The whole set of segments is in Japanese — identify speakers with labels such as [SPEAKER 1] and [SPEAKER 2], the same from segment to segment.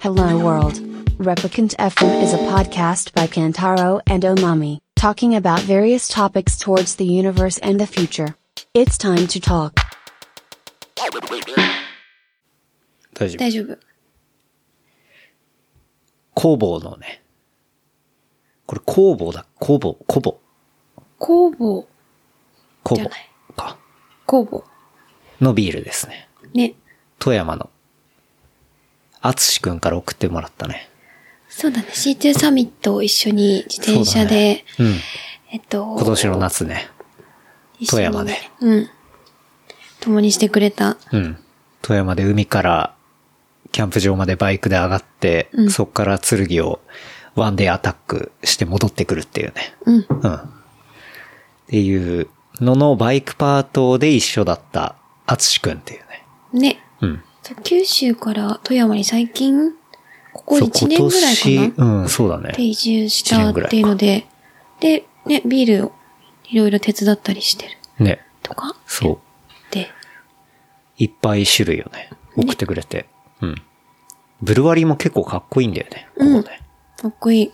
[SPEAKER 1] Hello World. Replicant FM is a podcast by Kantaro and Omami, talking about various topics towards the universe and the future. It's time to talk.
[SPEAKER 2] 大丈夫。
[SPEAKER 3] 大丈夫。
[SPEAKER 2] 工房のね。これ工房だ。工房、工房。
[SPEAKER 3] 工房、
[SPEAKER 2] 工
[SPEAKER 3] じゃ
[SPEAKER 2] 房
[SPEAKER 3] ない
[SPEAKER 2] か。
[SPEAKER 3] 工房。
[SPEAKER 2] のビールですね。
[SPEAKER 3] ね。
[SPEAKER 2] 富山の。あつしくんから送ってもらったね。
[SPEAKER 3] そうだね。C2 サミットを一緒に自転車で、
[SPEAKER 2] そうだね
[SPEAKER 3] えっと、
[SPEAKER 2] うん。今年の夏ね。
[SPEAKER 3] 一緒に
[SPEAKER 2] 富山で。
[SPEAKER 3] うん。共にしてくれた。
[SPEAKER 2] うん。富山で海から、キャンプ場までバイクで上がって、
[SPEAKER 3] うん
[SPEAKER 2] そっから剣をワンデーアタックして戻ってくるっていうね。
[SPEAKER 3] うん。
[SPEAKER 2] うん。っていうののバイクパートで一緒だった、あつしくんっていうね。
[SPEAKER 3] ね。
[SPEAKER 2] うん。
[SPEAKER 3] そう九州から富山に最近、ここ
[SPEAKER 2] そう
[SPEAKER 3] 1年ぐらいか
[SPEAKER 2] 今
[SPEAKER 3] な
[SPEAKER 2] 年うん、そうだね。
[SPEAKER 3] で移住したっていうので、で、ね、ビールをいろいろ手伝ったりしてる
[SPEAKER 2] ね。
[SPEAKER 3] とか
[SPEAKER 2] そう。
[SPEAKER 3] で、
[SPEAKER 2] いっぱい種類をね、送ってくれて。うん。ブルワリーも結構かっこいいんだよね。ここね。
[SPEAKER 3] かっこいい。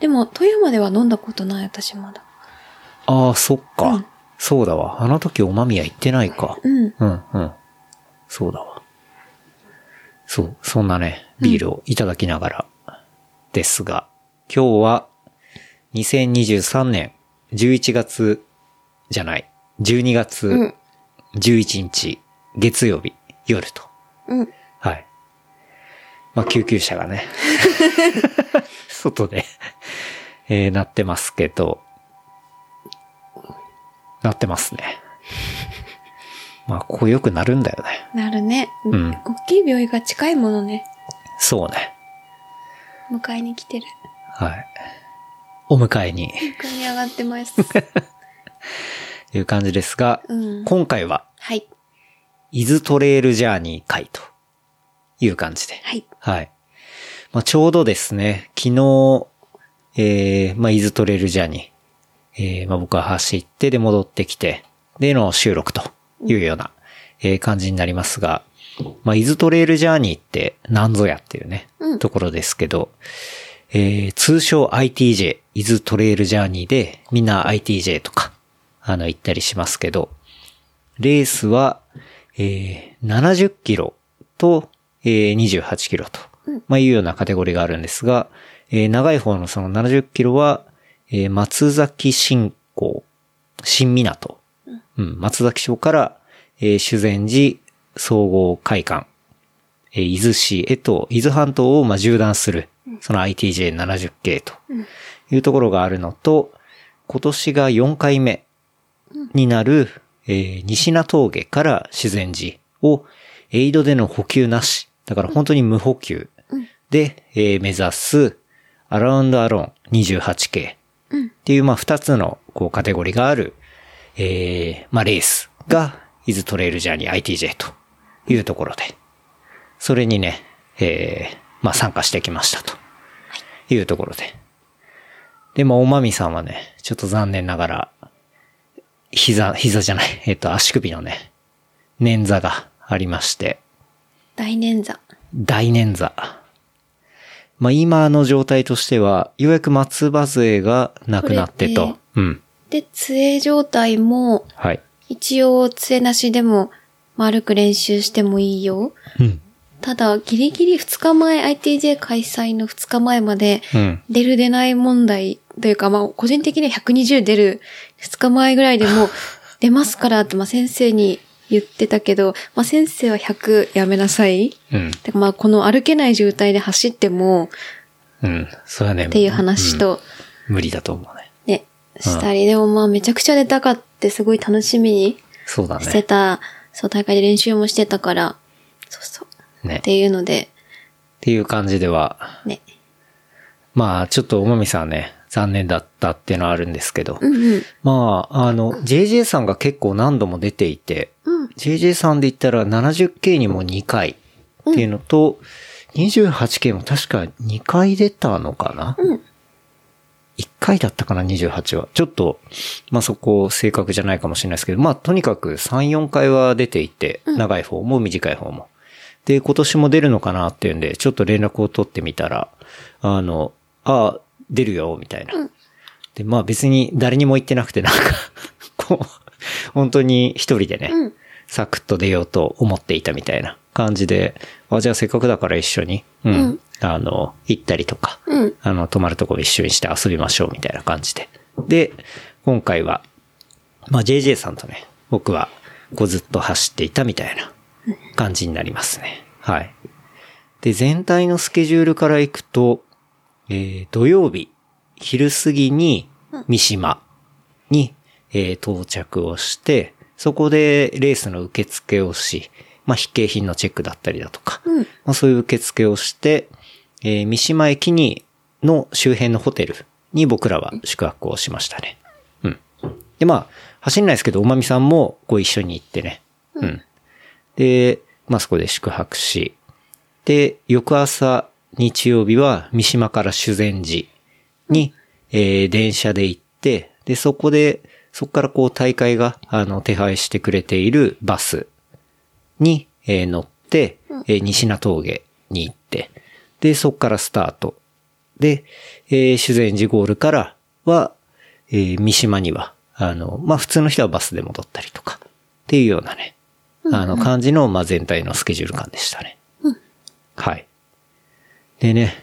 [SPEAKER 3] でも、富山では飲んだことない、私まだ。
[SPEAKER 2] ああ、そっか、そうだわ。あの時おまみや行ってないか。
[SPEAKER 3] うん。
[SPEAKER 2] うん、うん。そうだわ。そう、そんなね、ビールをいただきながらですが、今日は2023年11月じゃない、12
[SPEAKER 3] う
[SPEAKER 2] 月
[SPEAKER 3] ん。
[SPEAKER 2] 11日月曜日夜と。
[SPEAKER 3] うん。
[SPEAKER 2] はい。まあ、救急車がね、 外で、えー、鳴ってますけど、鳴ってますね。まあ、ここよくなるんだよね。
[SPEAKER 3] なるね。
[SPEAKER 2] ん
[SPEAKER 3] 大きい病院が近いものね。
[SPEAKER 2] そうね。
[SPEAKER 3] 迎えに来てる。
[SPEAKER 2] はい。お迎えに、
[SPEAKER 3] 迎えに上がってます。
[SPEAKER 2] という感じですが、
[SPEAKER 3] うん。
[SPEAKER 2] 今回は、
[SPEAKER 3] はい。
[SPEAKER 2] イズトレイルジャーニー会という感じで。
[SPEAKER 3] はい。
[SPEAKER 2] はい。まあ、ちょうどですね、昨日、えー、まあ、イズトレイルジャーに、えー、まあ、僕は走って、で戻ってきて、での収録というような、えー感じになりますが、まあ、イズトレイルジャーニーって何ぞやっていうね、
[SPEAKER 3] うん
[SPEAKER 2] ところですけど、えー、通称 ITJ、イズトレイルジャーニーで、みんな ITJ とか、あの、言ったりしますけど、レースは、えー、70キロと、えー、28キロと、まあ、いうようなカテゴリーがあるんですが、えー長い方のその70キロは、えー松崎新港、新港、うん、松崎町から、えー修善寺総合会館、えー伊豆市へと、伊豆半島をまあ縦断する、その ITJ70 系というところがあるのと、今年が4回目になる、えー西名峠から自然寺をエイドでの補給なし。だから本当に無補給で、えー目指すアラウンドアロン 28K っていう、まあ、二つのこうカテゴリーがある、えーまあ、レースがイズトレイルジャーニー ITJ というところで、それにね、えーまあ、参加してきましたというところで。で、まあ、おまみさんはね、ちょっと残念ながら、膝、膝じゃない、えっと、足首のね、捻挫がありまして、
[SPEAKER 3] 大捻挫。
[SPEAKER 2] 大捻挫。まあ、今の状態としては、ようやく松葉杖がなくなって
[SPEAKER 3] これ
[SPEAKER 2] と
[SPEAKER 3] ね。
[SPEAKER 2] うん。
[SPEAKER 3] で、杖状態も、
[SPEAKER 2] はい。
[SPEAKER 3] 一応杖なしでも、まあ歩く練習してもいいよ。
[SPEAKER 2] うん。
[SPEAKER 3] ただ、ギリギリ2日前、ITJ 開催の2日前まで、
[SPEAKER 2] うん。
[SPEAKER 3] 出る出ない問題というか、まあ、個人的には120出る2日前ぐらいでも、出ますからって、まあ、先生に言ってたけど、まあ、先生は100やめなさい。
[SPEAKER 2] うん。
[SPEAKER 3] だからまあ、この歩けない状態で走っても、
[SPEAKER 2] うん。それはね。
[SPEAKER 3] っていう話と、
[SPEAKER 2] うん無理だと思うね。
[SPEAKER 3] ね、したり、でもまあ、めちゃくちゃ出たかって、すごい楽しみに
[SPEAKER 2] そうだ
[SPEAKER 3] して
[SPEAKER 2] ね。
[SPEAKER 3] た、そう、大会で練習もしてたから、そうそう。
[SPEAKER 2] ね。っ
[SPEAKER 3] っていうので、
[SPEAKER 2] ていう感じでは、
[SPEAKER 3] ね。
[SPEAKER 2] まあ、ちょっとおまみさんはね、残念だったっていうのはあるんですけど、
[SPEAKER 3] うんうん。
[SPEAKER 2] まあ、あの、JJ さんが結構何度も出ていて、
[SPEAKER 3] うん
[SPEAKER 2] JJ さんで言ったら 70K にも2回っていうのと、28K も確か2回出たのかな、
[SPEAKER 3] うん
[SPEAKER 2] ?1 回だったかな、28は。ちょっと、まあそこ正確じゃないかもしれないですけど、まあとにかく3、4回は出ていて、長い方も短い方も。で、今年も出るのかなっていうんで、ちょっと連絡を取ってみたら、あの、ああ、出るよ、みたいな。で、まあ別に誰にも言ってなくて、なんか、 こう、本当に一人でね、
[SPEAKER 3] うん
[SPEAKER 2] サクッと出ようと思っていたみたいな感じで、あ、じゃあせっかくだから一緒に、うん、
[SPEAKER 3] うん
[SPEAKER 2] あの、行ったりとか、
[SPEAKER 3] うん。
[SPEAKER 2] あの、泊まるとこ一緒にして遊びましょうみたいな感じで。で、今回は、まあ、JJ さんとね、僕は、こうずっと走っていたみたいな感じになりますね。はい。で、全体のスケジュールからいくと、えー土曜日、昼過ぎに、三島に、えー到着をして、そこでレースの受付をし、まあ、非景品のチェックだったりだとか、
[SPEAKER 3] うん。
[SPEAKER 2] まあ、そういう受付をして、えー三島駅に、の周辺のホテルに僕らは宿泊をしましたね。うん。で、まあ、走んないですけど、おまみさんもご一緒に行ってね。うん。で、まあそこで宿泊し、で、翌朝、日曜日は三島から修善寺に、えー電車で行って、で、そこで、そこからこう大会が、あの、手配してくれているバスに、えー乗って、えー西名峠に行って、で、そこからスタート。で、えー修善寺ゴールからは、えー三島には、あの、まあ、普通の人はバスで戻ったりとか、っていうようなね、あの、感じの、まあ、全体のスケジュール感でしたね。はい。でね、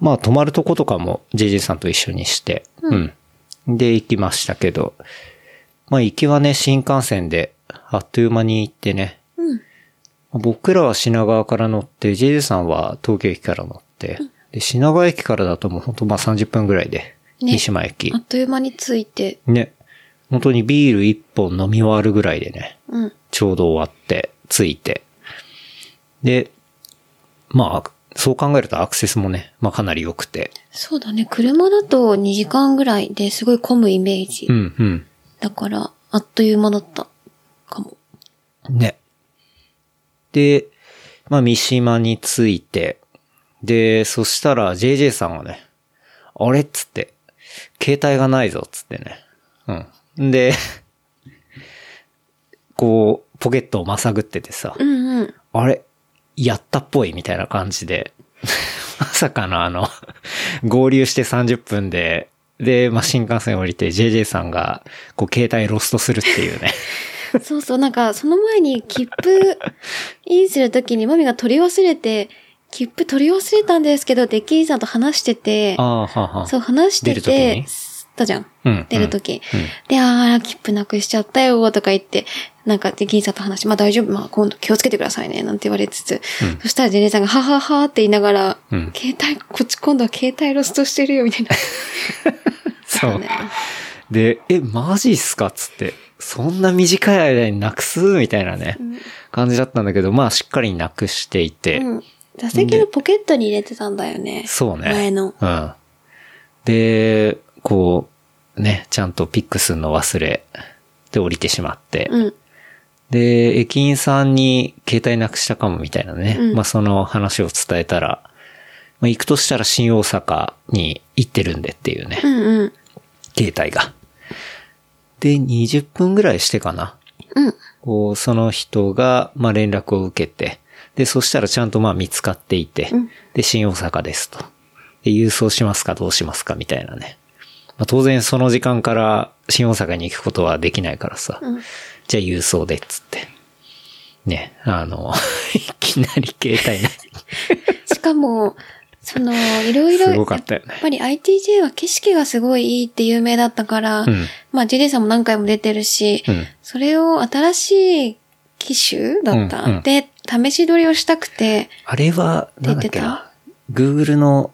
[SPEAKER 2] まあ、泊まるとことかも JJ さんと一緒にして、うん。で、行きましたけど、まあ、行きはね、新幹線で、あっという間に行ってね、
[SPEAKER 3] うん。
[SPEAKER 2] 僕らは品川から乗って、JJ さんは東京駅から乗って、で品川駅からだともうほんとまあ30分ぐらいで、
[SPEAKER 3] ね
[SPEAKER 2] 三島駅
[SPEAKER 3] あ。っという間について、
[SPEAKER 2] ね。本当にビール1本飲み終わるぐらいでね、
[SPEAKER 3] うん。
[SPEAKER 2] ちょうど終わって、着いて。で、まあ、そう考えるとアクセスもね、まあかなり良くて。
[SPEAKER 3] そうだね。車だと2時間ぐらいですごい混むイメージ。
[SPEAKER 2] うんうん。
[SPEAKER 3] だから、あっという間だったかも。
[SPEAKER 2] ね。で、まあ、三島に着いて、で、そしたら JJ さんはね、あれっつって、携帯がないぞっつってね。うん。で、こう、ポケットをまさぐっててさ、
[SPEAKER 3] うんうん。
[SPEAKER 2] あれやったっぽいみたいな感じで。 まさかのあの、 合流して30分で、で、まあ、新幹線降りて JJ さんが、こう、携帯ロストするっていう ね。
[SPEAKER 3] そうそう、なんか、その前に切符インするときにマミが取り忘れて、切符取り忘れたんですけど、デッキンさんと話してて、
[SPEAKER 2] ああ、はあはあ。
[SPEAKER 3] そう話して
[SPEAKER 2] 出る時
[SPEAKER 3] て
[SPEAKER 2] に、
[SPEAKER 3] だじゃん。
[SPEAKER 2] うん
[SPEAKER 3] 出るとき。で、ああ、切符なくしちゃったよ、とか言って、なんか、で、銀さんと話して、まあ大丈夫、まあ今度気をつけてくださいね、なんて言われつつ、そしたらジェネさんが、はははって言いながら、
[SPEAKER 2] うん
[SPEAKER 3] 携帯、こっち今度は携帯ロストしてるよ、みたいな。
[SPEAKER 2] そう。で、え、マジっすかっつって、そんな短い間になくすみたいなね、感じだったんだけど、まあしっかりなくしていて、
[SPEAKER 3] うん。座席のポケットに入れてたんだよね。
[SPEAKER 2] そうね。
[SPEAKER 3] 前の。
[SPEAKER 2] うん。で、こう、ね、ちゃんとピックするの忘れて降りてしまって、
[SPEAKER 3] うん。
[SPEAKER 2] で、駅員さんに携帯なくしたかもみたいなね、
[SPEAKER 3] うん
[SPEAKER 2] まあその話を伝えたら、まあ、行くとしたら新大阪に行ってるんでっていうね。
[SPEAKER 3] うんうん。
[SPEAKER 2] 携帯が。で、20分ぐらいしてかな。
[SPEAKER 3] うん。
[SPEAKER 2] こう、その人が、まあ、連絡を受けて、で、そしたらちゃんとまあ見つかっていて、
[SPEAKER 3] うん
[SPEAKER 2] で、新大阪ですと。で、郵送しますかどうしますかみたいなね。まあ、当然その時間から新大阪に行くことはできないからさ、
[SPEAKER 3] うん
[SPEAKER 2] じゃあ郵送でっつって。ね、あの、 いきなり携 帯ない。
[SPEAKER 3] しかも、その、いろいろ、
[SPEAKER 2] すごか
[SPEAKER 3] や
[SPEAKER 2] ったよね
[SPEAKER 3] っぱり ITJ は景色がすごいいいって有名だったから、
[SPEAKER 2] うん
[SPEAKER 3] まあ JD さんも何回も出てるし、
[SPEAKER 2] うん
[SPEAKER 3] それを新しい機種だった、
[SPEAKER 2] うんうん
[SPEAKER 3] で、試し撮りをしたくて、
[SPEAKER 2] あれは、なんだっけな。Google の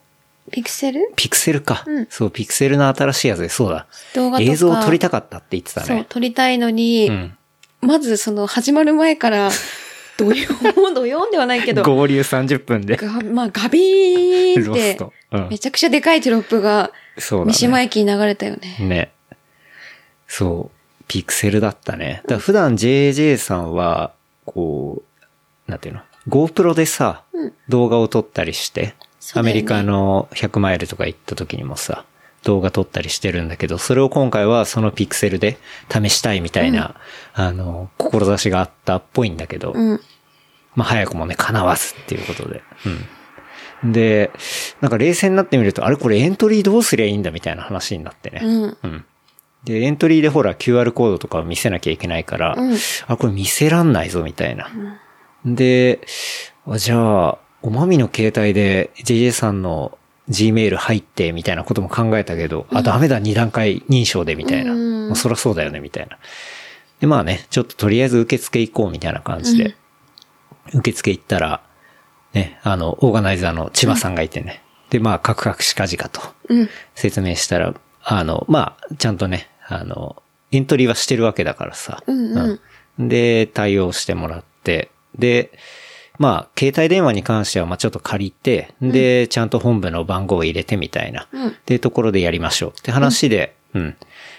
[SPEAKER 3] ピクセル
[SPEAKER 2] ピクセルか。
[SPEAKER 3] うん
[SPEAKER 2] そう、ピクセルの新しいやつで、そうだ。
[SPEAKER 3] 動画とか。
[SPEAKER 2] 映像を撮りたかったって言ってたね。
[SPEAKER 3] そう、撮りたいのに、
[SPEAKER 2] うん。
[SPEAKER 3] まずその始まる 前から、どよん、どよんではないけど、
[SPEAKER 2] 合流30分で。
[SPEAKER 3] がまあガビーンっ
[SPEAKER 2] ロス
[SPEAKER 3] て
[SPEAKER 2] ト。、うん
[SPEAKER 3] め。ちゃくちゃでかいテロップが、
[SPEAKER 2] そうだね。
[SPEAKER 3] 三島駅に流れたよね。
[SPEAKER 2] ね。そう。ピクセルだったね。だから普段 JJ さんは、こう、なんていうの ?GoPro でさ、
[SPEAKER 3] うん
[SPEAKER 2] 動画を撮ったりして、
[SPEAKER 3] そ
[SPEAKER 2] ア
[SPEAKER 3] うだ
[SPEAKER 2] メ
[SPEAKER 3] よね
[SPEAKER 2] リカの100マイルとか行った時にもさ、動画撮ったりしてるんだけど、それを今回はそのピクセルで試したいみたいな、あの、志があったっぽいんだけど、
[SPEAKER 3] うん。
[SPEAKER 2] まあ早くもね、叶わずっていうことで。うん。で、なんか冷静になってみると、あれこれエントリーどうすりゃいいんだみたいな話になってね。
[SPEAKER 3] うん。
[SPEAKER 2] うん。で、エントリーでほら QR コードとかを見せなきゃいけないから、
[SPEAKER 3] うん
[SPEAKER 2] あ、これ見せらんないぞみたいな。で、あじゃあ、おまみの携帯で JJ さんの Gmail 入ってみたいなことも考えたけど、あ、ダメだ、二段階認証でみたいな。
[SPEAKER 3] うん
[SPEAKER 2] まあそりゃそうだよねみたいな。で、まあね、ちょっととりあえず受付行こうみたいな感じで、受付行ったら、ね、あの、オーガナイザーの千葉さんがいてね。で、まあ、カクカクしかじかと。
[SPEAKER 3] うん。
[SPEAKER 2] 説明したら、あの、まあ、ちゃんとね、あの、エントリーはしてるわけだからさ。
[SPEAKER 3] うんうん
[SPEAKER 2] で、対応してもらって、で、まあ、携帯電話に関しては、まあ、ちょっと借りて、で、ちゃんと本部の番号を入れてみたいな、
[SPEAKER 3] うん
[SPEAKER 2] で、ところでやりましょうって話で、うん。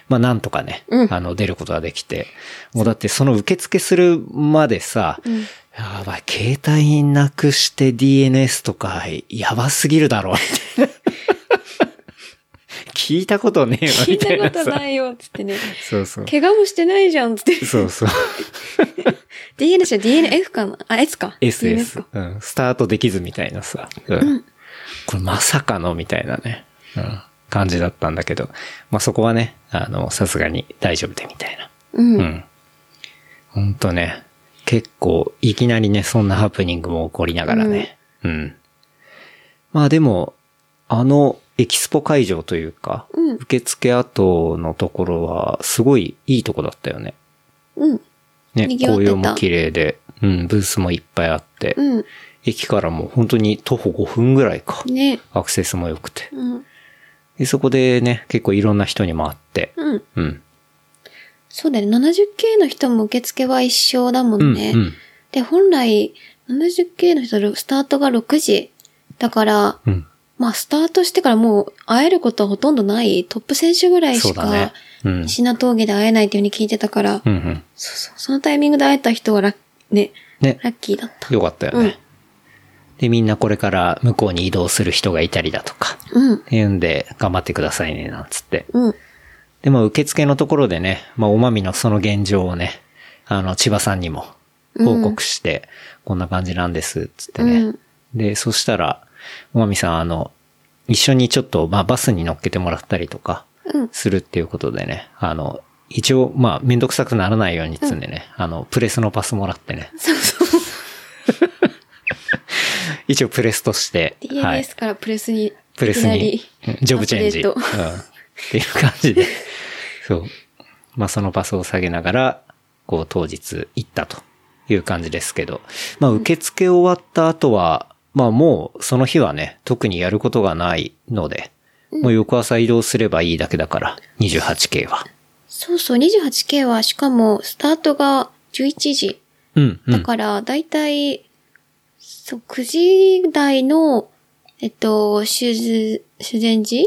[SPEAKER 2] まあ、なんとかね、
[SPEAKER 3] うん
[SPEAKER 2] あの、出ることができて、もうだってその受付するまでさ、
[SPEAKER 3] うん
[SPEAKER 2] やばい、携帯なくして DNS とか、やばすぎるだろう、みたいな。聞いたことねえわ、
[SPEAKER 3] 聞
[SPEAKER 2] み
[SPEAKER 3] い
[SPEAKER 2] た
[SPEAKER 3] た
[SPEAKER 2] いな
[SPEAKER 3] こと
[SPEAKER 2] さ。
[SPEAKER 3] ないよ、つってね。
[SPEAKER 2] そうそう。
[SPEAKER 3] 怪我もしてないじゃん、つって。
[SPEAKER 2] そうそう。
[SPEAKER 3] DNS じゃ DNF かなあ、S か。DNF
[SPEAKER 2] SS
[SPEAKER 3] か。。
[SPEAKER 2] うん。スタートできずみたいなさ。うん。これまさかのみたいなね。うん。感じだったんだけど。まあ、そこはね、あの、さすがに大丈夫でみたいな。
[SPEAKER 3] うん。
[SPEAKER 2] う
[SPEAKER 3] うん
[SPEAKER 2] ん。ほんとね。結構、いきなりね、そんなハプニングも起こりながらね。うん。まあでも、あの、エキスポ会場というか、
[SPEAKER 3] うん
[SPEAKER 2] 受付後のところは、すごいいいとこだったよね。
[SPEAKER 3] うん。
[SPEAKER 2] ね、
[SPEAKER 3] 賑わって
[SPEAKER 2] 紅
[SPEAKER 3] た
[SPEAKER 2] 葉も綺麗で、うん、ブースもいっぱいあって、
[SPEAKER 3] うん。
[SPEAKER 2] 駅からも本当に徒歩5分ぐらいか。
[SPEAKER 3] ね。
[SPEAKER 2] アクセスも良くて。
[SPEAKER 3] うん。
[SPEAKER 2] で、そこでね、結構いろんな人にも会って、
[SPEAKER 3] うん。
[SPEAKER 2] うん。
[SPEAKER 3] そうだよね。70K の人も受付は一緒だも
[SPEAKER 2] うんん、
[SPEAKER 3] ね。
[SPEAKER 2] うん。
[SPEAKER 3] で、本来、70K の人、スタートが6時。だから、
[SPEAKER 2] うん。
[SPEAKER 3] まあ、スタートしてからもう会えることはほとんどない、トップ選手ぐらい
[SPEAKER 2] そう
[SPEAKER 3] し
[SPEAKER 2] だね
[SPEAKER 3] か、。
[SPEAKER 2] うん。
[SPEAKER 3] 品峠で会えないっていうふうに聞いてたから、
[SPEAKER 2] うんうん。
[SPEAKER 3] そうそうそのタイミングで会えた人はラッ、ね、
[SPEAKER 2] ね、
[SPEAKER 3] ラッキーだった。
[SPEAKER 2] よかったよね。
[SPEAKER 3] うん
[SPEAKER 2] で、みんなこれから向こうに移動する人がいたりだとか、
[SPEAKER 3] うん。
[SPEAKER 2] 言うんで、頑張ってくださいね、なんつって。
[SPEAKER 3] うん。
[SPEAKER 2] で、まあ、受付のところでね、まあ、おまみのその現状をね、あの、千葉さんにも報告して、こんな感じなんです、つってね。
[SPEAKER 3] うん
[SPEAKER 2] で、そしたら、おまみさん、あの、一緒にちょっと、まあ、バスに乗っけてもらったりとか、
[SPEAKER 3] うん。
[SPEAKER 2] するっていうことでね、あの、一応、まあ、めんどくさくならないようにっつうんでね、あの、プレスのパスもらってね、
[SPEAKER 3] そうそう。
[SPEAKER 2] 一応プレスとして、はい。
[SPEAKER 3] DNS からプレスに、
[SPEAKER 2] プレス
[SPEAKER 3] い
[SPEAKER 2] に
[SPEAKER 3] きなり、
[SPEAKER 2] ジョブチェンジ。
[SPEAKER 3] ア
[SPEAKER 2] うん。
[SPEAKER 3] ッ
[SPEAKER 2] っ
[SPEAKER 3] プデート
[SPEAKER 2] ていう感じで。そう。まあ、そのパスを下げながら、こう、当日行ったという感じですけど。まあ、受付終わった後は、まあ、もう、その日はね、特にやることがないので、もう翌朝移動すればいいだけだから、28K は。
[SPEAKER 3] そうそう、28K は、しかも、スタートが11時。
[SPEAKER 2] うん、う
[SPEAKER 3] だ
[SPEAKER 2] ん。
[SPEAKER 3] から、だいたい、そう、9時台の、えっと、修図、修善寺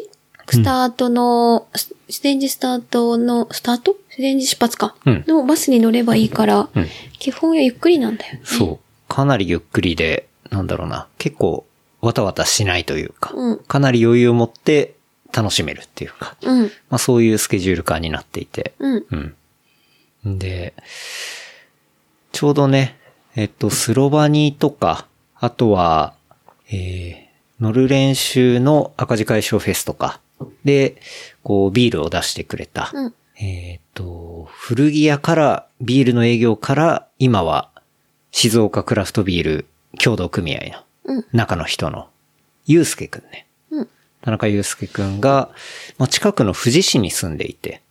[SPEAKER 3] スタートの、す修善寺スタートの、スタート修善寺出発か。
[SPEAKER 2] うん
[SPEAKER 3] のバスに乗ればいいから、
[SPEAKER 2] うん
[SPEAKER 3] 基本はゆっくりなんだよね。
[SPEAKER 2] そう。かなりゆっくりで、なんだろうな、結構、わたわたしないというか、
[SPEAKER 3] うん
[SPEAKER 2] かなり余裕を持って楽しめるっていうか、
[SPEAKER 3] うん。
[SPEAKER 2] まあそういうスケジュール感になっていて。
[SPEAKER 3] うん。
[SPEAKER 2] うん。で、ちょうどね、えっと、スロバニーとか、あとは、えー、乗る練習の赤字解消フェスとか、で、こう、ビールを出してくれた、
[SPEAKER 3] うん。
[SPEAKER 2] えっと、古着屋から、ビールの営業から、今は、静岡クラフトビール協同組合の
[SPEAKER 3] うん。
[SPEAKER 2] 中の人の、ゆうすけくんね。
[SPEAKER 3] うん。
[SPEAKER 2] 田中祐介くんが、まあ、近くの富士市に住んでいて、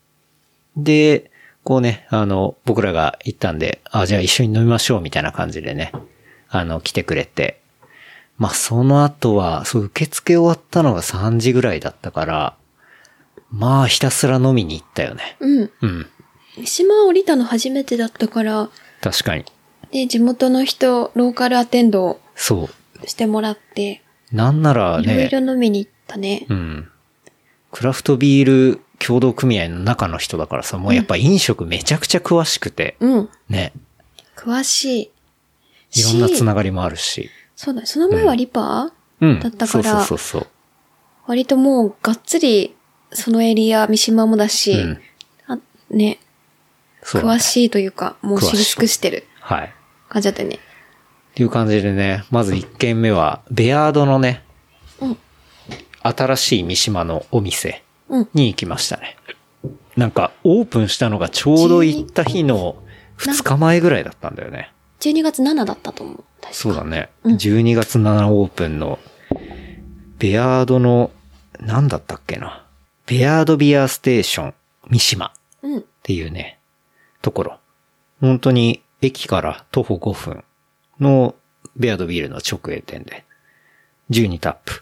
[SPEAKER 2] で、こうね、あの、僕らが行ったんで、あ、じゃあ一緒に飲みましょうみたいな感じでね、あの、来てくれて、まあ、その後は、そう、受付終わったのが3時ぐらいだったから、まあ、ひたすら飲みに行ったよね。
[SPEAKER 3] うん。
[SPEAKER 2] うん。
[SPEAKER 3] 三島降りたの初めてだったから、
[SPEAKER 2] 確かに。
[SPEAKER 3] で、地元の人、ローカルアテンドを
[SPEAKER 2] そ
[SPEAKER 3] してもらって、
[SPEAKER 2] う。なんなら
[SPEAKER 3] いろ
[SPEAKER 2] ね
[SPEAKER 3] い、ろ飲みに行ったね。
[SPEAKER 2] うん。クラフトビール協同組合の中の人だからさ、もうやっぱ飲食めちゃくちゃ詳しくて、
[SPEAKER 3] うん。
[SPEAKER 2] ね。
[SPEAKER 3] 詳しい。
[SPEAKER 2] いろんなつ
[SPEAKER 3] し
[SPEAKER 2] ながりもあるし。
[SPEAKER 3] そうだね。その前はリパー、
[SPEAKER 2] うん。
[SPEAKER 3] だったから
[SPEAKER 2] そうそうそう
[SPEAKER 3] 割ともうがっつり、そのエリア、三島もだし、
[SPEAKER 2] うん
[SPEAKER 3] あね、
[SPEAKER 2] そう。
[SPEAKER 3] 詳しいというか、もう知り尽くしてる
[SPEAKER 2] い。はい。
[SPEAKER 3] 感じだったよね。
[SPEAKER 2] っていう感じでね、まず1軒目は、ベアードのね、
[SPEAKER 3] うん
[SPEAKER 2] 新しい三島のお店
[SPEAKER 3] うん。
[SPEAKER 2] に行きましたね。なんか、オープンしたのがちょうど行った日の2日前ぐらいだったんだよね。
[SPEAKER 3] 12月7だったと思う。確か
[SPEAKER 2] そうだね。
[SPEAKER 3] うん
[SPEAKER 2] 12月7オープンの、ベアードの、なんだったっけな。ベアードビアステーション、三島っ
[SPEAKER 3] うん。
[SPEAKER 2] ていうね、ところ。本当に駅から徒歩5分のベアードビールの直営店で、12タップ。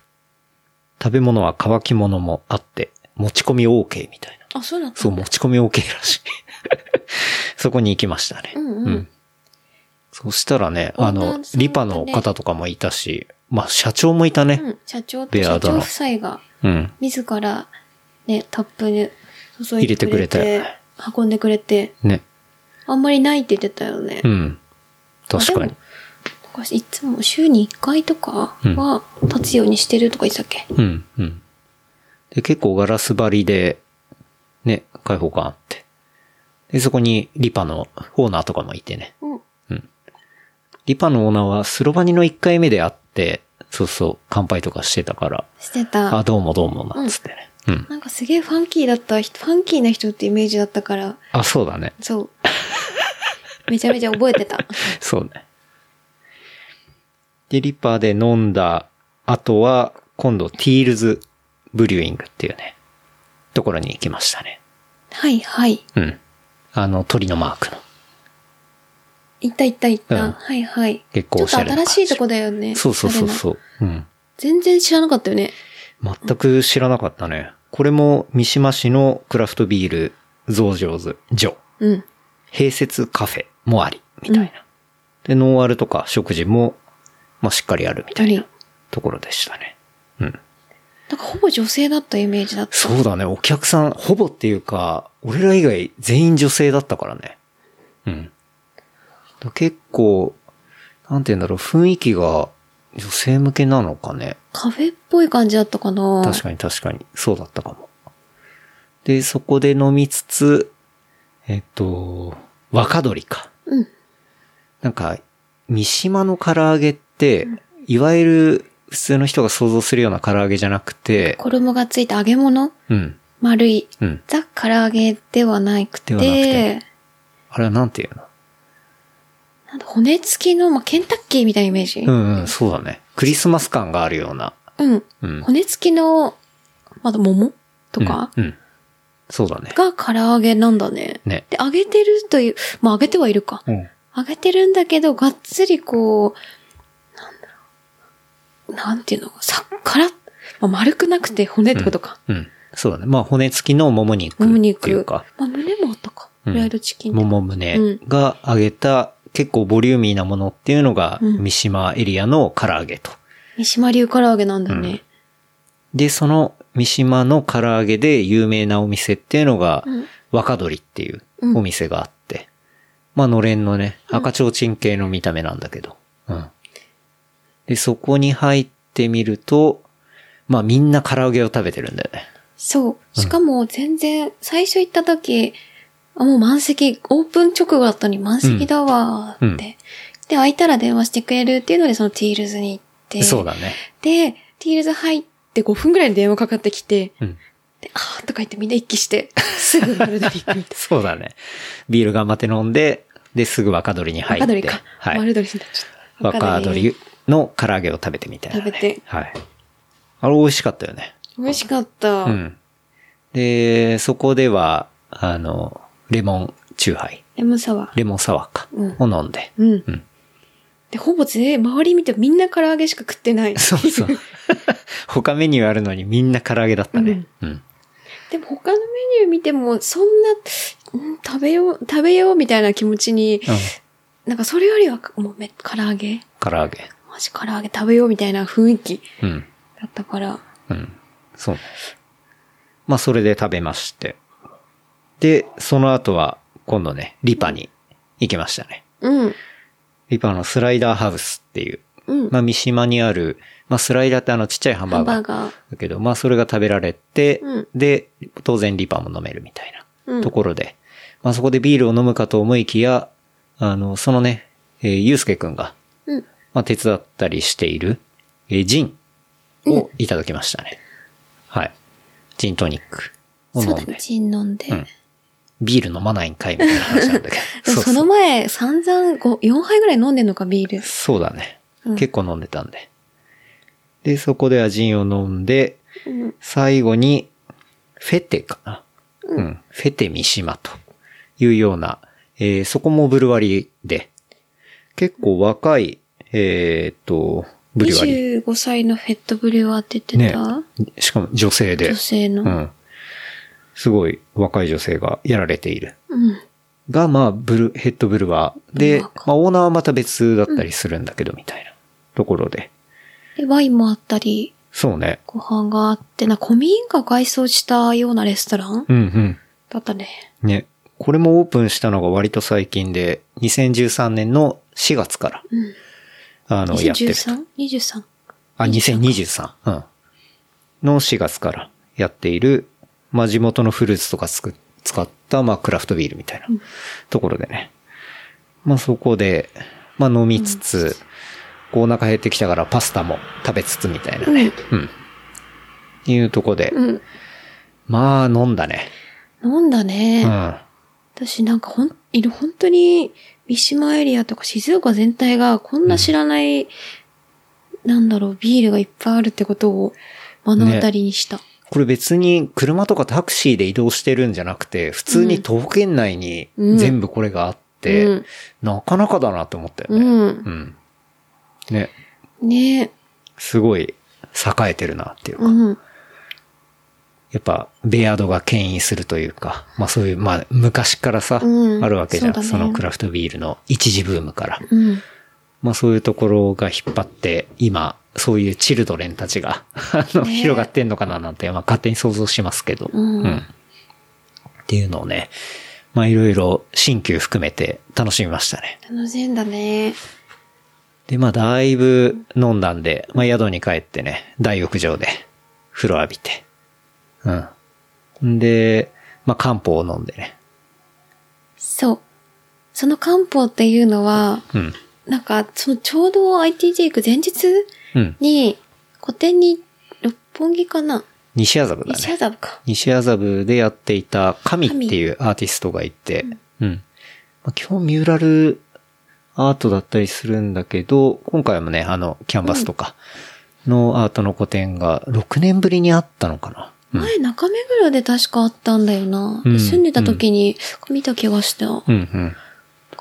[SPEAKER 2] 食べ物は乾き物もあって、持ち込み OK みたいな。
[SPEAKER 3] あ、そうだった。
[SPEAKER 2] そう、持ち込み OK らしい。 そこに行きましたね。
[SPEAKER 3] うんうん
[SPEAKER 2] そしたらね、
[SPEAKER 3] オーナ
[SPEAKER 2] あ
[SPEAKER 3] ーさ
[SPEAKER 2] の
[SPEAKER 3] んだっ、たね
[SPEAKER 2] リパの方とかもいたし、まあ、社長もいたね。
[SPEAKER 3] うん。社長と
[SPEAKER 2] ベア
[SPEAKER 3] 社
[SPEAKER 2] ード
[SPEAKER 3] 長
[SPEAKER 2] の
[SPEAKER 3] 夫妻が、
[SPEAKER 2] うん。
[SPEAKER 3] 自ら、ね、タップに注いでく
[SPEAKER 2] 入れ
[SPEAKER 3] れて、
[SPEAKER 2] てくれ
[SPEAKER 3] 運んでくれて、
[SPEAKER 2] ね。
[SPEAKER 3] あんまりないって言ってたよね。
[SPEAKER 2] うん。確かに。
[SPEAKER 3] 昔いつも週に1回とかは立つようにしてるとか言ってたっけ、
[SPEAKER 2] うん、うん。で、結構ガラス張りで、ね、開放感あって。で、そこにリパのオーナーとかもいてね。
[SPEAKER 3] うん、
[SPEAKER 2] リパのオーナーはスロバニの1回目で会って、そうそう、乾杯とかしてたから、
[SPEAKER 3] して
[SPEAKER 2] あ、
[SPEAKER 3] た。
[SPEAKER 2] どうもどうもな、つってね。うん。
[SPEAKER 3] なんかすげえファンキーだった人、ファンキーな人ってイメージだったから、
[SPEAKER 2] あ、そうだね。
[SPEAKER 3] そう。めちゃめちゃ覚えてた。
[SPEAKER 2] そうね。で、リパーで飲んだ後は、今度、ティールズブリューイングっていうね、ところに行きましたね。
[SPEAKER 3] はいはい。
[SPEAKER 2] うん。あの、鳥のマークの。
[SPEAKER 3] 行った行った行った。
[SPEAKER 2] うん
[SPEAKER 3] はいはい。
[SPEAKER 2] 結構
[SPEAKER 3] ちょ
[SPEAKER 2] お
[SPEAKER 3] っ
[SPEAKER 2] し
[SPEAKER 3] と
[SPEAKER 2] ゃれな感
[SPEAKER 3] 新
[SPEAKER 2] じ
[SPEAKER 3] しいとこだよね。
[SPEAKER 2] そうそうそう
[SPEAKER 3] う。
[SPEAKER 2] そう。うん。
[SPEAKER 3] 全然知らなかったよね。
[SPEAKER 2] 全く知らなかったね。これも、三島市のクラフトビール増上図、ジョ。
[SPEAKER 3] うん。
[SPEAKER 2] 併設カフェもあり、みたいな。
[SPEAKER 3] うん
[SPEAKER 2] で、ノンアルとか食事も、まあ、しっかりあるみたい
[SPEAKER 3] あ
[SPEAKER 2] な
[SPEAKER 3] り
[SPEAKER 2] ところでしたね。うん。
[SPEAKER 3] なんかほぼ女性だったイメージだった。
[SPEAKER 2] そうだね。お客さん、ほぼっていうか、俺ら以外全員女性だったからね。うん。だ結構、なんて言うんだろう、雰囲気が女性向けなのかね。
[SPEAKER 3] カフェっぽい感じだったかな
[SPEAKER 2] 確かに確かに。そうだったかも。で、そこで飲みつつ、えっと、若鶏か。
[SPEAKER 3] うん。
[SPEAKER 2] なんか、三島の唐揚げって、いわゆる普通の人が想像するような唐揚げじゃなくて、
[SPEAKER 3] 衣がついた揚げ物
[SPEAKER 2] うん、
[SPEAKER 3] 丸い。
[SPEAKER 2] うん。
[SPEAKER 3] ザ・唐揚げではなくて、
[SPEAKER 2] ではなくてあれはなんていうの
[SPEAKER 3] なんだ骨付きの、まあ、ケンタッキーみたいなイメージ。
[SPEAKER 2] う。んうん、そうだね。クリスマス感があるような。
[SPEAKER 3] うん。
[SPEAKER 2] うん。
[SPEAKER 3] 骨付きの、まだ桃とか、
[SPEAKER 2] うん。うんそうだね。
[SPEAKER 3] が唐揚げなんだね。
[SPEAKER 2] ね。
[SPEAKER 3] で、揚げてるという、まあ、揚げてはいるか。
[SPEAKER 2] うん。
[SPEAKER 3] 揚げてるんだけど、がっつりこう、なんだろう。なんていうのさっから、まあ、丸くなくて骨ってことか。
[SPEAKER 2] うん。そうだね。まあ、骨付きのもも肉
[SPEAKER 3] もも
[SPEAKER 2] っ
[SPEAKER 3] 肉。
[SPEAKER 2] ていうか、
[SPEAKER 3] まあ、胸もあったか。
[SPEAKER 2] うん
[SPEAKER 3] フライドチキン
[SPEAKER 2] も
[SPEAKER 3] とか。
[SPEAKER 2] も胸が揚げた結構ボリューミーなものっていうのが
[SPEAKER 3] うん
[SPEAKER 2] 三島エリアの唐揚げと。
[SPEAKER 3] 三島流唐揚げなんだね。
[SPEAKER 2] で、その三島の唐揚げで有名なお店っていうのが
[SPEAKER 3] うん
[SPEAKER 2] 若鳥っていう
[SPEAKER 3] うん
[SPEAKER 2] お店があって。まあ、のれんのね、赤ちょうちん系の見た目なんだけど。うん。で、そこに入ってみると、まあみんな唐揚げを食べてるんだよね。
[SPEAKER 3] そう。しかも全然、最初行った時、あ、もう満席、オープン直後だったのに満席だわーって。
[SPEAKER 2] うんうん
[SPEAKER 3] で、空いたら電話してくれるっていうので、そのティールズに行って。
[SPEAKER 2] そうだね。
[SPEAKER 3] で、ティールズ入って5分ぐらいに電話かかってきて、
[SPEAKER 2] うん。
[SPEAKER 3] で、あーとか言ってみんな一気して、すぐ丸 鶏行くみたい
[SPEAKER 2] そうだね。ビール頑張って飲んで、で、すぐ若鳥に
[SPEAKER 3] な。
[SPEAKER 2] 入っ
[SPEAKER 3] 若
[SPEAKER 2] て。
[SPEAKER 3] 鶏か。
[SPEAKER 2] はい。
[SPEAKER 3] 丸鶏になっちゃった。
[SPEAKER 2] 若
[SPEAKER 3] 鶏。
[SPEAKER 2] 鶏の唐揚げを食べてみたいな、ね。
[SPEAKER 3] 食べて
[SPEAKER 2] はい。あれ美味しかったよね。
[SPEAKER 3] 美味しかった。
[SPEAKER 2] うん。で、そこでは、あの、レモンチューハイ、
[SPEAKER 3] レモンサワー。
[SPEAKER 2] レモンサワーか、
[SPEAKER 3] うん
[SPEAKER 2] を飲んで。
[SPEAKER 3] うん。
[SPEAKER 2] うん
[SPEAKER 3] で、ほぼ全員、周り見てみんな唐揚げしか食ってない。
[SPEAKER 2] そうそう。 他メニューあるのにみんな唐揚げだったね。うん。
[SPEAKER 3] でも他のメニュー見ても、そんな、うん食べよう、食べようみたいな気持ちに、
[SPEAKER 2] うん。
[SPEAKER 3] なんかそれよりは、もうめ、唐揚げ
[SPEAKER 2] 唐揚げ。
[SPEAKER 3] マジ唐揚げ食べようみたいな雰囲気
[SPEAKER 2] うん。
[SPEAKER 3] だったから。
[SPEAKER 2] うん。そうね。まあ、それで食べまして。で、その後は、今度ね、リパに行きましたね。
[SPEAKER 3] うん。
[SPEAKER 2] リパのスライダーハウスっていう、
[SPEAKER 3] うん。
[SPEAKER 2] まあ、三島にある、まあ、スライダーってあのちっちゃいハン
[SPEAKER 3] ハ
[SPEAKER 2] バー
[SPEAKER 3] ン
[SPEAKER 2] ガ
[SPEAKER 3] バー
[SPEAKER 2] ー
[SPEAKER 3] ガー。
[SPEAKER 2] だけど、まあ、それが食べられて、
[SPEAKER 3] うん
[SPEAKER 2] で、当然リパも飲めるみたい
[SPEAKER 3] うん
[SPEAKER 2] なところで、まあ、そこでビールを飲むかと思いきや、あの、そのね、えー、ゆうすけくんが、
[SPEAKER 3] うん。
[SPEAKER 2] まあ、手伝ったりしている、えージンをいただきましたね。はい。ジントニックを
[SPEAKER 3] そ
[SPEAKER 2] 飲
[SPEAKER 3] うんだ、
[SPEAKER 2] で。
[SPEAKER 3] ジン飲んで。
[SPEAKER 2] うんビール飲まないんかいみたいな話なんだけ
[SPEAKER 3] で
[SPEAKER 2] ど。
[SPEAKER 3] も
[SPEAKER 2] そうそ
[SPEAKER 3] その
[SPEAKER 2] う。
[SPEAKER 3] 前、散々5、4杯ぐらい飲んでんのか、ビール。
[SPEAKER 2] そうだね
[SPEAKER 3] うん。
[SPEAKER 2] 結構飲んでたんで。で、そこではジンを飲んで、
[SPEAKER 3] うん。
[SPEAKER 2] 最後に、フェテかな。うん。フェテ三島というような、えーそこもブルワリーで、結構若い、えーっと、ブルワリ
[SPEAKER 3] 25歳のフェットブリュワーって言ってた、
[SPEAKER 2] ー。ね。しかも女性で
[SPEAKER 3] 女。性の。
[SPEAKER 2] うん。すごい若い女性がやられている。
[SPEAKER 3] うん。
[SPEAKER 2] が、まあ、ブル、ヘッドブルワーで、
[SPEAKER 3] う
[SPEAKER 2] ま
[SPEAKER 3] まか
[SPEAKER 2] あ、オーナーはまた別だったりするんだけど、みたいなところで。
[SPEAKER 3] で、ワインもあったり、
[SPEAKER 2] そうね。
[SPEAKER 3] ご飯があって、な、古民家改装したようなレストラン
[SPEAKER 2] うんうん。
[SPEAKER 3] だったね。
[SPEAKER 2] ね。これもオープンしたのが割と最近で、2013年の4月から、
[SPEAKER 3] うん。
[SPEAKER 2] あの、やってる。
[SPEAKER 3] 23?23?
[SPEAKER 2] あ、2023。うん。の4月からやっている、まあ、地元のフルーツとかつく使った、まあ、クラフトビールみたいなところでね。まあ、そこで、まあ、飲みつつ、こうお腹減ってきたからパスタも食べつつみたいなね。うん。っていうとこで、
[SPEAKER 3] うん。
[SPEAKER 2] まあ、飲んだね。
[SPEAKER 3] 飲んだ
[SPEAKER 2] う
[SPEAKER 3] ね。
[SPEAKER 2] ん。
[SPEAKER 3] 私なんかほん、いる、本当に、三島エリアとか静岡全体がこんな知らない、なんだろう、ビールがいっぱいあるってことを目の当たりにした。
[SPEAKER 2] これ別に車とかタクシーで移動してるんじゃなくて、普通に徒歩圏内に全部これがあって、
[SPEAKER 3] うん
[SPEAKER 2] なかなかだなって思ったよ
[SPEAKER 3] う
[SPEAKER 2] ね。
[SPEAKER 3] ん。
[SPEAKER 2] うん。ね、
[SPEAKER 3] ねえ。
[SPEAKER 2] すごい栄えてるなっていうか、
[SPEAKER 3] うん。
[SPEAKER 2] やっぱベアードが牽引するというか、まあそういう、まあ昔からさ、
[SPEAKER 3] うん
[SPEAKER 2] あるわけじゃん
[SPEAKER 3] そうだね
[SPEAKER 2] そのクラフトビールの一時ブームから。
[SPEAKER 3] うん。
[SPEAKER 2] まあそういうところが引っ張って、今、そういうチルドレンたちが、あの、
[SPEAKER 3] ね
[SPEAKER 2] 広がってんのかななんて、まあ勝手に想像しますけど、
[SPEAKER 3] うん
[SPEAKER 2] っていうのをね、まあいろいろ新旧含めて楽しみましたね。
[SPEAKER 3] 楽しんだね。
[SPEAKER 2] で、まあだいぶ飲んだんで、まあ宿に帰ってね、大浴場で風呂浴びて。うん。んで、まあ漢方を飲んでね。
[SPEAKER 3] そう。その漢方っていうのは、
[SPEAKER 2] うん。
[SPEAKER 3] なんか、そのちょうど ITJ 行く前日
[SPEAKER 2] うん。
[SPEAKER 3] に、個展に、六本木かな
[SPEAKER 2] 西麻布だね。
[SPEAKER 3] 西麻布か。
[SPEAKER 2] 西麻布でやっていた神っていうアーティストがいて、うん。まあ、基本ミューラルアートだったりするんだけど、今回もね、あの、キャンバスとかのアートの個展が6年ぶりにあったのかな。うん。
[SPEAKER 3] 前、中目黒で確かあったんだよな。
[SPEAKER 2] うん
[SPEAKER 3] 住んでた時に見た気がした。
[SPEAKER 2] うんうん。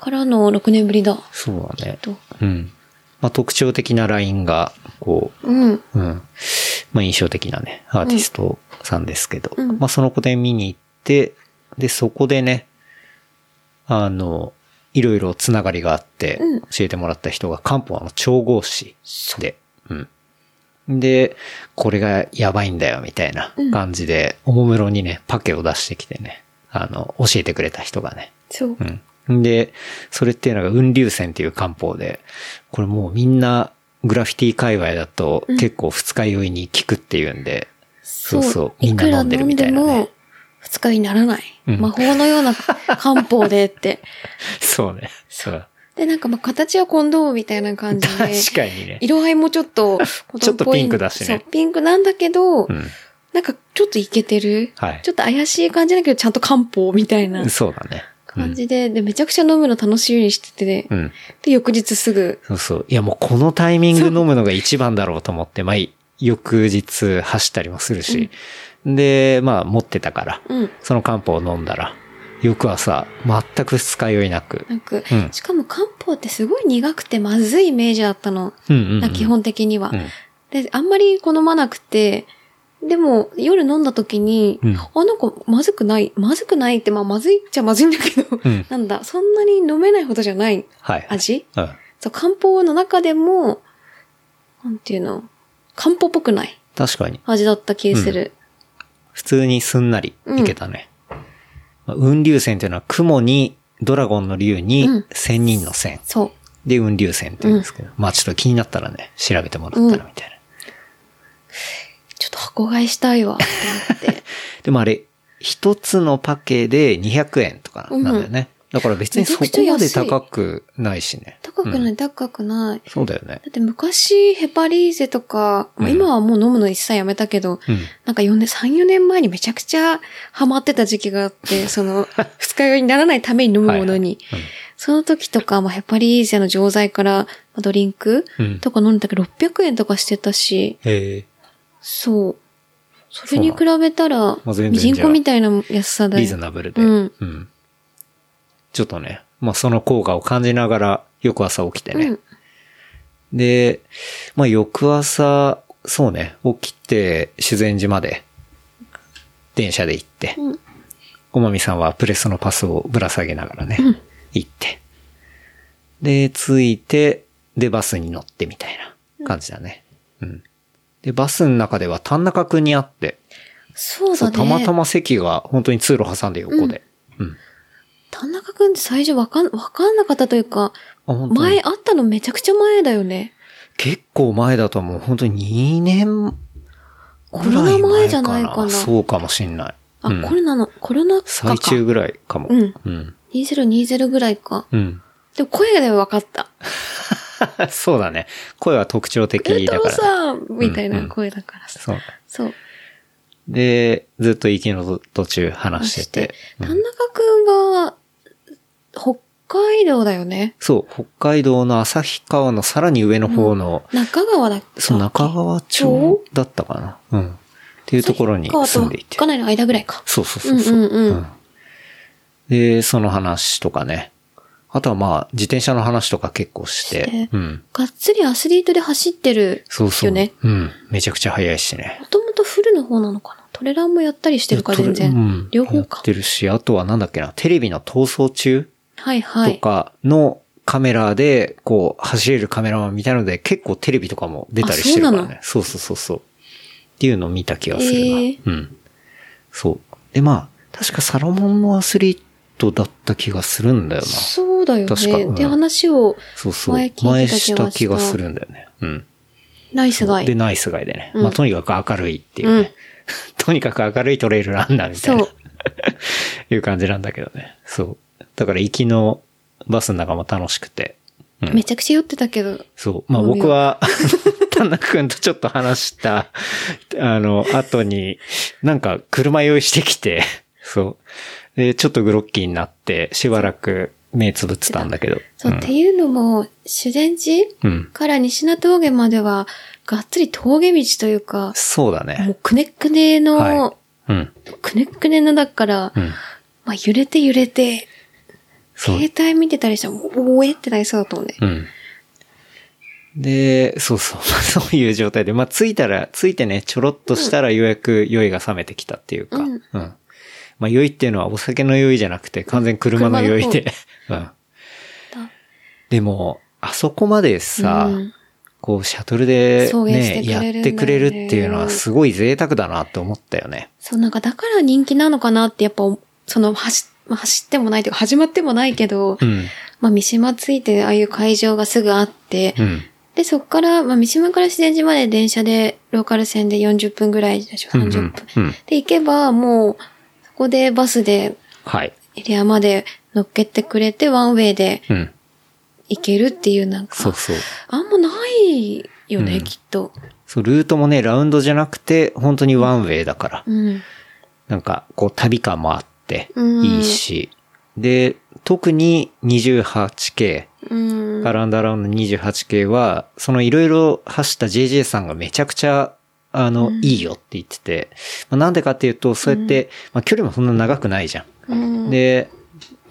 [SPEAKER 3] からの6年ぶりだ。
[SPEAKER 2] そうだね。
[SPEAKER 3] と。
[SPEAKER 2] うん。まあ、特徴的なラインが、こ
[SPEAKER 3] うん。
[SPEAKER 2] う、うん。まあ、印象的なね、アーティストさんですけど、
[SPEAKER 3] うん
[SPEAKER 2] まあ、その個展見に行って、で、そこでね、あの、いろいろつながりがあって
[SPEAKER 3] うん、
[SPEAKER 2] 教えてもらった人が漢方の調合師で、うん。で、これがやばいんだよ、みたいな感じで、おもむろにね、パケを出してきてね、あの、教えてくれた人がね、
[SPEAKER 3] そう。
[SPEAKER 2] うん。で、それっていうのが雲流線っていう漢方で、これもうみんなグラフィティ界隈だと結構二日酔いに効くっていうんで、そうそう、み
[SPEAKER 3] い
[SPEAKER 2] ん
[SPEAKER 3] く
[SPEAKER 2] な
[SPEAKER 3] ら
[SPEAKER 2] 飲
[SPEAKER 3] 飲
[SPEAKER 2] んでる
[SPEAKER 3] ん
[SPEAKER 2] みた
[SPEAKER 3] で
[SPEAKER 2] いな
[SPEAKER 3] も
[SPEAKER 2] ね。、
[SPEAKER 3] 二日酔いにならない。
[SPEAKER 2] うん
[SPEAKER 3] 魔法のような漢方 でって。
[SPEAKER 2] そうね。そう。
[SPEAKER 3] で、なんかまあ形はコンドームみたいな感じで。
[SPEAKER 2] 確かにね。
[SPEAKER 3] 色合いもちょっと、
[SPEAKER 2] ちょっとピンクだしね
[SPEAKER 3] そう、ピンクなんだけ
[SPEAKER 2] う
[SPEAKER 3] ど、
[SPEAKER 2] ん。
[SPEAKER 3] なんかちょっとイケてる。
[SPEAKER 2] はい
[SPEAKER 3] ちょっと怪しい感じだけど、ちゃんと漢方みたいな
[SPEAKER 2] そうだね。
[SPEAKER 3] 感じで、で、めちゃくちゃ飲むの楽しみにしてて、ね
[SPEAKER 2] うん。うん。
[SPEAKER 3] で、翌日すぐ、
[SPEAKER 2] そうそう。いやもうこのタイミング飲むのが一番だろうと思って、まあ、翌日走ったりもするし。で、まあ持ってたから、
[SPEAKER 3] うん。
[SPEAKER 2] その漢方を飲んだら、翌朝、全く二日酔いなく。
[SPEAKER 3] なんか、
[SPEAKER 2] うん
[SPEAKER 3] しかも漢方ってすごい苦くてまずいイメージだったの。
[SPEAKER 2] うんうん、う
[SPEAKER 3] なん
[SPEAKER 2] ん。
[SPEAKER 3] か基本的には、
[SPEAKER 2] うん
[SPEAKER 3] で、あんまり好まなくて、でも、夜飲んだ時に、
[SPEAKER 2] うん
[SPEAKER 3] あ、なんか、まずくない、まずくないって、まあ、まずいっちゃまずいんだけど、
[SPEAKER 2] うん
[SPEAKER 3] なんだ、そんなに飲めないほどじゃない
[SPEAKER 2] はい。
[SPEAKER 3] 味
[SPEAKER 2] うん。
[SPEAKER 3] そう、漢方の中でも、なんていうの、漢方っぽくない
[SPEAKER 2] 確かに。
[SPEAKER 3] 味だった気がする。
[SPEAKER 2] 普通にすんなりいけたね。まあ雲流線っていうのは雲にドラゴンの竜に
[SPEAKER 3] うん
[SPEAKER 2] 千人の線。
[SPEAKER 3] そう。
[SPEAKER 2] で、雲流線って言うんですけど。まあちょっと気になったらね、調べてもらったらみたいな。
[SPEAKER 3] ちょっと箱買いしたいわ、 って思って。
[SPEAKER 2] でもあれ、一つのパケで200円とかなんだよね。だから別にそこまで高くないしね。
[SPEAKER 3] だ高くない、高くない。
[SPEAKER 2] そうだよね。
[SPEAKER 3] だって昔、ヘパリーゼとか、まあ
[SPEAKER 2] うん
[SPEAKER 3] 今はもう飲むの一切やめたけど、
[SPEAKER 2] うん。
[SPEAKER 3] なんか4年、3、4年前にめちゃくちゃハマってた時期があ って、その、二日酔いにならないために飲むものに。その時とか、まあ、ヘパリーゼの錠剤から、まあドリンク
[SPEAKER 2] うん。
[SPEAKER 3] とか飲んだけど、600円とかしてたし、
[SPEAKER 2] へえ
[SPEAKER 3] そう。それに比べたら、
[SPEAKER 2] あ全然
[SPEAKER 3] ミジンコみたいな安さだ
[SPEAKER 2] リーズ
[SPEAKER 3] よ。
[SPEAKER 2] ナブルで。
[SPEAKER 3] うん
[SPEAKER 2] ちょっとね、まあその効果を感じながら、翌朝起きてね。
[SPEAKER 3] うん
[SPEAKER 2] で、まあ翌朝、そうね、起きて、修善寺まで、電車で行って、
[SPEAKER 3] うん
[SPEAKER 2] おまみさんはプレスのパスをぶら下げながらね、行って。で、着いて、で、バスに乗ってみたいな感じだね。うん。で、バスの中では田中くんに会って、
[SPEAKER 3] そう
[SPEAKER 2] そ
[SPEAKER 3] だ
[SPEAKER 2] う
[SPEAKER 3] ね。
[SPEAKER 2] たまたま席が本当に通路挟んで横で。うん。
[SPEAKER 3] 田中くんって最初わかん、わかんなかったという
[SPEAKER 2] あ
[SPEAKER 3] か、
[SPEAKER 2] 本当に
[SPEAKER 3] 前会ったのめちゃくちゃ前だよね。
[SPEAKER 2] 結構前だともう本当に2年
[SPEAKER 3] コ
[SPEAKER 2] ぐ
[SPEAKER 3] ロ
[SPEAKER 2] ら
[SPEAKER 3] ナ
[SPEAKER 2] い前かな。
[SPEAKER 3] 前じゃないかな。
[SPEAKER 2] そうかもしんない。
[SPEAKER 3] あ、
[SPEAKER 2] うん
[SPEAKER 3] コロナの、コロナ禍か。
[SPEAKER 2] 最中ぐらいかも。
[SPEAKER 3] うん
[SPEAKER 2] うん。
[SPEAKER 3] 2020ぐらいか。
[SPEAKER 2] うん。
[SPEAKER 3] でも声でわかった。
[SPEAKER 2] そうだね。声は特徴的
[SPEAKER 3] え、太
[SPEAKER 2] だ
[SPEAKER 3] 郎
[SPEAKER 2] から、ね。
[SPEAKER 3] さんみたいな声だからさ。
[SPEAKER 2] そう。
[SPEAKER 3] そう。
[SPEAKER 2] で、ずっと行きの途中話
[SPEAKER 3] し
[SPEAKER 2] してて
[SPEAKER 3] て。。田中くんが、北海道だよね。
[SPEAKER 2] そう、北海道の旭川のさらに上の方の、
[SPEAKER 3] 中川だっけ
[SPEAKER 2] その中川町だったかな。うん。っていうところに住んでいて
[SPEAKER 3] か。なりの間ぐらいか。
[SPEAKER 2] そうそうそうそう。
[SPEAKER 3] うんうんうん
[SPEAKER 2] で、その話とかね。あとはまあ、自転車の話とか結構して。
[SPEAKER 3] して
[SPEAKER 2] うん。
[SPEAKER 3] がっつりアスリートで走ってる。
[SPEAKER 2] そうそう。
[SPEAKER 3] よね
[SPEAKER 2] うん。めちゃくちゃ速いしね。
[SPEAKER 3] もともとフルの方なのかなトレランもやったりしてるか、
[SPEAKER 2] トレ
[SPEAKER 3] 全然。
[SPEAKER 2] うん
[SPEAKER 3] 両方
[SPEAKER 2] やっ
[SPEAKER 3] か。
[SPEAKER 2] てるし、あとはなんだっけな、テレビの逃走中
[SPEAKER 3] はいは
[SPEAKER 2] と
[SPEAKER 3] い。
[SPEAKER 2] かのカメラで、こう、走れるカメラマンみたいので、結構テレビとかも出たりしてるからね。そうそうそうそう。っていうのを見た気がするな。
[SPEAKER 3] えー
[SPEAKER 2] うん。そう。で、まあ、確かサロモンのアスリートだった気がするんだよな。
[SPEAKER 3] そうだよ
[SPEAKER 2] 確か
[SPEAKER 3] ね。
[SPEAKER 2] うん
[SPEAKER 3] で、話を、
[SPEAKER 2] そうそう。
[SPEAKER 3] 前聞い
[SPEAKER 2] 前
[SPEAKER 3] てた気がした
[SPEAKER 2] した気がするんだよね。うん。
[SPEAKER 3] ナイスガ
[SPEAKER 2] で、
[SPEAKER 3] イ。
[SPEAKER 2] ナイスガイでね。
[SPEAKER 3] うん
[SPEAKER 2] まあ、とにかく明るいっていうね。
[SPEAKER 3] うん
[SPEAKER 2] とにかく明るいトレイルランナーみたいな
[SPEAKER 3] そ う、
[SPEAKER 2] いう感じなんだけどね。そう。だから、行きのバスの中も楽しくて。うん
[SPEAKER 3] めちゃくちゃ酔ってたけど。
[SPEAKER 2] そう。まあ
[SPEAKER 3] 飲むよ
[SPEAKER 2] 僕は、あ の田中くんとちょっと話した、あの、後に、なんか車用意してきて、そう。で、ちょっとグロッキーになって、しばらく目つぶってたんだけど。
[SPEAKER 3] そう、
[SPEAKER 2] ん
[SPEAKER 3] っていうのも、修善寺
[SPEAKER 2] うん。
[SPEAKER 3] から西名峠までは、がっつり峠道というか、
[SPEAKER 2] そうだ
[SPEAKER 3] も
[SPEAKER 2] ね。
[SPEAKER 3] うくねくねの、
[SPEAKER 2] はうん。
[SPEAKER 3] くねくねのだから、
[SPEAKER 2] うん。
[SPEAKER 3] まあ揺れて揺れて、
[SPEAKER 2] そう
[SPEAKER 3] 携帯見てたりしたら、おえってなりそうだと思うね。
[SPEAKER 2] うん。で、そうそう、 そういう状態で、まあ、着いたら、着いてね、ちょろっとしたらようやく酔いが冷めてきたっていうか、う
[SPEAKER 3] うんん。
[SPEAKER 2] まあ、酔いっていうのはお酒の酔いじゃなくて、完全に車の酔いで。 うん。
[SPEAKER 3] だ
[SPEAKER 2] でも、あそこまでさ、
[SPEAKER 3] うん
[SPEAKER 2] こう、シャトルで
[SPEAKER 3] 送迎して
[SPEAKER 2] ね、
[SPEAKER 3] くれるん
[SPEAKER 2] や
[SPEAKER 3] だよね
[SPEAKER 2] ってくれるっていうのはすごい贅沢だなって思ったよね。
[SPEAKER 3] そう、なんかだから人気なのかなって、やっぱ、その、走、まあ、走ってもないというか、始まってもないけど、
[SPEAKER 2] うん。
[SPEAKER 3] まあ、三島ついて、ああいう会場がすぐあって、
[SPEAKER 2] うん。
[SPEAKER 3] で、そこから、まあ、三島から自然寺まで電車で、ローカル線で40分ぐらいでしょ、
[SPEAKER 2] うんうん
[SPEAKER 3] 30分。
[SPEAKER 2] うん
[SPEAKER 3] で、行けば、もう、そこでバスで、
[SPEAKER 2] はい。
[SPEAKER 3] エリアまで乗っけてくれて、ワンウェイで
[SPEAKER 2] うん。
[SPEAKER 3] 行けるっていう、なんか、
[SPEAKER 2] そうそう。
[SPEAKER 3] あんまないよ
[SPEAKER 2] う
[SPEAKER 3] ね、
[SPEAKER 2] ん
[SPEAKER 3] きっと。
[SPEAKER 2] そう、ルートもね、ラウンドじゃなくて、本当にワンウェイだから。
[SPEAKER 3] うん。
[SPEAKER 2] なんか、こう、旅感もあって、
[SPEAKER 3] うん
[SPEAKER 2] いいし。で、特に 28K、
[SPEAKER 3] うん。
[SPEAKER 2] アラウンドアラウンド 28K は、そのいろいろ走った JJ さんがめちゃくちゃ、あの、いいよって言ってて、まあなんでかっていうと、そうやって、まあ距離もそんな長くないじゃ
[SPEAKER 3] うん
[SPEAKER 2] ん。で、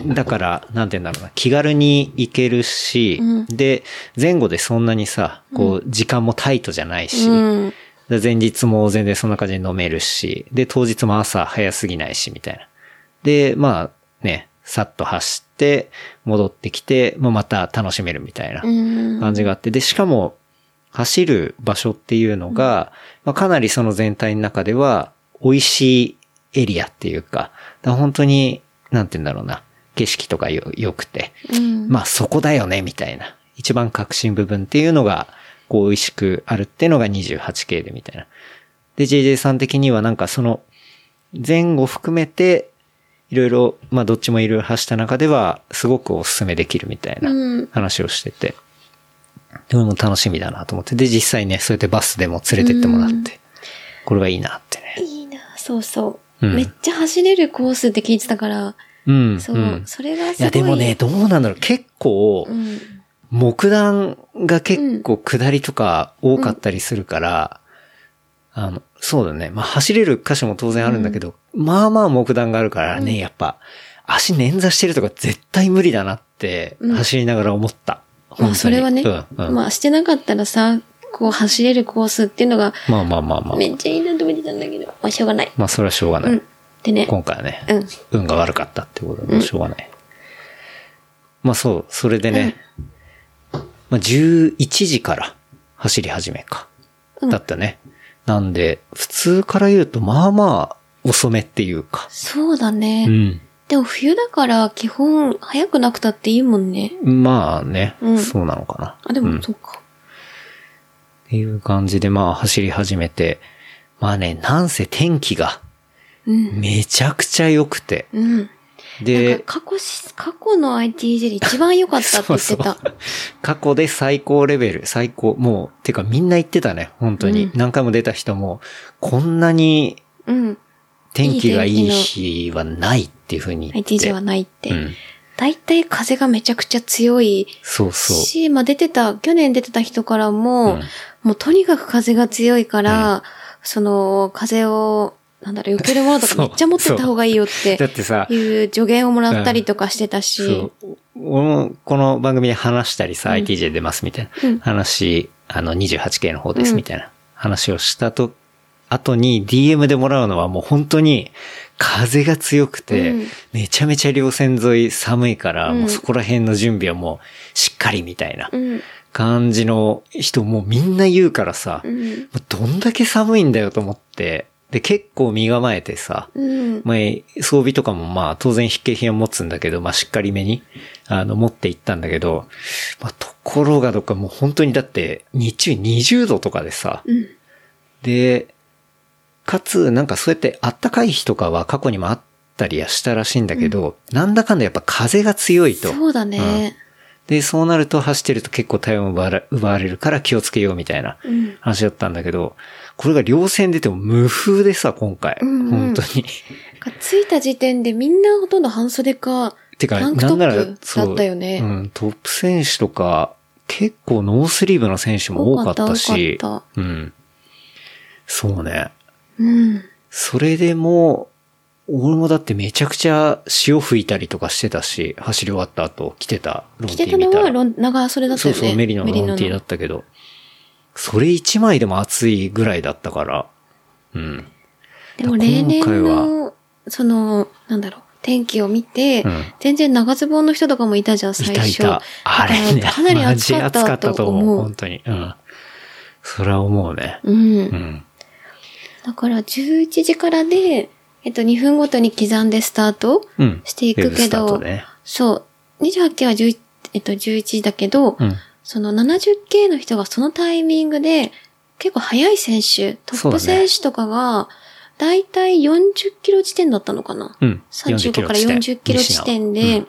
[SPEAKER 2] だから、なんて言うんだろうな、気軽に行けるし、
[SPEAKER 3] うん
[SPEAKER 2] で、前後でそんなにさ、こう、時間もタイトじゃないし、
[SPEAKER 3] うん。
[SPEAKER 2] で前日も全然そんな感じで飲めるし、で、当日も朝早すぎないし、みたいな。で、まあね、さっと走って、戻ってきて、まあ、また楽しめるみたいな
[SPEAKER 3] うん。
[SPEAKER 2] 感じがあって、で、しかも、走る場所っていうのが、まあ、かなりその全体の中では、美味しいエリアっていうか、だから本当に、なんて言うんだろうな、景色とかよ、良くて、
[SPEAKER 3] うん。
[SPEAKER 2] まあそこだよね、みたいな。一番核心部分っていうのが、こう、美味しくあるっていうのが 28K で、みたいな。で、JJ さん的にはなんかその、前後含めて、いろいろ、まあどっちもいろいろ走った中では、すごくおすすめできるみたいな
[SPEAKER 3] うん
[SPEAKER 2] 話をしてて、でも楽しみだなと思って、で、実際ね、そうやってバスでも連れてってもらって、
[SPEAKER 3] うん
[SPEAKER 2] これがいいなってね。
[SPEAKER 3] いいな、そうそう、
[SPEAKER 2] うん
[SPEAKER 3] めっちゃ走れるコースって聞いてたから、
[SPEAKER 2] うん。
[SPEAKER 3] そう、
[SPEAKER 2] ん、
[SPEAKER 3] それがすごい。
[SPEAKER 2] いや、でもね、どうなんだろう。結構、
[SPEAKER 3] うん、
[SPEAKER 2] 木段が結構下りとか多かったりするから、あの、そうだね。まあ、走れる箇所も当然あるんだけど、まあまあ木段があるからね、やっぱ、足捻挫してるとか絶対無理だなって
[SPEAKER 3] う、ん
[SPEAKER 2] 走りながら思った。本当
[SPEAKER 3] ま
[SPEAKER 2] に
[SPEAKER 3] あ、それはね、
[SPEAKER 2] うんうん
[SPEAKER 3] まあ、してなかったらさ、こう、走れるコースっていうのが、
[SPEAKER 2] まあまあまあまあ。
[SPEAKER 3] めっちゃいいなと思ってたんだけど、まあ、しょうがない。
[SPEAKER 2] まあ、それはしょうがな
[SPEAKER 3] う
[SPEAKER 2] い。
[SPEAKER 3] ん。でね、
[SPEAKER 2] 今回はね、
[SPEAKER 3] うん。
[SPEAKER 2] 運が悪かったってことはもうしょうがない。まあそう、それでね、まあ11時から走り始めか。
[SPEAKER 3] うん
[SPEAKER 2] だったね。なんで、普通から言うと、まあまあ、遅めっていうか。
[SPEAKER 3] そうだね。
[SPEAKER 2] うん。
[SPEAKER 3] でも冬だから基本早くなくたっていいもんね。
[SPEAKER 2] まあね、
[SPEAKER 3] うん
[SPEAKER 2] そうなのかな。
[SPEAKER 3] あ、で
[SPEAKER 2] うん
[SPEAKER 3] も、そうか。
[SPEAKER 2] っていう感じで、まあ走り始めて、まあね、なんせ天気が
[SPEAKER 3] うん。
[SPEAKER 2] めちゃくちゃ良くて。
[SPEAKER 3] うん。なん
[SPEAKER 2] で、
[SPEAKER 3] か過去し、過去の ITJ で一番良かったって言ってた。
[SPEAKER 2] そうそう過去で最高レベル、最高、もう、てかみんな言ってたね、本当に。
[SPEAKER 3] うん
[SPEAKER 2] 何回も出た人も、こんなに
[SPEAKER 3] うん。
[SPEAKER 2] 天気がい
[SPEAKER 3] い
[SPEAKER 2] い
[SPEAKER 3] い天
[SPEAKER 2] 日はないっていうふうに言って。
[SPEAKER 3] ITJ はないって。
[SPEAKER 2] うん。
[SPEAKER 3] 大体風がめちゃくちゃ強い
[SPEAKER 2] そうそう。
[SPEAKER 3] し、まあ出てた、去年出てた人からも、
[SPEAKER 2] うん
[SPEAKER 3] もうとにかく風が強いから、その、風を、なんだろう、避けるものとか
[SPEAKER 2] そ
[SPEAKER 3] め
[SPEAKER 2] う
[SPEAKER 3] っちゃ持ってた方がいいよっ
[SPEAKER 2] だっててさ、
[SPEAKER 3] いう助言をもらったりとかしてたし、
[SPEAKER 2] そう。俺もこの番組で話したりさ、
[SPEAKER 3] うん
[SPEAKER 2] ITJ 出ますみたいな、
[SPEAKER 3] うん
[SPEAKER 2] 話、あの 28K の方で
[SPEAKER 3] う
[SPEAKER 2] す
[SPEAKER 3] ん
[SPEAKER 2] みたいな話をしたと、後に DM でもらうのはもう本当に風が強くて、
[SPEAKER 3] うん
[SPEAKER 2] めちゃめちゃ稜線沿い寒いから、
[SPEAKER 3] うん
[SPEAKER 2] もうそこら辺の準備はもうしっかりみたいな
[SPEAKER 3] うん、
[SPEAKER 2] 感じの人もうみんな言うからさ、
[SPEAKER 3] うん、
[SPEAKER 2] もうどんだけ寒いんだよと思って、で結構身構えてさ、
[SPEAKER 3] うん、
[SPEAKER 2] まあ、装備とかもまあ当然筆景品は持つんだけど、まあしっかりめに、あの、持っていったんだけど、まあところがどっかもう本当にだって日中20度とかでさ、
[SPEAKER 3] うん、
[SPEAKER 2] で、かつなんかそうやってあったかい日とかは過去にもあったりはしたらしいんだけど、なんだかんだやっぱ風が強いと。
[SPEAKER 3] そうだね。
[SPEAKER 2] で、そうなると走ってると結構体温を奪われ奪われるから気をつけようみたいな
[SPEAKER 3] うん、
[SPEAKER 2] 話だったんだけど、これが両線出ても無風でさ、今回。
[SPEAKER 3] うんうん
[SPEAKER 2] 本当に。
[SPEAKER 3] なんか着いた時点でみんなほとんど半袖か、
[SPEAKER 2] てか、
[SPEAKER 3] タンク
[SPEAKER 2] な
[SPEAKER 3] ト
[SPEAKER 2] んなら、
[SPEAKER 3] ップ
[SPEAKER 2] そう
[SPEAKER 3] だったよね
[SPEAKER 2] うん、トップ選手とか、結構ノースリーブの選手も多かったし、
[SPEAKER 3] 多かっ
[SPEAKER 2] うん。そうね。
[SPEAKER 3] うん、
[SPEAKER 2] それでも、俺もだってめちゃくちゃ潮吹いたりとかしてたし、走り終わった後着てたロン
[SPEAKER 3] 着
[SPEAKER 2] テ
[SPEAKER 3] て
[SPEAKER 2] ィー
[SPEAKER 3] た
[SPEAKER 2] み
[SPEAKER 3] の
[SPEAKER 2] た
[SPEAKER 3] は
[SPEAKER 2] な。
[SPEAKER 3] いロン長袖だった
[SPEAKER 2] そう
[SPEAKER 3] よね。
[SPEAKER 2] そう、メリノのロンティーだったけど、それ一枚でも暑いぐらいだったから、うん。
[SPEAKER 3] でも例年
[SPEAKER 2] 今回は
[SPEAKER 3] の、その、なんだろう、天気を見て、
[SPEAKER 2] うん
[SPEAKER 3] 全然長ズボンの人とかもいたじゃん、
[SPEAKER 2] い
[SPEAKER 3] 最
[SPEAKER 2] たい
[SPEAKER 3] 初。
[SPEAKER 2] た。あれね、
[SPEAKER 3] だからかなり
[SPEAKER 2] マジ
[SPEAKER 3] 暑かったと思う。
[SPEAKER 2] 本当に。うん。それは思うね。
[SPEAKER 3] うん
[SPEAKER 2] う。ん。
[SPEAKER 3] だから11時からで、えっと、2分ごとに刻んでスタート
[SPEAKER 2] うん。
[SPEAKER 3] してい
[SPEAKER 2] ウェ
[SPEAKER 3] く
[SPEAKER 2] ブ
[SPEAKER 3] け
[SPEAKER 2] スター
[SPEAKER 3] ど、
[SPEAKER 2] トね。
[SPEAKER 3] そう、28系は11、えっと、11時だけど、
[SPEAKER 2] うん。
[SPEAKER 3] その70系の人がそのタイミングで、結構早い選手、ト
[SPEAKER 2] そ
[SPEAKER 3] ッ
[SPEAKER 2] うだ
[SPEAKER 3] プ
[SPEAKER 2] ね
[SPEAKER 3] 選手とかが、だいたい40キロ地点だったのかな、
[SPEAKER 2] うん。
[SPEAKER 3] 35
[SPEAKER 2] キロ
[SPEAKER 3] から
[SPEAKER 2] 地点
[SPEAKER 3] 40キロ地点で、
[SPEAKER 2] 西の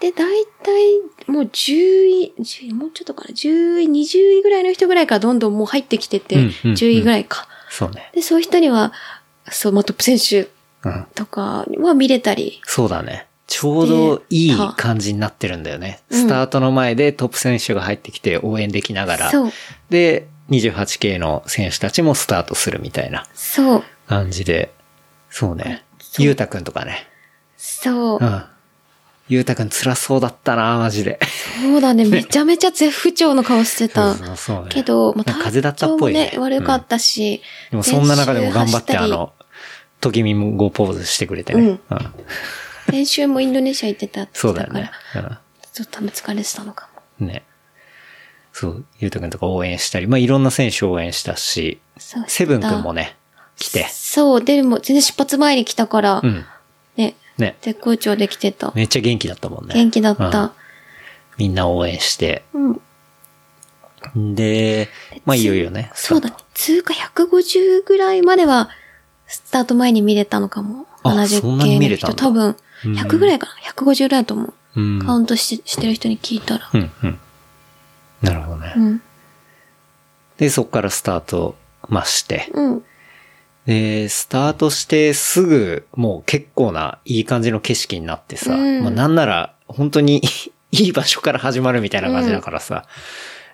[SPEAKER 3] で、大体、もう10位、10位、もうちょっとかな、10位、20位ぐらいの人ぐらいからどんどんもう入ってきてて、
[SPEAKER 2] うんうん
[SPEAKER 3] 10位ぐらいか。
[SPEAKER 2] そうね。
[SPEAKER 3] で、そういう人には、そう、まあ、トップ選手
[SPEAKER 2] うん。
[SPEAKER 3] とかは見れたり、
[SPEAKER 2] そうだね。ちょうどいい感じになってるんだよね。
[SPEAKER 3] うん
[SPEAKER 2] スタートの前でトップ選手が入ってきて応援できながら、
[SPEAKER 3] そう、
[SPEAKER 2] で、28系の選手たちもスタートするみたいな
[SPEAKER 3] そう、
[SPEAKER 2] 感じで、そうね。
[SPEAKER 3] そう
[SPEAKER 2] ゆうたくんとかね。
[SPEAKER 3] そう
[SPEAKER 2] う、ん。ゆうたくん辛そうだったな、マジで。
[SPEAKER 3] そうだね、めちゃめちゃ絶不調の顔してた。
[SPEAKER 2] そうそうそうね
[SPEAKER 3] けど、まあ、
[SPEAKER 2] なんか風だったっぽいね
[SPEAKER 3] 体調も悪かったし、
[SPEAKER 2] でもそんな中でも頑張って、
[SPEAKER 3] 練習走た
[SPEAKER 2] あ
[SPEAKER 3] り
[SPEAKER 2] の、ときみもごポーズしてくれてね。
[SPEAKER 3] うん
[SPEAKER 2] うん
[SPEAKER 3] 先週もインドネシア行ってたって
[SPEAKER 2] そ
[SPEAKER 3] 言
[SPEAKER 2] う
[SPEAKER 3] って
[SPEAKER 2] だ
[SPEAKER 3] た
[SPEAKER 2] よ
[SPEAKER 3] か
[SPEAKER 2] ね。
[SPEAKER 3] ら、
[SPEAKER 2] うん
[SPEAKER 3] ちょっと多分疲れてたのかも。
[SPEAKER 2] ね。そう、ゆうたくんとか応援したり、まあ、いろんな選手応援したし、
[SPEAKER 3] そう
[SPEAKER 2] セブンくんもね、来て。
[SPEAKER 3] そう、でも全然出発前に来たから、
[SPEAKER 2] うん。
[SPEAKER 3] ね、
[SPEAKER 2] ね。
[SPEAKER 3] 絶好調できてた。
[SPEAKER 2] めっちゃ元気だったもんね。
[SPEAKER 3] 元気だっ
[SPEAKER 2] うん
[SPEAKER 3] た。
[SPEAKER 2] みんな応援して。
[SPEAKER 3] うん。
[SPEAKER 2] で、まあ、いよいよね。
[SPEAKER 3] そうだ、ね、通過150ぐらいまでは、スタート前に見れたのかも。
[SPEAKER 2] あそん
[SPEAKER 3] 70
[SPEAKER 2] なに見
[SPEAKER 3] 系の
[SPEAKER 2] れたん
[SPEAKER 3] 人、
[SPEAKER 2] だ
[SPEAKER 3] 多分、
[SPEAKER 2] うん
[SPEAKER 3] 100ぐらいかな ?150 ぐらいだと思う。
[SPEAKER 2] うん。
[SPEAKER 3] カウントししてる人に聞いたら。
[SPEAKER 2] うん、うん。なるほどね。
[SPEAKER 3] うん。
[SPEAKER 2] で、そこからスタート、まあして。
[SPEAKER 3] うん。
[SPEAKER 2] で、スタートしてすぐ、もう結構ないい感じの景色になってさ、
[SPEAKER 3] うん
[SPEAKER 2] まあなんなら、本当に いい場所から始まるみたいな感じだからさ、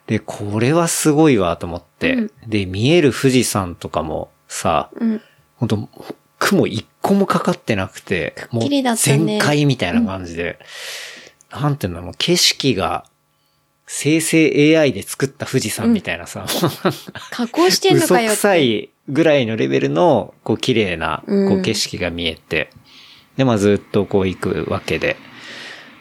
[SPEAKER 2] で、これはすごいわと思って、
[SPEAKER 3] うん
[SPEAKER 2] で、見える富士山とかもさ、
[SPEAKER 3] うん。
[SPEAKER 2] 本当雲一個もかかってなくて、もう
[SPEAKER 3] きりだったね
[SPEAKER 2] 全開みたいな感じで、なんていうんだろう、景色が、生成 AI で作った富士山みたいなさ、
[SPEAKER 3] 加工してんのかよって。
[SPEAKER 2] 嘘くさいぐらいのレベルの、こう、綺麗な、
[SPEAKER 3] うん
[SPEAKER 2] こう、景色が見えて、で、まあ、ずっとこう、行くわけで。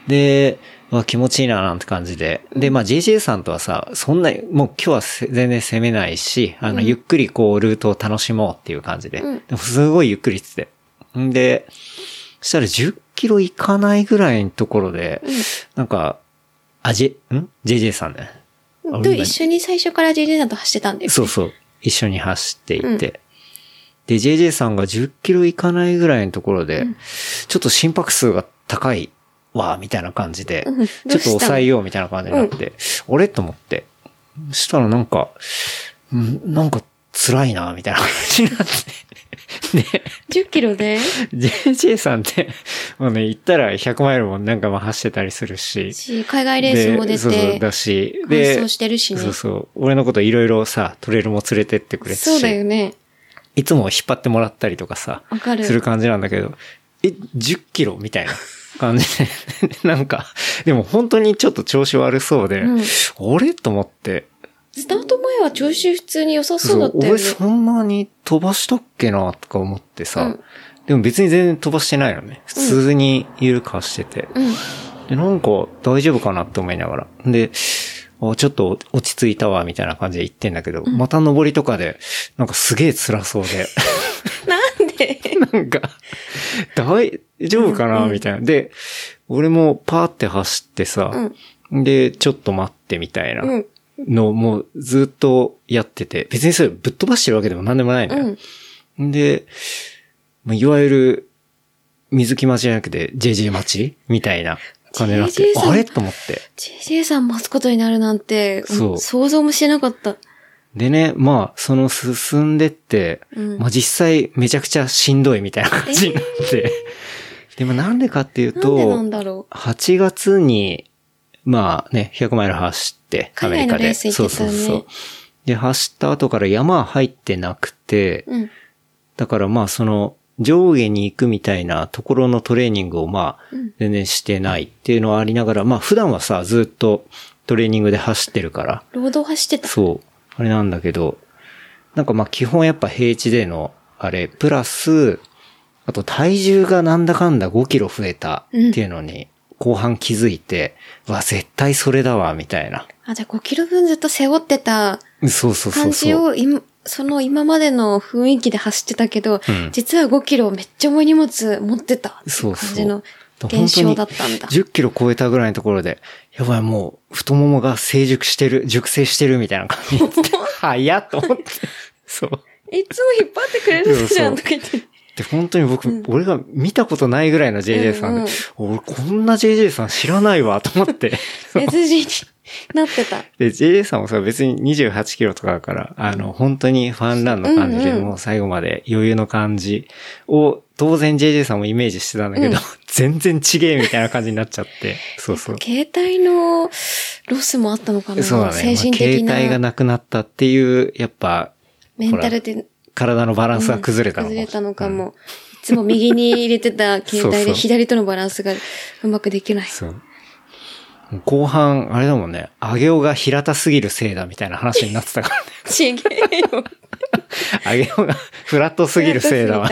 [SPEAKER 2] で、まあ、気持ちいいな、なんて感じで。で、まあ、JJ さんとはさ、そんな、もう今日はせ全然攻めないし、あの、
[SPEAKER 3] うん
[SPEAKER 2] ゆっくりこう、ルートを楽しもうっていう感じで。
[SPEAKER 3] うん
[SPEAKER 2] でも、すごいゆっくりっつって。んで、そしたら10キロ行かないぐらいのところで、なんか、あ、ジェ、ん ?JJ さんね。あ
[SPEAKER 3] と
[SPEAKER 2] 今
[SPEAKER 3] 一緒に最初から JJ さんと走ってたんだよ。
[SPEAKER 2] そうそう。一緒に走っていて。
[SPEAKER 3] うん
[SPEAKER 2] で、JJ さんが10キロ行かないぐらいのところで、ちょっと心拍数が高いわ、みたいな感じで、
[SPEAKER 3] うんどう
[SPEAKER 2] ち
[SPEAKER 3] した
[SPEAKER 2] ょっと抑えようみたいな感じになって、あれと思って。そしたらなんか、うんなんか辛いな、みたいな感じになって。で、
[SPEAKER 3] 10キロで
[SPEAKER 2] JJ さんって、もうね、行ったら100マイルもなんかまあ走ってたりするし、
[SPEAKER 3] し海外レースも出
[SPEAKER 2] でそうそう
[SPEAKER 3] て、
[SPEAKER 2] だし、
[SPEAKER 3] 完走してるしね
[SPEAKER 2] そうそう。俺のこといろいろさ、トレイルも連れてってくれて
[SPEAKER 3] そうだよ
[SPEAKER 2] し、
[SPEAKER 3] ね。
[SPEAKER 2] いつも引っ張ってもらったりとかさ、
[SPEAKER 3] わかる。
[SPEAKER 2] する感じなんだけど、え、10キロみたいな感じで、 なんか、でも本当にちょっと調子悪そうで、
[SPEAKER 3] うん
[SPEAKER 2] あれと思って、
[SPEAKER 3] スタート前は調子普通に良さそうだったよね。
[SPEAKER 2] 俺そんなに飛ばしたっけなとか思ってさ、
[SPEAKER 3] うん
[SPEAKER 2] でも別に全然飛ばしてないのね。普通にいるかしてて。
[SPEAKER 3] うん。
[SPEAKER 2] で、なんか大丈夫かなって思いながら。で、あちょっと落ち着いたわ、みたいな感じで言ってんだけど、また登りとかで、なんかすげえ辛そうで、
[SPEAKER 3] なんで
[SPEAKER 2] なんか、大丈夫かな、みたいな。で、俺もパーって走ってさ、で、ちょっと待ってみたいな
[SPEAKER 3] うん
[SPEAKER 2] のをもうずっとやってて、別にそれぶっ飛ばしてるわけでもなんでもないのよ。
[SPEAKER 3] うん。
[SPEAKER 2] で、まあいわゆる、水木町じゃなくて、JJ 町みたいな感じになって、
[SPEAKER 3] JJ さん
[SPEAKER 2] あれと思って。
[SPEAKER 3] JJ さん待つことになるなんて、
[SPEAKER 2] そう
[SPEAKER 3] 想像もしてなかった。
[SPEAKER 2] でね、まあ、その進んでって、
[SPEAKER 3] うん
[SPEAKER 2] まあ実際めちゃくちゃしんどいみたいな感じになって。でもなんでかっていう
[SPEAKER 3] なんでな
[SPEAKER 2] と
[SPEAKER 3] ん、だろ
[SPEAKER 2] 8月に、まあね、100マイル走って、ア
[SPEAKER 3] 海
[SPEAKER 2] メリ
[SPEAKER 3] 外の
[SPEAKER 2] カで。
[SPEAKER 3] レース行ってたよね
[SPEAKER 2] う。で、走った後から山入ってなくて、
[SPEAKER 3] う。うん。
[SPEAKER 2] だからまあその上下に行くみたいなところのトレーニングをまあ
[SPEAKER 3] うん
[SPEAKER 2] 全然してないっていうのはありながら、まあ普段はさずっとトレーニングで走ってるから、
[SPEAKER 3] ロード走ってた。
[SPEAKER 2] そう、あれなんだけど、なんかまあ基本やっぱ平地でのあれ、プラス、あと体重がなんだかんだ5キロ増えたっていうのに後半気づいて、うわ、絶対それだわ、みたいな。
[SPEAKER 3] あ、じゃあ5キロ分ずっと背負ってた
[SPEAKER 2] そうそうそ
[SPEAKER 3] 感
[SPEAKER 2] うそう。
[SPEAKER 3] じを、今その今までの雰囲気で走ってたけど、
[SPEAKER 2] うん
[SPEAKER 3] 実は5キロめっちゃ重い荷物持ってたっていう感じの
[SPEAKER 2] そうそう
[SPEAKER 3] 現象だったんだ。
[SPEAKER 2] 10キロ超えたぐらいのところで、やばい、もう、太ももが成熟してる、熟成してるみたいな感 じになって。早っと思って。そう。
[SPEAKER 3] いつも引っ張ってくれるじゃんとか言って。
[SPEAKER 2] で、本当に僕、俺が見たことないぐらいの JJ さんで、俺こんな JJ さん知らないわ、と 思って。
[SPEAKER 3] 別人になってた。
[SPEAKER 2] で、JJ さんもさ、別に28キロとかだから、あの、本当にファンランの感じで、
[SPEAKER 3] うんうん
[SPEAKER 2] もう最後まで余裕の感じを、当然 JJ さんもイメージしてたんだけど、 全然ちげえみたいな感じになっちゃって。そうそう。
[SPEAKER 3] 携帯のロスもあったのかな
[SPEAKER 2] そうだね。
[SPEAKER 3] 精神的
[SPEAKER 2] まあ携帯が
[SPEAKER 3] な
[SPEAKER 2] なくなったっていう、やっぱ、
[SPEAKER 3] メンタルで
[SPEAKER 2] 体のバランスが崩れたのかも。
[SPEAKER 3] 崩れたのかも。いつも右に入れてた携
[SPEAKER 2] そう
[SPEAKER 3] 帯
[SPEAKER 2] そう
[SPEAKER 3] で左とのバランスがうまくで きない。
[SPEAKER 2] そう。後半、あれだもんね、あげおが平たすぎるせいだみたいな話になってた からね。
[SPEAKER 3] ちげえよ。
[SPEAKER 2] あげおがフラットすぎるせいだわ。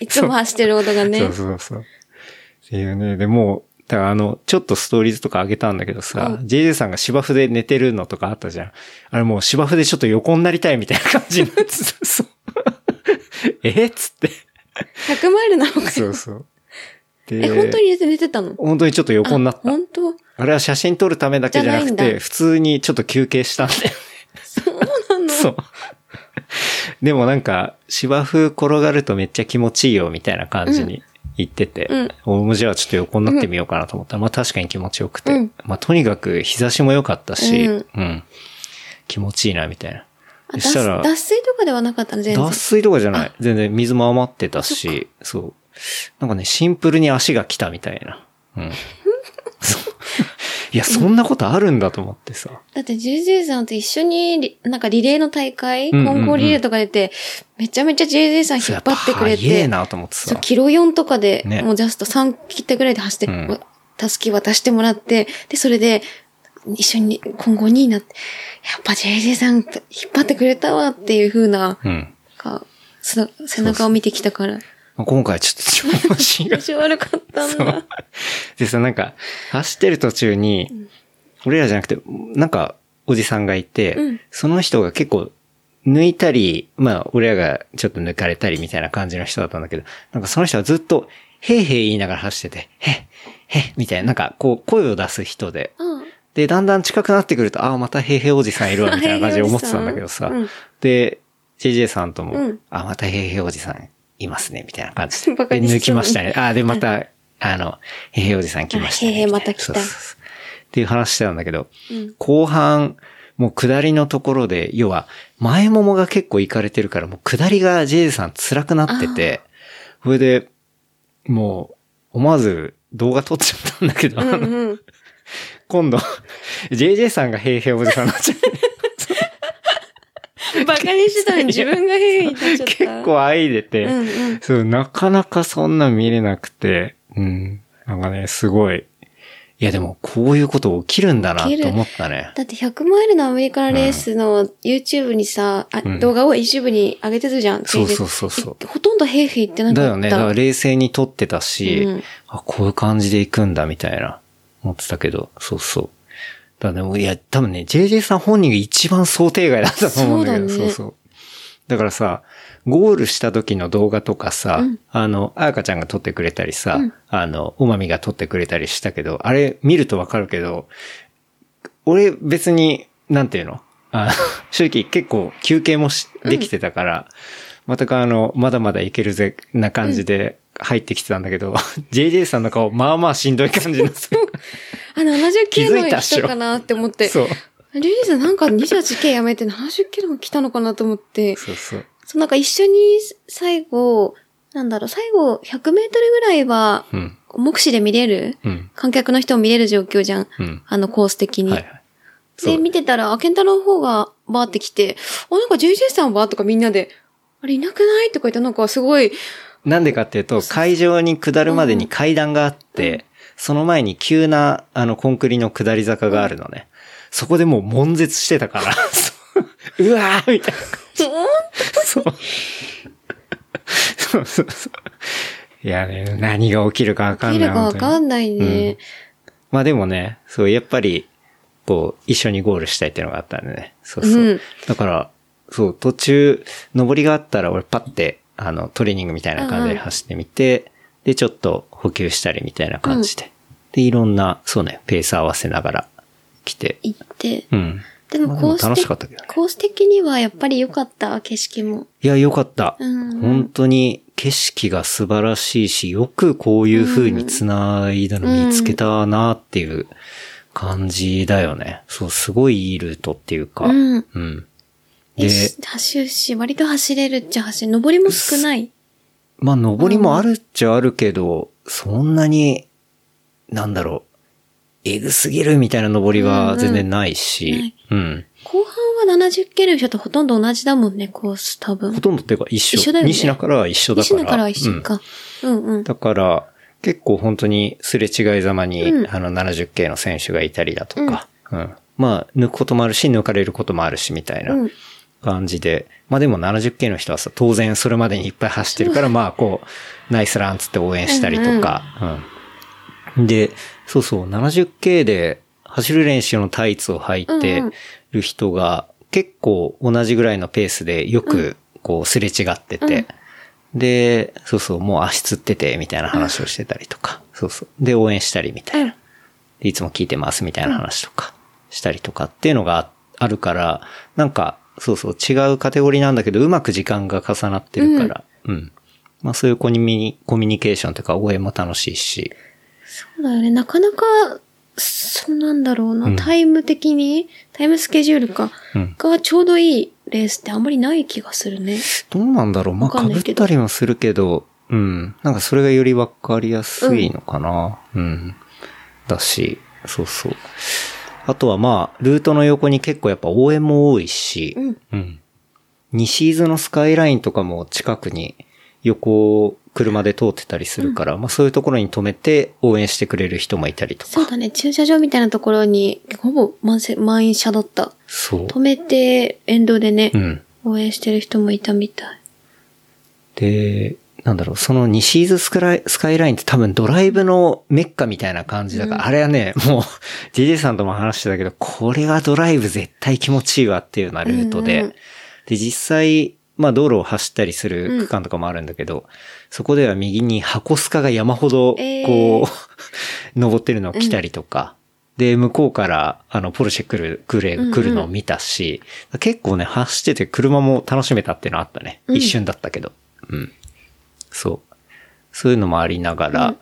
[SPEAKER 3] いつも走ってる音がね。
[SPEAKER 2] そうそうそう。っていうね、でもう、だからあの、ちょっとストーリーズとか上げたんだけどさ、
[SPEAKER 3] う
[SPEAKER 2] JJ さんが芝生で寝てるのとかあったじゃん。あれもう芝生でちょっと横になりたいみたいな感じになってた。そう えっつ って。
[SPEAKER 3] 100マイルなのかよ
[SPEAKER 2] そうそう。で
[SPEAKER 3] え、本当に寝て寝てたの
[SPEAKER 2] 本当にちょっと横になった。
[SPEAKER 3] 本当
[SPEAKER 2] あれは写真撮るためだけじゃなく
[SPEAKER 3] じゃないん
[SPEAKER 2] て、
[SPEAKER 3] だ
[SPEAKER 2] 普通にちょっと休憩したんだよね。
[SPEAKER 3] そうなの
[SPEAKER 2] そう。でもなんか、芝生転がるとめっちゃ気持ちいいよみたいな感じに言ってて、
[SPEAKER 3] うん
[SPEAKER 2] おもじゃあちょっと横になってみようかなと思ったら、まあ確かに気持ちよくて、
[SPEAKER 3] うん
[SPEAKER 2] まあとにかく日差しも良かったし、
[SPEAKER 3] う
[SPEAKER 2] うんん、気持ちいいなみたいな。そ
[SPEAKER 3] あ脱
[SPEAKER 2] したら、
[SPEAKER 3] 脱水とかではなかったの全然。
[SPEAKER 2] 脱水とかじゃない。全然水も余ってたし、そう。なんかね、シンプルに足が来たみたいな。 うん。そういや、そんなことあるんだと思ってさ。
[SPEAKER 3] だって、ジェイジェイさんと一緒にリ、なんかリレーの大会、
[SPEAKER 2] うんうんうん
[SPEAKER 3] 混合リレーとか出て、めちゃめちゃジェイジェイさん
[SPEAKER 2] そう
[SPEAKER 3] 引
[SPEAKER 2] や
[SPEAKER 3] っ張ってくれ
[SPEAKER 2] 早え
[SPEAKER 3] て、
[SPEAKER 2] なと思って
[SPEAKER 3] そ
[SPEAKER 2] さ
[SPEAKER 3] う、。キロ4とかで、
[SPEAKER 2] ね
[SPEAKER 3] もうジャスト3切ったぐらいで走って、
[SPEAKER 2] うん
[SPEAKER 3] たすき渡してもらって、で、それで、一緒に混合2位になって、やっぱジェイジェイさん引っ張ってくれたわっていう風な、
[SPEAKER 2] うん。
[SPEAKER 3] か、その背中を見てきたから。
[SPEAKER 2] まあ今回ちょっと調 子が
[SPEAKER 3] 調子悪かったん
[SPEAKER 2] そう
[SPEAKER 3] だ。。
[SPEAKER 2] でさ、なんか、走ってる途中に、俺らじゃなくて、なんか、おじさんがいて、
[SPEAKER 3] うん
[SPEAKER 2] その人が結構、抜いたり、まあ、俺らがちょっと抜かれたりみたいな感じの人だったんだけど、なんかその人はずっと、へいへい言いながら走ってて、へっ、へっ、みたいな、なんか、こう、声を出す人で、
[SPEAKER 3] うん。
[SPEAKER 2] で、だんだん近くなってくると、ああ、また平平おじさんいるわ、みたいな感じで思ってたんだけど さ
[SPEAKER 3] 平平おじ。
[SPEAKER 2] で、JJ さんとも、
[SPEAKER 3] うん
[SPEAKER 2] あ、また平平おじさんいますね、みたいな感じで。
[SPEAKER 3] バカ
[SPEAKER 2] で
[SPEAKER 3] にしそう
[SPEAKER 2] 抜きましたね。ああ、で、また、あの、平平おじさん来ましたね。
[SPEAKER 3] あ平平ま
[SPEAKER 2] み
[SPEAKER 3] た
[SPEAKER 2] いな
[SPEAKER 3] 来た
[SPEAKER 2] そうそうそうっていう話してたんだけど、
[SPEAKER 3] うん
[SPEAKER 2] 後半、もう下りのところで、要は、前ももが結構行かれてるから、もう下りが JJ さん辛くなってて、それで、もう、思わず動画撮っちゃったんだけど、
[SPEAKER 3] うんうん。
[SPEAKER 2] 今度、JJ さんが平平おじさんになっちゃ って、
[SPEAKER 3] バカにしてたのに自分が変になっちゃっ た。
[SPEAKER 2] 結構あいでて、
[SPEAKER 3] うん うん。
[SPEAKER 2] そう、なかなかそんな見れなくて、うん。なんかね、すごい。いやでも、こういうこと起きるんだな
[SPEAKER 3] 起きる
[SPEAKER 2] と思ったね。
[SPEAKER 3] だって100マイルのアメリカのレースの YouTube にさ、あ
[SPEAKER 2] うん
[SPEAKER 3] 動画を YouTube に上げてるじゃん。
[SPEAKER 2] そうそうそうそう
[SPEAKER 3] いほとんどヘイフィってなか
[SPEAKER 2] だ
[SPEAKER 3] った。
[SPEAKER 2] よね。だから冷静に撮ってたし、
[SPEAKER 3] うん
[SPEAKER 2] あ、こういう感じで行くんだみたいな、思ってたけど、そうそう。だからね、もういや、多分ね、JJ さん本人が一番想定外だったと思うんだけど、
[SPEAKER 3] そ
[SPEAKER 2] そうう,、
[SPEAKER 3] だね
[SPEAKER 2] そうだからさ、ゴールした時の動画とかさ、
[SPEAKER 3] うん
[SPEAKER 2] あの、あやかちゃんが撮ってくれたりさ、
[SPEAKER 3] うん
[SPEAKER 2] あの、おまみが撮ってくれたりしたけど、あれ見るとわかるけど、俺別に、なんていうのあの 正直結構休憩もしできてたから、またかあの、まだまだいけるぜ、な感じで入ってきてたんだけど、JJ さんの顔、まあまあしんどい 感じの、
[SPEAKER 3] あの、70キロ
[SPEAKER 2] 気づいた
[SPEAKER 3] の
[SPEAKER 2] っし
[SPEAKER 3] 人
[SPEAKER 2] ょ
[SPEAKER 3] かなって思って。
[SPEAKER 2] そう。
[SPEAKER 3] リリーさんなんか28系やめて70キロも来たのかなと思って。
[SPEAKER 2] そうそう。
[SPEAKER 3] そう、なんか一緒に最後、なんだろう、最後100メートルぐらいは、
[SPEAKER 2] うん。
[SPEAKER 3] 目視で見れる、
[SPEAKER 2] うん。
[SPEAKER 3] 観客の人も見れる状況じゃん。
[SPEAKER 2] うん。
[SPEAKER 3] あのコース的に。
[SPEAKER 2] はいはい。そ
[SPEAKER 3] で、
[SPEAKER 2] う。
[SPEAKER 3] 見てたら、あ、ケンタロウの方がバーって来て、あ、なんか JJ さんはとかみんなで、あれいなくないとか言って、なんかすごい、
[SPEAKER 2] なんでかっていうと、会場に下るまでに階段があって、その前に急な、あの、コンクリの下り坂があるのね。そこでもう悶絶してたから、 そううわーみたいな。そう。そうそうそう。いやね、何が起きるかわか
[SPEAKER 3] 見
[SPEAKER 2] んな
[SPEAKER 3] る
[SPEAKER 2] い。
[SPEAKER 3] かわか
[SPEAKER 2] 本当に
[SPEAKER 3] んないね。
[SPEAKER 2] まあでもね、そう、やっぱり、こう、一緒にゴールしたいっていうのがあったんでね。そうそう。
[SPEAKER 3] うん
[SPEAKER 2] だから、そう、途中、登りがあったら俺パッて、あの、トレーニングみたいな感じ
[SPEAKER 3] うん
[SPEAKER 2] で
[SPEAKER 3] うん
[SPEAKER 2] 走ってみて、で、ちょっと補給したりみたいな感じで。で、いろんな、そうね、ペース合わせながら来て。
[SPEAKER 3] 行って。
[SPEAKER 2] うん。
[SPEAKER 3] でもコース
[SPEAKER 2] まあでも楽しかった
[SPEAKER 3] 的
[SPEAKER 2] けどね
[SPEAKER 3] コース的にはやっぱり良かった、景色も。
[SPEAKER 2] いや、よかった。
[SPEAKER 3] うん
[SPEAKER 2] 本当に景色が素晴らしいし、よくこういう風に繋いだの見つけたなっていう感じだよね。そう、すごいいいルートっていうか。
[SPEAKER 3] うん。
[SPEAKER 2] で
[SPEAKER 3] で、、走るし、割と走れるっちゃ走る。登りも少ない。
[SPEAKER 2] まあ、登りもあるっちゃあるけど、そんなに、なんだろう、えぐすぎるみたいな登りは全然ないし、うん、
[SPEAKER 3] 後半は70キロの人とほとんど同じだもんね、コース多分
[SPEAKER 2] ほ。とんどっていうか一緒。
[SPEAKER 3] 一緒だよね
[SPEAKER 2] 西中らは一緒だか
[SPEAKER 3] 西
[SPEAKER 2] ら。
[SPEAKER 3] 野からは一
[SPEAKER 2] う
[SPEAKER 3] 緒
[SPEAKER 2] ん
[SPEAKER 3] か。うん、うん、
[SPEAKER 2] だから、結構本当にすれ違いざまに、
[SPEAKER 3] うん
[SPEAKER 2] あの、70系の選手がいたりだとか、うん。まあ、抜くこともあるし、抜かれることもあるし、みたいな
[SPEAKER 3] うん
[SPEAKER 2] 感じで。まあでも70系の人はさ、当然それまでにいっぱい走ってる から、まあ、こう、ナイスランつって応援したりとか、うん。で、そうそう、70系で走る練習のタイツを履いてる人が、結構同じぐらいのペースでよく、こう、すれ違ってて、
[SPEAKER 3] うん
[SPEAKER 2] で、そうそう、もう足つってて、みたいな話をしてたりとか、そうそう。で、応援したりみたいな。でいつも聞いてます、みたいな話とか、したりとかっていうのがああるから、なんか、そうそう、違うカテゴリーなんだけど、うまく時間が重なってるから、うん。まあそういうコミュニコミュニケーションというか、応援も楽しいし、
[SPEAKER 3] そうだよね。なかなか、そうなんだろうな。
[SPEAKER 2] うん
[SPEAKER 3] タイム的に、タイムスケジュールか、
[SPEAKER 2] うん
[SPEAKER 3] がちょうどいいレースってあんまりない気がするね。
[SPEAKER 2] どうなんだろうま
[SPEAKER 3] わか
[SPEAKER 2] あ、
[SPEAKER 3] んな
[SPEAKER 2] 被
[SPEAKER 3] い
[SPEAKER 2] っ
[SPEAKER 3] けど
[SPEAKER 2] たりもするけど、うん。なんかそれがよりわかりやすいのかな、うん。だし、そうそう。あとはまあ、ルートの横に結構やっぱ応援も多いし、
[SPEAKER 3] うん。
[SPEAKER 2] うん。西伊豆のスカイラインとかも近くに横を車で通ってたりするから、まあそういうところに止めて応援してくれる人もいたりと
[SPEAKER 3] そう
[SPEAKER 2] か。
[SPEAKER 3] だね。駐車場みたいなところに、ほぼ満席満員車だった。
[SPEAKER 2] そう。
[SPEAKER 3] 止めて、沿道でね、
[SPEAKER 2] うん。
[SPEAKER 3] 応援してる人もいたみたい。
[SPEAKER 2] で、なんだろう、その西伊豆スカライスカイラインって多分ドライブのメッカみたいな感じだから、
[SPEAKER 3] うん
[SPEAKER 2] あれはね、もう、JJ さんとも話してたけど、これはドライブ絶対気持ちいいわっていうようなルートで、
[SPEAKER 3] うんうん
[SPEAKER 2] で、実際、まあ道路を走ったりする区間とかもあるんだけど、そこでは右に箱スカが山ほど、こう、
[SPEAKER 3] えー
[SPEAKER 2] 登ってるのを来たりとか、で、向こうから、あの、ポルシェ来る、来る、来るのを見たし、結構ね、走ってて車も楽しめたっていうのはあったね。
[SPEAKER 3] うん
[SPEAKER 2] 一瞬だったけど。うん。そう。そういうのもありながら、
[SPEAKER 3] うん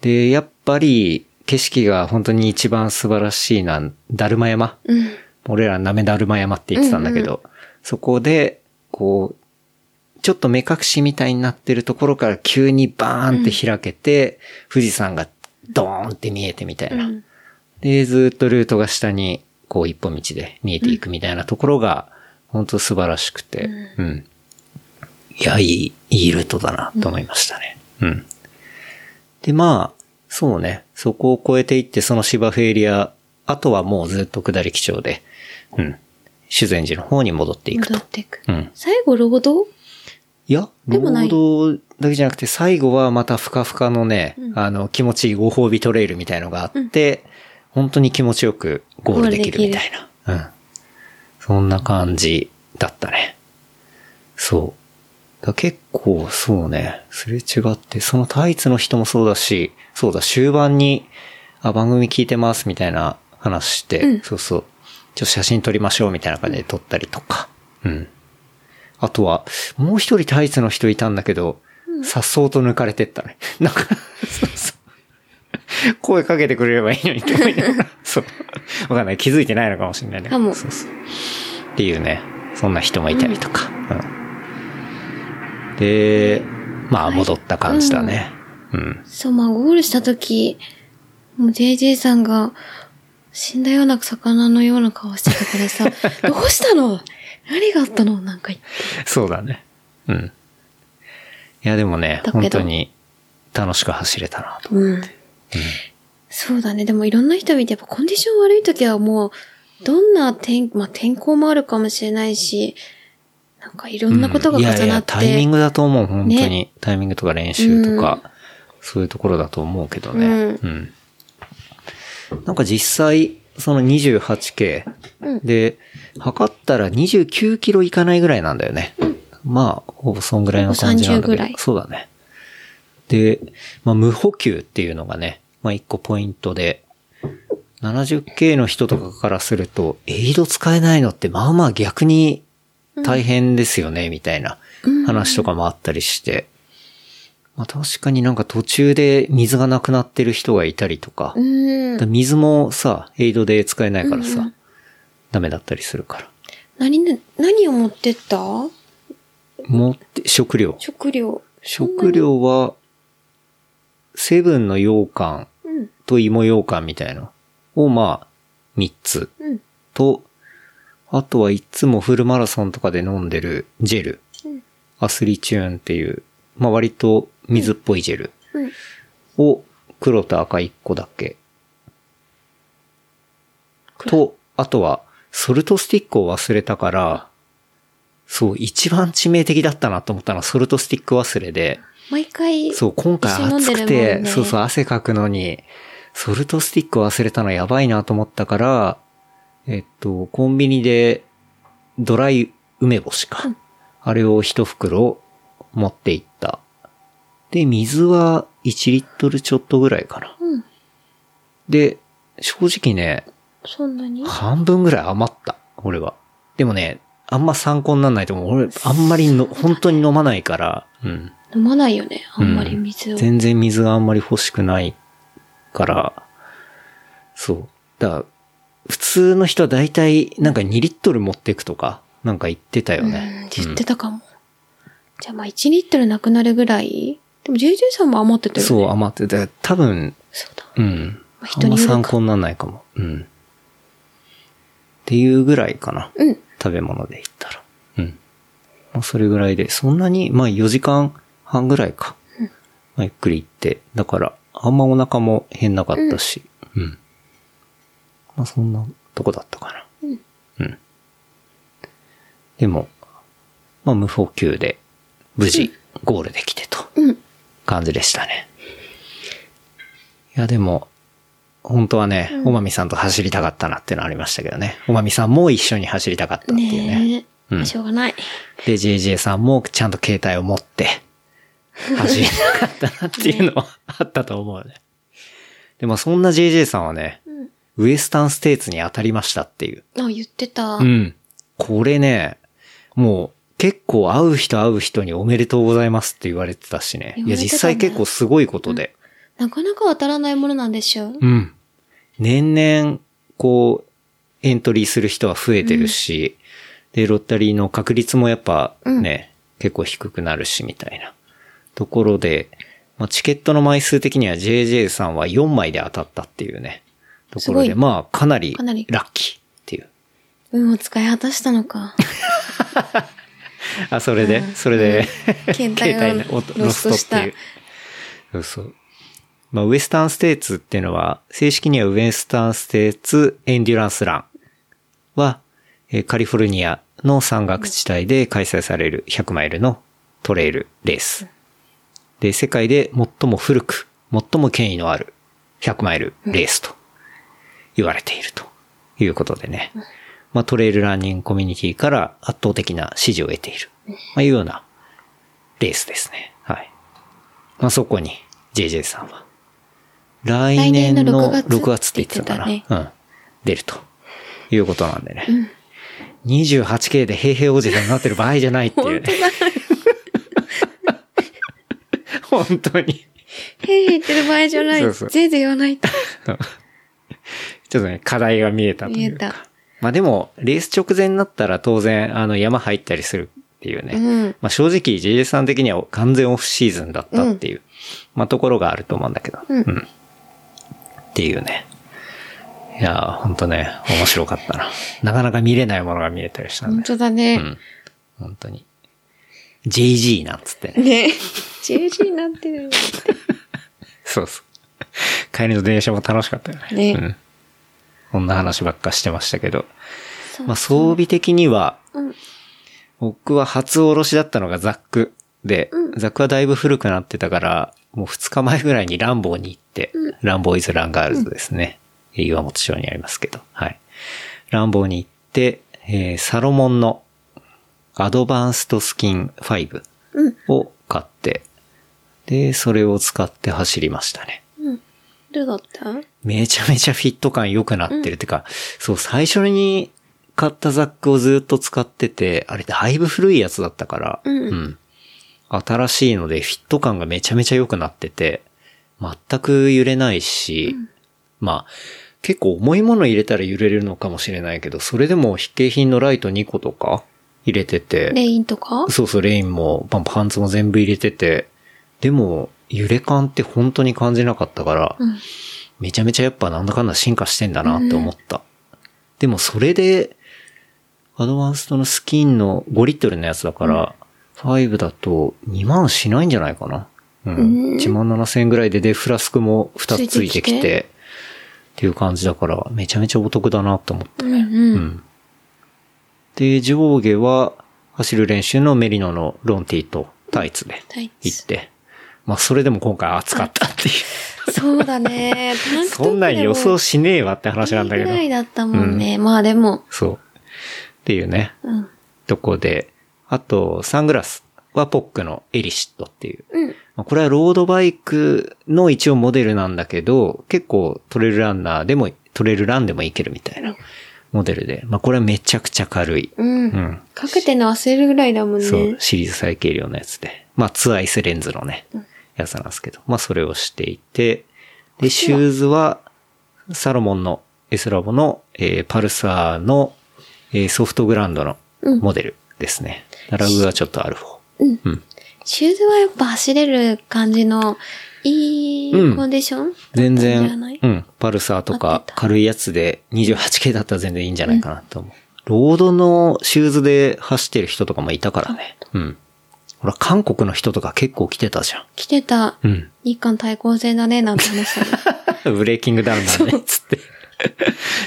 [SPEAKER 2] で、やっぱり、景色が本当に一番素晴らしいのは、だるま山。
[SPEAKER 3] うん。
[SPEAKER 2] 俺らなめだるま山って言ってたんだけど、そこで、こう、ちょっと目隠しみたいになってるところから急にバーンって開けて、富士山がドーンって見えてみたいうな。
[SPEAKER 3] ん。
[SPEAKER 2] で、ずっとルートが下に、こう一歩道で見えていくみたいなところが、本当素晴らしくて、うん。いや、いい、いいルートだな、と思いましたね。うん。で、まあ、そうね、そこを越えていって、その芝生エリア、あとはもうずっと下り基調で、うん。修善寺の方に戻っていく
[SPEAKER 3] 戻
[SPEAKER 2] と
[SPEAKER 3] っ。ていく。
[SPEAKER 2] うん。
[SPEAKER 3] 最後、労働
[SPEAKER 2] いや、
[SPEAKER 3] でもない
[SPEAKER 2] 労働だけじゃなくて、最後はまたふかふかのね、
[SPEAKER 3] うん
[SPEAKER 2] あの、気持ちいいご褒美トレイルみたいのがあって、本当に気持ちよくゴールできるみたいな。うん。そんな感じだったね。そう。だ結構、そうね、すれ違って、そのタイツの人もそうだし、そうだ、終盤に、あ、番組聞いてますみたいな話して、
[SPEAKER 3] うん
[SPEAKER 2] そうそう、ちょっと写真撮りましょうみたいな感じで撮ったりとか、うん。あとは、もう一人タイツの人いたんだけど、さっそうと抜かれてったね。 なんか、そうそう。声かけてくれればいいのにって思いながら、そう。わかんない。気づいてないのかもしれないね。
[SPEAKER 3] かも
[SPEAKER 2] そうそう。っていうね、そんな人もいたりとか。うんで、まあ、戻った感じだね。うん。
[SPEAKER 3] そう、まあ、ゴールした時もう JJ さんが、死んだような魚のような顔してたからさ、 どうしたの何があったのなんか言って。
[SPEAKER 2] そうだね。うん。いや、でもね
[SPEAKER 3] だけ、ど
[SPEAKER 2] 本当に楽しく走れたなと。
[SPEAKER 3] うん。そうだね。でもいろんな人見て、やっぱコンディション悪い時はもう、どんな天、まあ天候もあるかもしれないし、なんかいろんなことが重なって。
[SPEAKER 2] うんいやいや、タイミン
[SPEAKER 3] グ
[SPEAKER 2] グだと思う、本当に。
[SPEAKER 3] ね
[SPEAKER 2] タイミングとか練習とか、そういうところだと思うけどね。
[SPEAKER 3] う
[SPEAKER 2] うん。なんか実際、その 28K
[SPEAKER 3] うん
[SPEAKER 2] で、測ったら29キロいかないぐらいなんだよね。まあ、ほぼそんぐらいの感じなんだ
[SPEAKER 3] ほ
[SPEAKER 2] け
[SPEAKER 3] ぼ30ぐら
[SPEAKER 2] ど
[SPEAKER 3] い。
[SPEAKER 2] そうだね。で、まあ、無補給っていうのがね、まあ、一個ポイントで、70K の人とかからすると、エイド使えないのって、まあまあ逆に大変ですよね、みたいな話とかもあったりして、まあ確かになんか途中で水がなくなってる人がいたりとか、
[SPEAKER 3] うん
[SPEAKER 2] だから。水もさ、エイドで使えないからさ、
[SPEAKER 3] うんうん
[SPEAKER 2] ダメだったりするから。
[SPEAKER 3] 何ね、何を持ってった
[SPEAKER 2] 持って、食料。
[SPEAKER 3] 食料。
[SPEAKER 2] 食料は、セブンの羊羹
[SPEAKER 3] うん。
[SPEAKER 2] と芋羊羹みたいなをまあ、3つ
[SPEAKER 3] うん。
[SPEAKER 2] と、あとはいつもフルマラソンとかで飲んでるジェル。
[SPEAKER 3] うん
[SPEAKER 2] アスリチューンっていう、まあ割と水っぽいジェル
[SPEAKER 3] うん。
[SPEAKER 2] を黒と赤1個だけ。と、あとはソルトスティックを忘れたから、そう、一番致命的だったなと思ったのはソルトスティック忘れで、
[SPEAKER 3] 毎回。
[SPEAKER 2] そう、今回
[SPEAKER 3] 一緒に飲ん
[SPEAKER 2] 暑
[SPEAKER 3] でる
[SPEAKER 2] く
[SPEAKER 3] も
[SPEAKER 2] て、
[SPEAKER 3] んね
[SPEAKER 2] そうそう、汗かくのに、ソルトスティック忘れたのやばいなと思ったから、えっと、コンビニでドライ梅干しか。あれを一袋持っていった。で、水は1リットルちょっとぐらいかな。
[SPEAKER 3] うん。
[SPEAKER 2] で、正直ね、
[SPEAKER 3] そんなに
[SPEAKER 2] 半分ぐらい余った、俺は。でもね、あんま参考にならないと思う。俺、あんま りの、本当に飲まないから、うん。
[SPEAKER 3] 飲まないよね。あんまり水を。
[SPEAKER 2] 全然水があんまり欲しくないから、そう。だから、普通の人は大体、なんか2リットル持ってくとか、なんか言ってたよ
[SPEAKER 3] うん
[SPEAKER 2] ね。
[SPEAKER 3] 言ってたかも。じゃあまあ1リットルなくなるぐらいでも JJ さんも余ってたよね。
[SPEAKER 2] そう、余って、だから多分、
[SPEAKER 3] そうだ。
[SPEAKER 2] うん。
[SPEAKER 3] まあ
[SPEAKER 2] あ
[SPEAKER 3] 人
[SPEAKER 2] んま
[SPEAKER 3] によるか
[SPEAKER 2] 参考にならないかも。うん。っていうぐらいかな。
[SPEAKER 3] うん。
[SPEAKER 2] 食べ物で言ったら。うん。まあ、それぐらいで、そんなに、まあ、4時間半ぐらいか。まあ、ゆっくり行って。だから、あんまお腹も変なかったし。うん。まあ、そんなとこだったかな。
[SPEAKER 3] うん。
[SPEAKER 2] うん。でも、まあ、無補給で、無事、ゴールできてと。
[SPEAKER 3] うん。
[SPEAKER 2] 感じでしたね。いや、でも、本当はね、おまみさんと走りたかったなっていうのありましたけどね。おまみさんも一緒に走りたかったっていうね。
[SPEAKER 3] ねえ。
[SPEAKER 2] うん
[SPEAKER 3] しょうがない。
[SPEAKER 2] で、JJ さんもちゃんと携帯を持って、走りたかったなっていうのはあったと思うね。でもそんな JJ さんはね、
[SPEAKER 3] うん。
[SPEAKER 2] ウエスタンステーツに当たりましたっていう。
[SPEAKER 3] あ、言ってた。
[SPEAKER 2] うん。これね、もう結構会う人会う人におめでとうございますって言われてたしね。
[SPEAKER 3] 言
[SPEAKER 2] い
[SPEAKER 3] わ
[SPEAKER 2] や、
[SPEAKER 3] れてたね
[SPEAKER 2] 実際結構すごいことで。
[SPEAKER 3] なかなか当たらないものなんでしょう。
[SPEAKER 2] うん。年々、こう、エントリーする人は増えてるし、で、ロッタリーの確率もやっぱね、結構低くなるし、みたいなところで、まあ、チケットの枚数的には JJ さんは4枚で当たったっていうね、ところ
[SPEAKER 3] す
[SPEAKER 2] で、
[SPEAKER 3] ごい
[SPEAKER 2] まあ、かなり
[SPEAKER 3] かなり
[SPEAKER 2] ラッキーっていう。
[SPEAKER 3] 運を使い果たしたのか。
[SPEAKER 2] あ、それで、それで、
[SPEAKER 3] 携帯を
[SPEAKER 2] でお
[SPEAKER 3] ロストし
[SPEAKER 2] ロストっ
[SPEAKER 3] た
[SPEAKER 2] ていう。そうそう。まあ、ウエスタンステーツっていうのは、正式にはウエスタンステーツエンデュランスランは、えーカリフォルニアの山岳地帯で開催される100マイルのトレイルレース。で、世界で最も古く、最も権威のある100マイルレースと言われているということでね。まあ、トレイルランニングコミュニティから圧倒的な支持を得ている。まあ、いうようなレースですね。はい。まあ、そこに JJ さんは、来年
[SPEAKER 3] 来年の
[SPEAKER 2] の
[SPEAKER 3] 6月
[SPEAKER 2] 6月って言ってたかな。
[SPEAKER 3] って言っ
[SPEAKER 2] う
[SPEAKER 3] て
[SPEAKER 2] ん。出るということなんでね。28K で平平王子さんになってる場合じゃ ないっていう、 ね。本当に。
[SPEAKER 3] へいへい言ってる場合じゃない。
[SPEAKER 2] そうそう
[SPEAKER 3] ぜいぜい言わないと。
[SPEAKER 2] ちょっとね、課題が見えたと
[SPEAKER 3] 見
[SPEAKER 2] い
[SPEAKER 3] え
[SPEAKER 2] うか。
[SPEAKER 3] た。
[SPEAKER 2] まあでも、レース直前になったら当然、あの、山入ったりするっていうね。
[SPEAKER 3] うん。
[SPEAKER 2] まあ正直、JJ さん的には完全オフシーズンだったっていう、まあところがあると思うんだけど。
[SPEAKER 3] うん
[SPEAKER 2] っていうね。いやー、ほんとね、面白かったな。なかなか見れないものが見れたりした
[SPEAKER 3] 本
[SPEAKER 2] ね。
[SPEAKER 3] 当だ
[SPEAKER 2] う
[SPEAKER 3] ね。
[SPEAKER 2] ん。本当に。JG なんつってね。
[SPEAKER 3] ね JG になってるよ。
[SPEAKER 2] そうそう。帰りの電車も楽しかったよね。
[SPEAKER 3] ね
[SPEAKER 2] うん。こんな話ばっかしてましたけど。
[SPEAKER 3] そう
[SPEAKER 2] まあ装備的には、
[SPEAKER 3] うん。
[SPEAKER 2] 僕は初おろしだったのがザックで、ザックはだいぶ古くなってたから、もう2日前ぐらいにランボーに行って、ランボーイズランガールズですね。岩本町にありますけど、はい。ランボーに行って、えーサロモンのアドバンストスキン5
[SPEAKER 3] うん
[SPEAKER 2] を買って、で、それを使って走りましたね。
[SPEAKER 3] うん。どうだった
[SPEAKER 2] めちゃめちゃフィット感良くなってるってか、そう、最初に買ったザックをずっと使ってて、あれだいぶ古いやつだったから、
[SPEAKER 3] うん
[SPEAKER 2] 新しいのでフィット感がめちゃめちゃ良くなってて、全く揺れないし、まあ、結構重いもの入れたら揺れるのかもしれないけど、それでも必携品のライト2個とか入れてて、
[SPEAKER 3] レインとか
[SPEAKER 2] そうそう、レインも、パンパンツも全部入れてて、でも、揺れ感って本当に感じなかったから、
[SPEAKER 3] うん。
[SPEAKER 2] めちゃめちゃやっぱなんだかんだ進化してんだなって思った。でもそれで、アドバンストのスキンの5リットルのやつだから、5だと2万しないんじゃないかな。うん。
[SPEAKER 3] うん
[SPEAKER 2] 1万7千円ぐらいで、で、フラスクも2つつ
[SPEAKER 3] つ
[SPEAKER 2] い
[SPEAKER 3] い
[SPEAKER 2] て
[SPEAKER 3] て
[SPEAKER 2] き
[SPEAKER 3] き
[SPEAKER 2] て、
[SPEAKER 3] て
[SPEAKER 2] っていう感じだから、めちゃめちゃお得だなって思った。
[SPEAKER 3] うんうん。
[SPEAKER 2] うん。で、上下は、走る練習のメリノのロンティとタイツで
[SPEAKER 3] タイ
[SPEAKER 2] 行っ
[SPEAKER 3] ツ。
[SPEAKER 2] て、まあそれでも今回暑かったっていう。
[SPEAKER 3] そうだね。タンクトップ
[SPEAKER 2] そ
[SPEAKER 3] でも
[SPEAKER 2] んなん予想しねえわって話なんだけど
[SPEAKER 3] いい。ぐらいだったもんね。まあでも。
[SPEAKER 2] そう。っていうね、
[SPEAKER 3] うん。
[SPEAKER 2] とこで。あと、サングラスはポックのエリシットっていう。
[SPEAKER 3] うん。
[SPEAKER 2] まあこれはロードバイクの一応モデルなんだけど、結構トレイルランナーでも、トレイルランでもいけるみたいな。モデルで。まあこれはめちゃくちゃ軽い。
[SPEAKER 3] う
[SPEAKER 2] う
[SPEAKER 3] ん。
[SPEAKER 2] ん。
[SPEAKER 3] かけてるの忘れるぐらいだもん
[SPEAKER 2] そう
[SPEAKER 3] ね、。
[SPEAKER 2] シリーズ最軽量のやつで。まあ、ツアイスレンズのね、やつなんですけど。まあ、それをしていて。で、シューズは、サロモンの S ラボの、えーパルサーの、えーソフトグラウンドの
[SPEAKER 3] うん
[SPEAKER 2] モデルですね。ラグがちょっとある方。
[SPEAKER 3] うん。
[SPEAKER 2] うん。
[SPEAKER 3] シューズはやっぱ走れる感じの、いい
[SPEAKER 2] うん
[SPEAKER 3] コンディション、
[SPEAKER 2] 全
[SPEAKER 3] いらな
[SPEAKER 2] 然
[SPEAKER 3] い、
[SPEAKER 2] うん、パルサーと
[SPEAKER 3] 合っ
[SPEAKER 2] か
[SPEAKER 3] てた
[SPEAKER 2] 軽いやつで 28K だったら全然いいんじゃないかなと思う。ロードのシューズで走ってる人とかもいたからね。うん。ほら、韓国の人とか結構来てたじゃ
[SPEAKER 3] 来てた
[SPEAKER 2] ん。うん。
[SPEAKER 3] 日韓対抗戦だね、なんて話し たの
[SPEAKER 2] ブレイキングダウンだね、つって。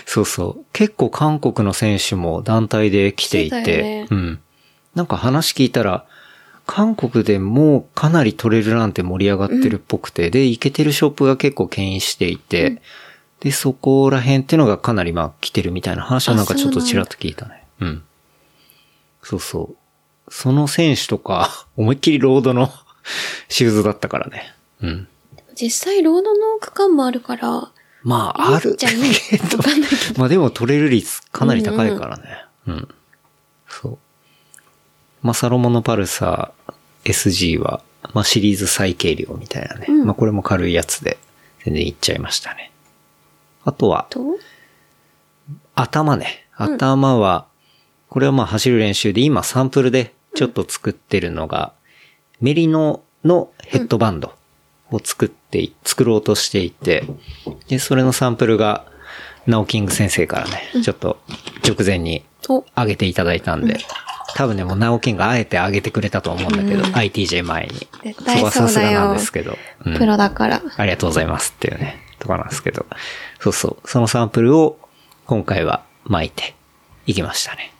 [SPEAKER 2] そうそう。結構韓国の選手も団体で来てい
[SPEAKER 3] 来てた
[SPEAKER 2] て、
[SPEAKER 3] よね
[SPEAKER 2] うん。なんか話聞いたら、韓国でもうかなりトレるなんて盛り上がってるっぽくて、で、行けてるショップが結構牽引していて、で、そこら辺ってのがかなりまあ来てるみたいな話はなんかちょっとちらっと聞いたね。うん。そうそう。その選手とか、思いっきりロードの シューズだったからね。うん。
[SPEAKER 3] 実際、ロードの区間もあるから、
[SPEAKER 2] まあ、あ
[SPEAKER 3] いい
[SPEAKER 2] る
[SPEAKER 3] んじゃない
[SPEAKER 2] けど
[SPEAKER 3] わかんないけど。
[SPEAKER 2] まあでも取れる率かなり高いからね。うん、そう。まあサロモンのパルサー SG は、まあシリーズ最軽量みたいなね。
[SPEAKER 3] うん
[SPEAKER 2] まあこれも軽いやつで全然いっちゃいましたね。あとは、
[SPEAKER 3] と、
[SPEAKER 2] 頭ね。頭は、これはまあ走る練習で今サンプルでちょっと作ってるのが、メリノのヘッドバンドを作ってい、作ろうとしていて、で、それのサンプルが、ナオキング先生からね、ちょっと直前に
[SPEAKER 3] お、
[SPEAKER 2] 上げていただいたんで、多分ね、もうナオキングあえて上げてくれたと思うんだけど、ITJ 前に。
[SPEAKER 3] 絶対そうだよ
[SPEAKER 2] こはさすがなんですけど。うん
[SPEAKER 3] プロだから。
[SPEAKER 2] ありがとうございますっていうね、とこなんですけど。そうそう。そのサンプルを今回は巻いていきましたね。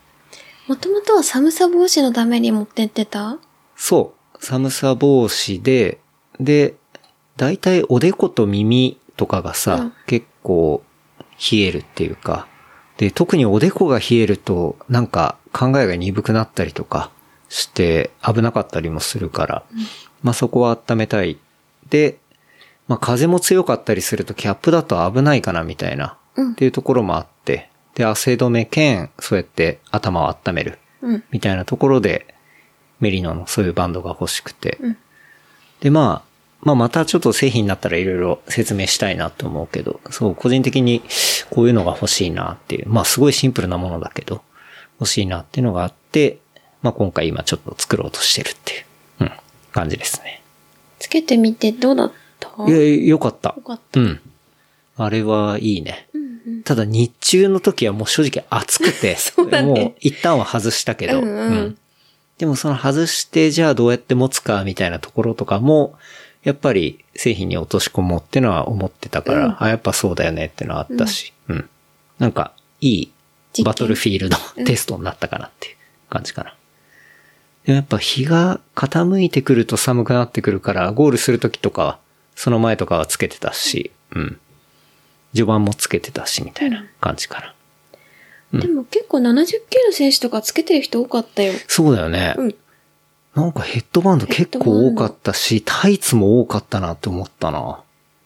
[SPEAKER 3] もともとは寒さ防止のために持ってってた
[SPEAKER 2] そう。寒さ防止で、で、だいたいおでこと耳とかがさ、
[SPEAKER 3] うん
[SPEAKER 2] 結構冷えるっていうか、で、特におでこが冷えると、なんか考えが鈍くなったりとかして危なかったりもするから、まあそこは温めたい。で、まあ風も強かったりするとキャップだと危ないかなみたいな、
[SPEAKER 3] うん
[SPEAKER 2] っていうところもあって、で、汗止め兼、そうやって頭を温める。
[SPEAKER 3] うん。
[SPEAKER 2] みたいなところで、メリノのそういうバンドが欲しくて。
[SPEAKER 3] うん
[SPEAKER 2] で、まあ、まあまたちょっと製品になったらいろいろ説明したいなと思うけど、そう、個人的にこういうのが欲しいなっていう、まあすごいシンプルなものだけど、欲しいなっていうのがあって、まあ今回今ちょっと作ろうとしてるっていう、うん、感じですね。
[SPEAKER 3] つけてみてどうだった
[SPEAKER 2] いや、よかった
[SPEAKER 3] よ。かった。
[SPEAKER 2] うん。あれはいいね。
[SPEAKER 3] うんうん。
[SPEAKER 2] ただ日中の時はもう正直暑くて、
[SPEAKER 3] そうだね
[SPEAKER 2] もう一旦は外したけど、
[SPEAKER 3] うんうん
[SPEAKER 2] でもその外してじゃあどうやって持つかみたいなところとかも、やっぱり製品に落とし込もうってのは思ってたから、あ、やっぱそうだよねってのはあったし、うん。なんかいい
[SPEAKER 3] 験
[SPEAKER 2] バトルフィールドテストになったかなっていう感じかな。でもやっぱ日が傾いてくると寒くなってくるから、ゴールするときとかは、その前とかはつけてたし、うん。序盤もつけてたし、みたいな感じかな。
[SPEAKER 3] でも結構70系の選手とかつけてる人多かったよ。
[SPEAKER 2] そうだよね。
[SPEAKER 3] うん。
[SPEAKER 2] なんかヘッドバンド結構多かったし、タイツも多かったなって思ったな。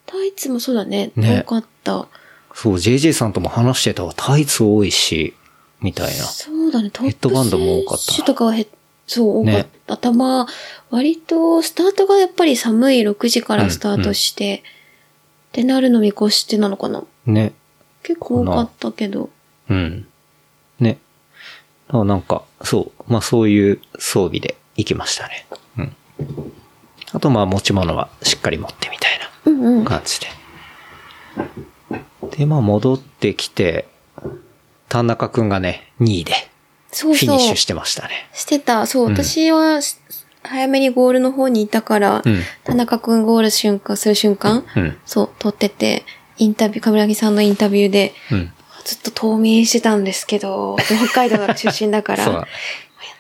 [SPEAKER 3] タイツもそうだね。
[SPEAKER 2] ね
[SPEAKER 3] 多かった。
[SPEAKER 2] そう、JJ さんとも話してたわ。タイツ多いし、みたいな。
[SPEAKER 3] そうだね。トップ
[SPEAKER 2] ヘッドバンドも多かったな
[SPEAKER 3] 選手とかはヘッそう、多かった。
[SPEAKER 2] ね
[SPEAKER 3] 頭、割と、スタートがやっぱり寒い6時からスタートして、ってなるの見越してなのかな。
[SPEAKER 2] ね。
[SPEAKER 3] 結構多かったけど。
[SPEAKER 2] うん。ね。だからなんか、そう。まあそういう装備で行きましたね。うん。あとまあ持ち物はしっかり持ってみたいな。
[SPEAKER 3] うんうん。
[SPEAKER 2] 感じで。で、まあ戻ってきて、田中くんがね、2位で
[SPEAKER 3] そ
[SPEAKER 2] フィ
[SPEAKER 3] う
[SPEAKER 2] ニ
[SPEAKER 3] そう。
[SPEAKER 2] ッシュしてましたね。
[SPEAKER 3] してた。そう、
[SPEAKER 2] うん
[SPEAKER 3] 私はし早めにゴールの方にいたから、
[SPEAKER 2] うん
[SPEAKER 3] 田中くんゴール瞬間、する瞬間、
[SPEAKER 2] うん。
[SPEAKER 3] そう、撮ってて、インタビュー、冠城さんのインタビューで、
[SPEAKER 2] うん。
[SPEAKER 3] ずっと冬眠してたんですけど、で北海道の出身だか ら、
[SPEAKER 2] そう
[SPEAKER 3] やっ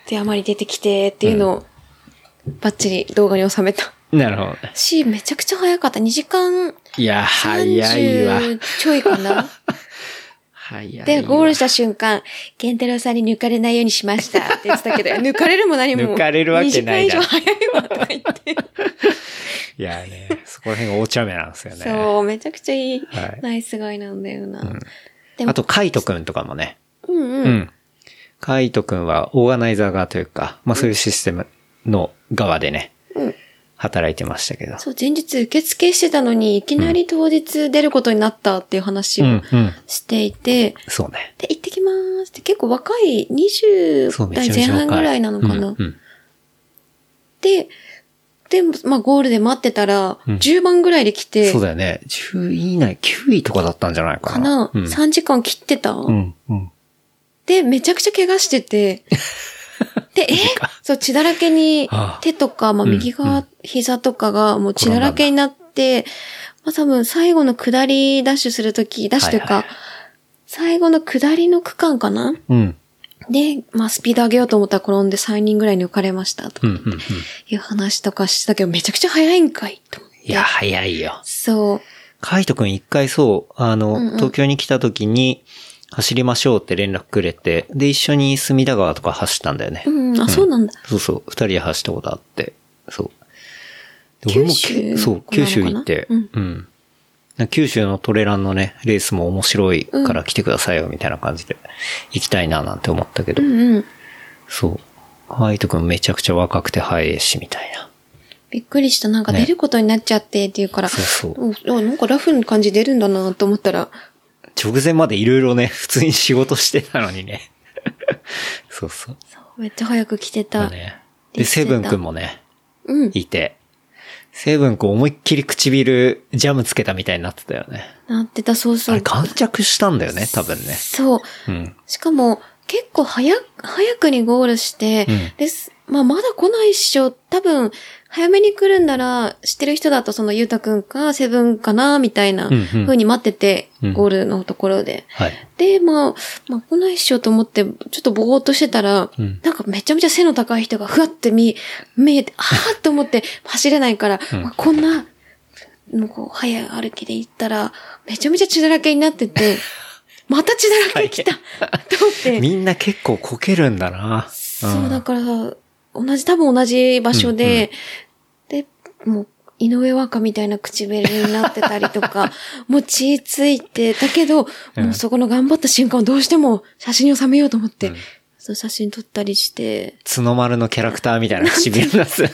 [SPEAKER 3] てあまり出てきてっていうのを、バッチリ動画に収めた。
[SPEAKER 2] なるほどね。
[SPEAKER 3] し、めちゃくちゃ早かった。2時間
[SPEAKER 2] いや、早いわ。
[SPEAKER 3] 30ちょいかな。
[SPEAKER 2] 早いわ。
[SPEAKER 3] で、ゴールした瞬間、ケンタロウさんに抜かれないようにしました って言ってたけど、抜かれるも何も。
[SPEAKER 2] 抜かれるわけない
[SPEAKER 3] 2
[SPEAKER 2] だろ
[SPEAKER 3] 時間以上早いわとか言って。
[SPEAKER 2] いやね、そこら辺がお茶目なんですよね。
[SPEAKER 3] そう、めちゃくちゃいい、
[SPEAKER 2] はい
[SPEAKER 3] ナイスガイなんだよな。
[SPEAKER 2] ん
[SPEAKER 3] で
[SPEAKER 2] あと、カイトくんとかもね、
[SPEAKER 3] うん
[SPEAKER 2] う
[SPEAKER 3] うん。
[SPEAKER 2] ん。カイトくんはオーガナイザー側というか、まあそういうシステムの側でね、
[SPEAKER 3] うん
[SPEAKER 2] 働いてましたけど。
[SPEAKER 3] そう、前日受付してたのに、いきなり当日出ることになったっていう話
[SPEAKER 2] う
[SPEAKER 3] を
[SPEAKER 2] ん、うん。
[SPEAKER 3] していて、
[SPEAKER 2] そうね。
[SPEAKER 3] で、行ってきまーすって結構若い
[SPEAKER 2] そう、
[SPEAKER 3] 20
[SPEAKER 2] めち
[SPEAKER 3] 代
[SPEAKER 2] ゃめ
[SPEAKER 3] 前
[SPEAKER 2] ちゃ若い。
[SPEAKER 3] 半ぐらいなのかな。
[SPEAKER 2] うんうん
[SPEAKER 3] で、で、まあゴールで待ってたら、
[SPEAKER 2] うん
[SPEAKER 3] 10番ぐらいで来て、
[SPEAKER 2] そうだよね。10位以内、9位とかだったんじゃないか
[SPEAKER 3] か
[SPEAKER 2] な。
[SPEAKER 3] な、
[SPEAKER 2] うん。
[SPEAKER 3] 3時間切ってた、
[SPEAKER 2] うん、うん。
[SPEAKER 3] で、めちゃくちゃ怪我し てて、で、えそう、血だらけに
[SPEAKER 2] ああ、
[SPEAKER 3] 手とか、まあ
[SPEAKER 2] うん
[SPEAKER 3] 右
[SPEAKER 2] う
[SPEAKER 3] 側、
[SPEAKER 2] ん
[SPEAKER 3] 膝とかがもう血だらけになって、まあ多分最後の下りダッシュするとき、ダッシュというか、
[SPEAKER 2] はいはい
[SPEAKER 3] 最後の下りの区間かな
[SPEAKER 2] うん、
[SPEAKER 3] で、まあスピード上げようと思ったら転んで3人ぐらいに浮かれました、と
[SPEAKER 2] うん、うん。うん
[SPEAKER 3] いう話とかしてたけど、めちゃくちゃ早いんかい、と思って。
[SPEAKER 2] いや、早いよ。
[SPEAKER 3] そう。
[SPEAKER 2] カイトくん一回そう、あの、
[SPEAKER 3] うんうん
[SPEAKER 2] 東京に来た時に、走りましょうって連絡くれて、で、一緒に隅田川とか走ったんだよね。
[SPEAKER 3] うん、あ、そうなんだ。
[SPEAKER 2] そうそう、二人で走ったことあって、そう。で
[SPEAKER 3] 九
[SPEAKER 2] 俺も
[SPEAKER 3] 州
[SPEAKER 2] きそう、
[SPEAKER 3] ここな
[SPEAKER 2] 九
[SPEAKER 3] のか
[SPEAKER 2] 州
[SPEAKER 3] な
[SPEAKER 2] 行って、
[SPEAKER 3] うん
[SPEAKER 2] うん。なんか九州のトレランのね、レースも面白いから来てくださいよ、みたいな感じで、行きたいななんて思ったけど、
[SPEAKER 3] うんうん。
[SPEAKER 2] そう。ハイト君めちゃくちゃ若くて早いし、みたいな。
[SPEAKER 3] びっくりした。なんか
[SPEAKER 2] ね
[SPEAKER 3] 出ることになっちゃってっていうから、
[SPEAKER 2] そうそう
[SPEAKER 3] おあなんかラフな感じ出るんだなと思ったら、
[SPEAKER 2] 直前までいろいろね、普通に仕事してたのにね。 そうそう。
[SPEAKER 3] めっちゃ早く来て
[SPEAKER 2] だ
[SPEAKER 3] た。
[SPEAKER 2] ね。で、セブン君もね、
[SPEAKER 3] うん。
[SPEAKER 2] いて。セブン君思いっきり唇ジャムつけたみたいになってたよね。
[SPEAKER 3] なってた、そう
[SPEAKER 2] あ
[SPEAKER 3] そ
[SPEAKER 2] れ
[SPEAKER 3] う。
[SPEAKER 2] 完着したんだよね、多分ね。
[SPEAKER 3] そう。
[SPEAKER 2] うん。
[SPEAKER 3] しかも、結構早く、早くにゴールして、
[SPEAKER 2] うん
[SPEAKER 3] です。まあ、まだ来ないっしょ。多分、早めに来るんなら、知ってる人だとその、ゆうたくんか、セブンかな、みたいな、
[SPEAKER 2] うんうん
[SPEAKER 3] 風に待ってて、
[SPEAKER 2] うん
[SPEAKER 3] ゴールのところで。
[SPEAKER 2] はい。
[SPEAKER 3] で、まあ、まあ、来ないっしょと思って、ちょっとぼーっとしてたら、
[SPEAKER 2] うん
[SPEAKER 3] なんかめちゃめちゃ背の高い人がふわって見、見えて、あーっと思って走れないから、
[SPEAKER 2] うん
[SPEAKER 3] まあこんな、もうこう、早い歩きで行ったら、めちゃめちゃ血だらけになって て、また血だらけ来たと思って、
[SPEAKER 2] みんな結構こけるんだな。
[SPEAKER 3] そう、だから、同じ、多分同じ場所で、で、もう、井上和歌みたいな唇になってたり とか、もう血ついて、だけど、
[SPEAKER 2] うん
[SPEAKER 3] もうそこの頑張った瞬間をどうしても写真に収めようと思って、
[SPEAKER 2] うん
[SPEAKER 3] そう写真撮ったりして、
[SPEAKER 2] 角丸のキャラクターみたいな唇になって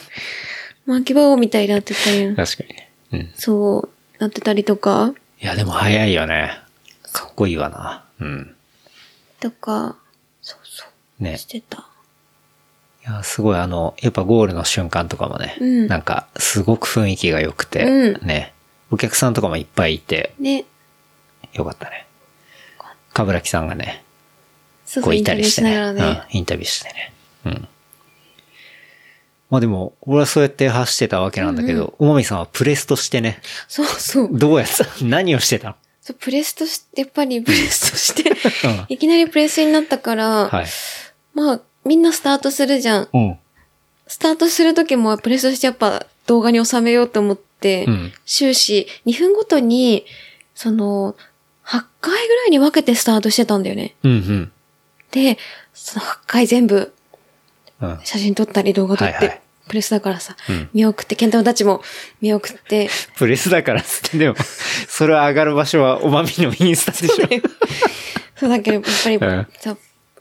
[SPEAKER 3] 巻き場王みたいになってたやん
[SPEAKER 2] た。。 確かに。うん。い
[SPEAKER 3] そう、なってたりとか、
[SPEAKER 2] や、でも早いよね。かっこいいわな。うん。
[SPEAKER 3] とか、そうそう、
[SPEAKER 2] ね
[SPEAKER 3] し。てた。
[SPEAKER 2] いや、すごいあの、やっぱゴールの瞬間とかもね、
[SPEAKER 3] うん
[SPEAKER 2] なんか、すごく雰囲気が良くて、
[SPEAKER 3] うん
[SPEAKER 2] ね。お客さんとかもいっぱいいて、
[SPEAKER 3] ね、
[SPEAKER 2] よかったね。かぶらきさんがね、
[SPEAKER 3] す
[SPEAKER 2] こ
[SPEAKER 3] ご
[SPEAKER 2] う
[SPEAKER 3] い
[SPEAKER 2] い
[SPEAKER 3] イン
[SPEAKER 2] た
[SPEAKER 3] タビ
[SPEAKER 2] り
[SPEAKER 3] ュー
[SPEAKER 2] して
[SPEAKER 3] しな
[SPEAKER 2] ね。
[SPEAKER 3] がらね。
[SPEAKER 2] うん、インタビューしてね。うん。まあでも、俺はそうやって走ってたわけなんだけど、おまみさんはプレスとしてね、
[SPEAKER 3] そうそう。
[SPEAKER 2] どうやってた、 何をしてたの
[SPEAKER 3] そうプレスとして、やっぱりプレス として、
[SPEAKER 2] うん
[SPEAKER 3] いきなりプレスになったから、
[SPEAKER 2] はい。
[SPEAKER 3] まあ、みんなスタートするじゃん。
[SPEAKER 2] うん。
[SPEAKER 3] スタートする時もプレスとしてやっぱ動画に収めようと思って、
[SPEAKER 2] うん。
[SPEAKER 3] 終始2分ごとに、その、8回ぐらいに分けてスタートしてたんだよね。
[SPEAKER 2] うん、うん。
[SPEAKER 3] で、その8回全部
[SPEAKER 2] うん。
[SPEAKER 3] 写真撮ったり動画撮って、
[SPEAKER 2] はいはい
[SPEAKER 3] プレスだからさ、
[SPEAKER 2] うん
[SPEAKER 3] 見送って、ケンタロウたちも見送って、
[SPEAKER 2] プレスだからっつって、でも、 それは上がる場所はおまみのインスタでしょ。
[SPEAKER 3] そうだけど、やっぱ り、
[SPEAKER 2] うん
[SPEAKER 3] さ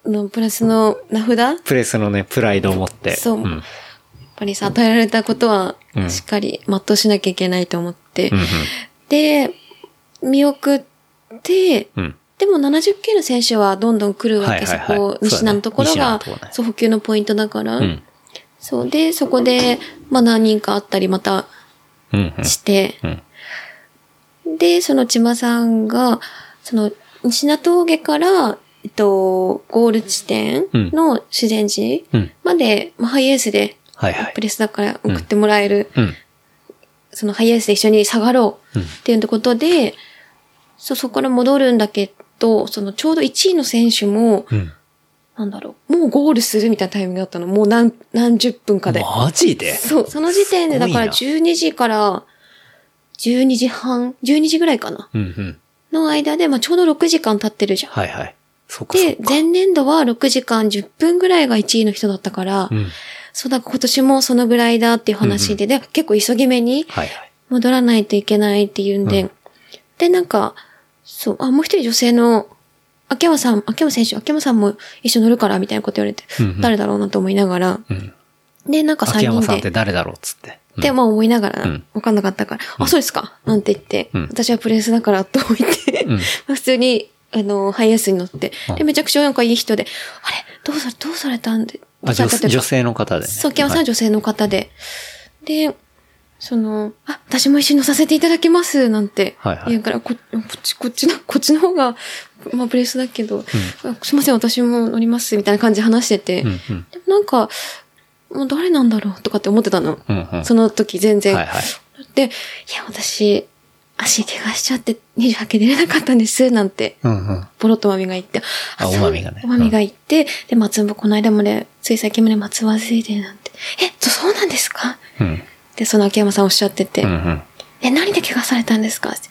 [SPEAKER 3] あのプレスの名札やっ
[SPEAKER 2] プレスのね、プライドを持って。。
[SPEAKER 3] そうん
[SPEAKER 2] うん、
[SPEAKER 3] ぱりさ、与えられたことは
[SPEAKER 2] う、ん
[SPEAKER 3] しっかり全うしなきゃいけないと思って、
[SPEAKER 2] うん。
[SPEAKER 3] で、見送って、
[SPEAKER 2] うん。
[SPEAKER 3] でも70系の選手はどんどん来るわ
[SPEAKER 2] は
[SPEAKER 3] け、
[SPEAKER 2] いはいはい
[SPEAKER 3] そこ、西名のところが、
[SPEAKER 2] そ
[SPEAKER 3] そう
[SPEAKER 2] だね西名のとこ
[SPEAKER 3] う,、
[SPEAKER 2] ろね
[SPEAKER 3] 補給のポイントだから、
[SPEAKER 2] うん。
[SPEAKER 3] そうで、そこで、まあ何人か会ったりまた
[SPEAKER 2] うん。
[SPEAKER 3] して、
[SPEAKER 2] うん。
[SPEAKER 3] で、その千葉さんが、その、西名峠から、えっと、ゴール地点の修善寺
[SPEAKER 2] うん。
[SPEAKER 3] まで、まあ、ハイエースで、
[SPEAKER 2] はいはい
[SPEAKER 3] プ。レスだから送ってもらえる、
[SPEAKER 2] うん。
[SPEAKER 3] そのハイエースで一緒に下がろう
[SPEAKER 2] うん
[SPEAKER 3] っていうことで、そう、そこから戻るんだけど、そのちょうど1位の選手も、
[SPEAKER 2] うん。
[SPEAKER 3] なんだろう、もうゴールするみたいなタイミングだったの。もう何、何十分かで。
[SPEAKER 2] マジで
[SPEAKER 3] そう、その時点で、
[SPEAKER 2] すご
[SPEAKER 3] だ
[SPEAKER 2] いな
[SPEAKER 3] から12時から12時半、12時ぐらいかな。
[SPEAKER 2] うんうん。
[SPEAKER 3] の間で、まあちょうど6時間経ってるじゃん。
[SPEAKER 2] はいはい。そっかそっ
[SPEAKER 3] で、
[SPEAKER 2] か。
[SPEAKER 3] 前年度は6時間10分ぐらいが1位の人だったから、
[SPEAKER 2] うん。
[SPEAKER 3] そうだ、今年もそのぐらいだっていう話で、で、結構急ぎめに
[SPEAKER 2] はいはい。
[SPEAKER 3] 戻らないといけないっていうんで、
[SPEAKER 2] うん
[SPEAKER 3] で、なんか、そう、あ、もう一人女性の秋山さん、秋山選手、秋山さんも一緒に乗るから、みたいなこと言われて、
[SPEAKER 2] うんうん
[SPEAKER 3] 誰だろうなと思いながら、
[SPEAKER 2] うん。
[SPEAKER 3] で、なんか3
[SPEAKER 2] 秋山さんって
[SPEAKER 3] 人で、
[SPEAKER 2] 誰だろうっつって。うん
[SPEAKER 3] で、まあ思いなが
[SPEAKER 2] う
[SPEAKER 3] ら
[SPEAKER 2] ん、
[SPEAKER 3] わかんなかったから、あ、そうですかなんて言って、
[SPEAKER 2] うん
[SPEAKER 3] 私はプレスだから、と思って、
[SPEAKER 2] うん
[SPEAKER 3] 普通に、あの、ハイエースに乗って
[SPEAKER 2] う、ん
[SPEAKER 3] で、めちゃくちゃなんかいい人で、あれどうされ、どうされたんで、ど
[SPEAKER 2] あ
[SPEAKER 3] うさ
[SPEAKER 2] 女
[SPEAKER 3] れたというか
[SPEAKER 2] 女性の方でね。
[SPEAKER 3] そう、秋山さんは
[SPEAKER 2] はい
[SPEAKER 3] 女性の方で。で、その、あ、私も一緒に乗させていただきます、なんて。
[SPEAKER 2] はいはい
[SPEAKER 3] 言うから、ここっち、こっちの、こっちの方が、まあ、プレスだけど、あすいません、私も乗ります、みたいな感じで話してて。
[SPEAKER 2] うんうん
[SPEAKER 3] でもなんか、もう誰なんだろうとかって思ってたの。
[SPEAKER 2] うんうん
[SPEAKER 3] その時全然。
[SPEAKER 2] はいはい
[SPEAKER 3] で、いや、私、足怪我しちゃって28系出れなかったんです、なんて。
[SPEAKER 2] うんうん。
[SPEAKER 3] ボロッとまみが行って。
[SPEAKER 2] あおまみがね
[SPEAKER 3] そうおまみが行って、で、松ぼ、この間まで、つい最近まで松葉ついてなんて。え、そそうなんですか
[SPEAKER 2] うん。
[SPEAKER 3] で、その秋山さんおっしゃってて。
[SPEAKER 2] うんうん。
[SPEAKER 3] え、何で怪我されたんですかってい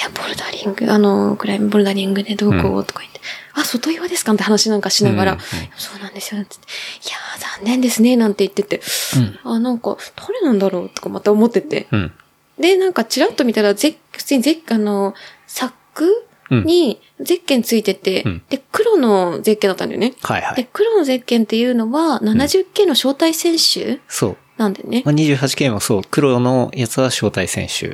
[SPEAKER 3] や、ボルダリング、あの、クライムボルダリングでどうこうとか言って、あ、外岩ですかって話なんかしながら、
[SPEAKER 2] うんうん
[SPEAKER 3] そうなんですよ、っていやー、残念ですね、なんて言ってて、あ、なんか、誰なんだろうとかまた思ってて。
[SPEAKER 2] うん。
[SPEAKER 3] で、なんか、ちらっと見たら、ゼッ普通にゼッあの、サック
[SPEAKER 2] うん
[SPEAKER 3] にゼッケンついてて、
[SPEAKER 2] うん
[SPEAKER 3] で、黒のゼッケンだったんだよね。
[SPEAKER 2] はいは
[SPEAKER 3] で
[SPEAKER 2] い。、
[SPEAKER 3] 黒のゼッケンっていうのは、70系の招待選手
[SPEAKER 2] そう。
[SPEAKER 3] なんだよね。
[SPEAKER 2] まあ、28K もそう、黒のやつは招待選手。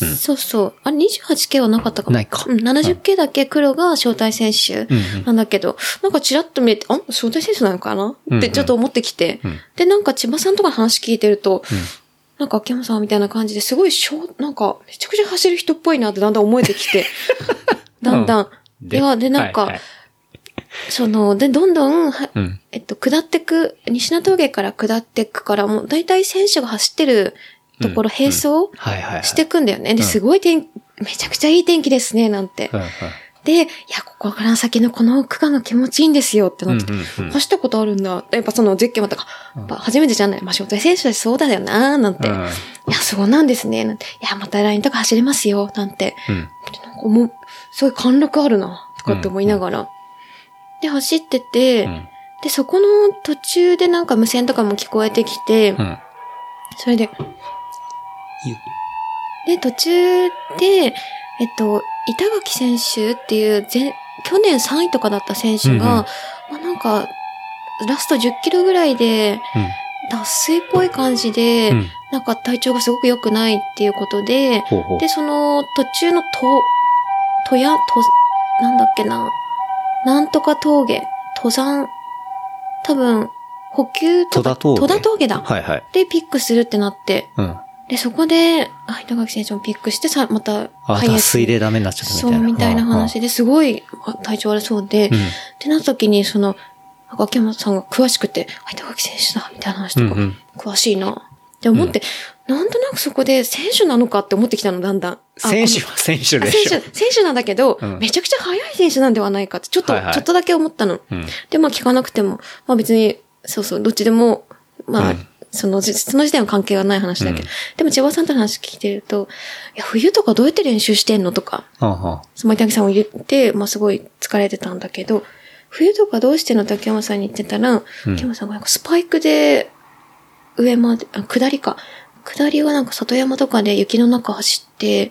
[SPEAKER 2] うん
[SPEAKER 3] そうそう。あれ、28K はなかったかも。
[SPEAKER 2] ないか
[SPEAKER 3] うん、70K だけ黒が招待選手
[SPEAKER 2] うんうん
[SPEAKER 3] なんだけど、なんかちらっと見えて、あ招待選手なのかな、
[SPEAKER 2] うんうん
[SPEAKER 3] ってちょっと思ってきて、
[SPEAKER 2] うん
[SPEAKER 3] で、なんか千葉さんとかの話聞いてると、
[SPEAKER 2] うん
[SPEAKER 3] なんか秋山さんみたいな感じですごいしょ、なんかめちゃくちゃ走る人っぽいなってだんだん思えてき て、だんだん。では、で、なんか、
[SPEAKER 2] はいはい
[SPEAKER 3] その、で、どんどん、は
[SPEAKER 2] うん。
[SPEAKER 3] えっと、下ってく、西名峠から下ってくから、もう大体選手が走ってるところ、
[SPEAKER 2] うん
[SPEAKER 3] 並走
[SPEAKER 2] はいはいはい。
[SPEAKER 3] してくんだよね。で、
[SPEAKER 2] うん
[SPEAKER 3] すごい天気、めちゃくちゃいい天気ですね、なんて
[SPEAKER 2] う。んうん。
[SPEAKER 3] で、いや、ここから先のこの区間が気持ちいいんですよってなってて
[SPEAKER 2] うんうんうん
[SPEAKER 3] 走ったことあるんだ。やっぱその絶景またか、やっぱ初めてじゃない。まあ、招待選手だしそうだよな、なんて。
[SPEAKER 2] う
[SPEAKER 3] い
[SPEAKER 2] ん
[SPEAKER 3] や、そうなんですね、なんて。いや、またラインとか走れますよ、なんて。
[SPEAKER 2] うん。
[SPEAKER 3] なんかもう、すごい貫禄あるな、とかって思いながら。で、走ってて、
[SPEAKER 2] うん。
[SPEAKER 3] で、そこの途中でなんか無線とかも聞こえてきて、
[SPEAKER 2] うん。
[SPEAKER 3] それで、で、途中で、えっと、板垣選手っていう前、去年3位とかだった選手が、まあ、なんか、ラスト10キロぐらいで、脱水っぽい感じで、
[SPEAKER 2] うん。うん。
[SPEAKER 3] なんか体調がすごく良くないっていうことで、
[SPEAKER 2] ほうほう
[SPEAKER 3] で、。その途中のと、とや、と、なんだっけな、なんとか峠、登山、多分、補給と
[SPEAKER 2] 戸
[SPEAKER 3] か、
[SPEAKER 2] 田峠
[SPEAKER 3] 戸田峠だ。
[SPEAKER 2] はいはい。
[SPEAKER 3] で、ピックするってなって、
[SPEAKER 2] うん。
[SPEAKER 3] で、そこで、あ、板垣選手もピックして、さ、また、
[SPEAKER 2] あ、脱水でダメになっちゃったみた
[SPEAKER 3] そ、
[SPEAKER 2] いうな。
[SPEAKER 3] みたいな話ですごいあ体調悪そうで、
[SPEAKER 2] うん。
[SPEAKER 3] ってなった時に、その、なんか秋山さんが詳しくて、あ、板垣選手だ、みたいな話
[SPEAKER 2] う
[SPEAKER 3] と
[SPEAKER 2] ん。うん。
[SPEAKER 3] か、詳しいな、って思って、なんとなくそこで選手なのかって思ってきたの、だんだん。あ
[SPEAKER 2] 選手は選手
[SPEAKER 3] あ
[SPEAKER 2] で
[SPEAKER 3] 選
[SPEAKER 2] しょ
[SPEAKER 3] 手。、選手なんだけど、
[SPEAKER 2] うん
[SPEAKER 3] めちゃくちゃ速い選手なんではないかって、ちょっと、
[SPEAKER 2] はいはい
[SPEAKER 3] ちょっとだけ思ったの。
[SPEAKER 2] うん。
[SPEAKER 3] で、まあ聞かなくても、まあ別に、そうそう、どっちでも、まあ、
[SPEAKER 2] うん
[SPEAKER 3] その、じその時点は関係はない話だけど、
[SPEAKER 2] うん
[SPEAKER 3] でも千葉さんとの話聞いてると、いや、冬とかどうやって練習してんのとか、
[SPEAKER 2] うんうん。
[SPEAKER 3] その板木さんを入れて、まあすごい疲れてたんだけど、冬とかどうしてんの竹山さんに言ってたら、
[SPEAKER 2] うん
[SPEAKER 3] 竹山さんがなんかスパイクで、上まで、あ、下りか。下りはなんか里山とかで雪の中走って、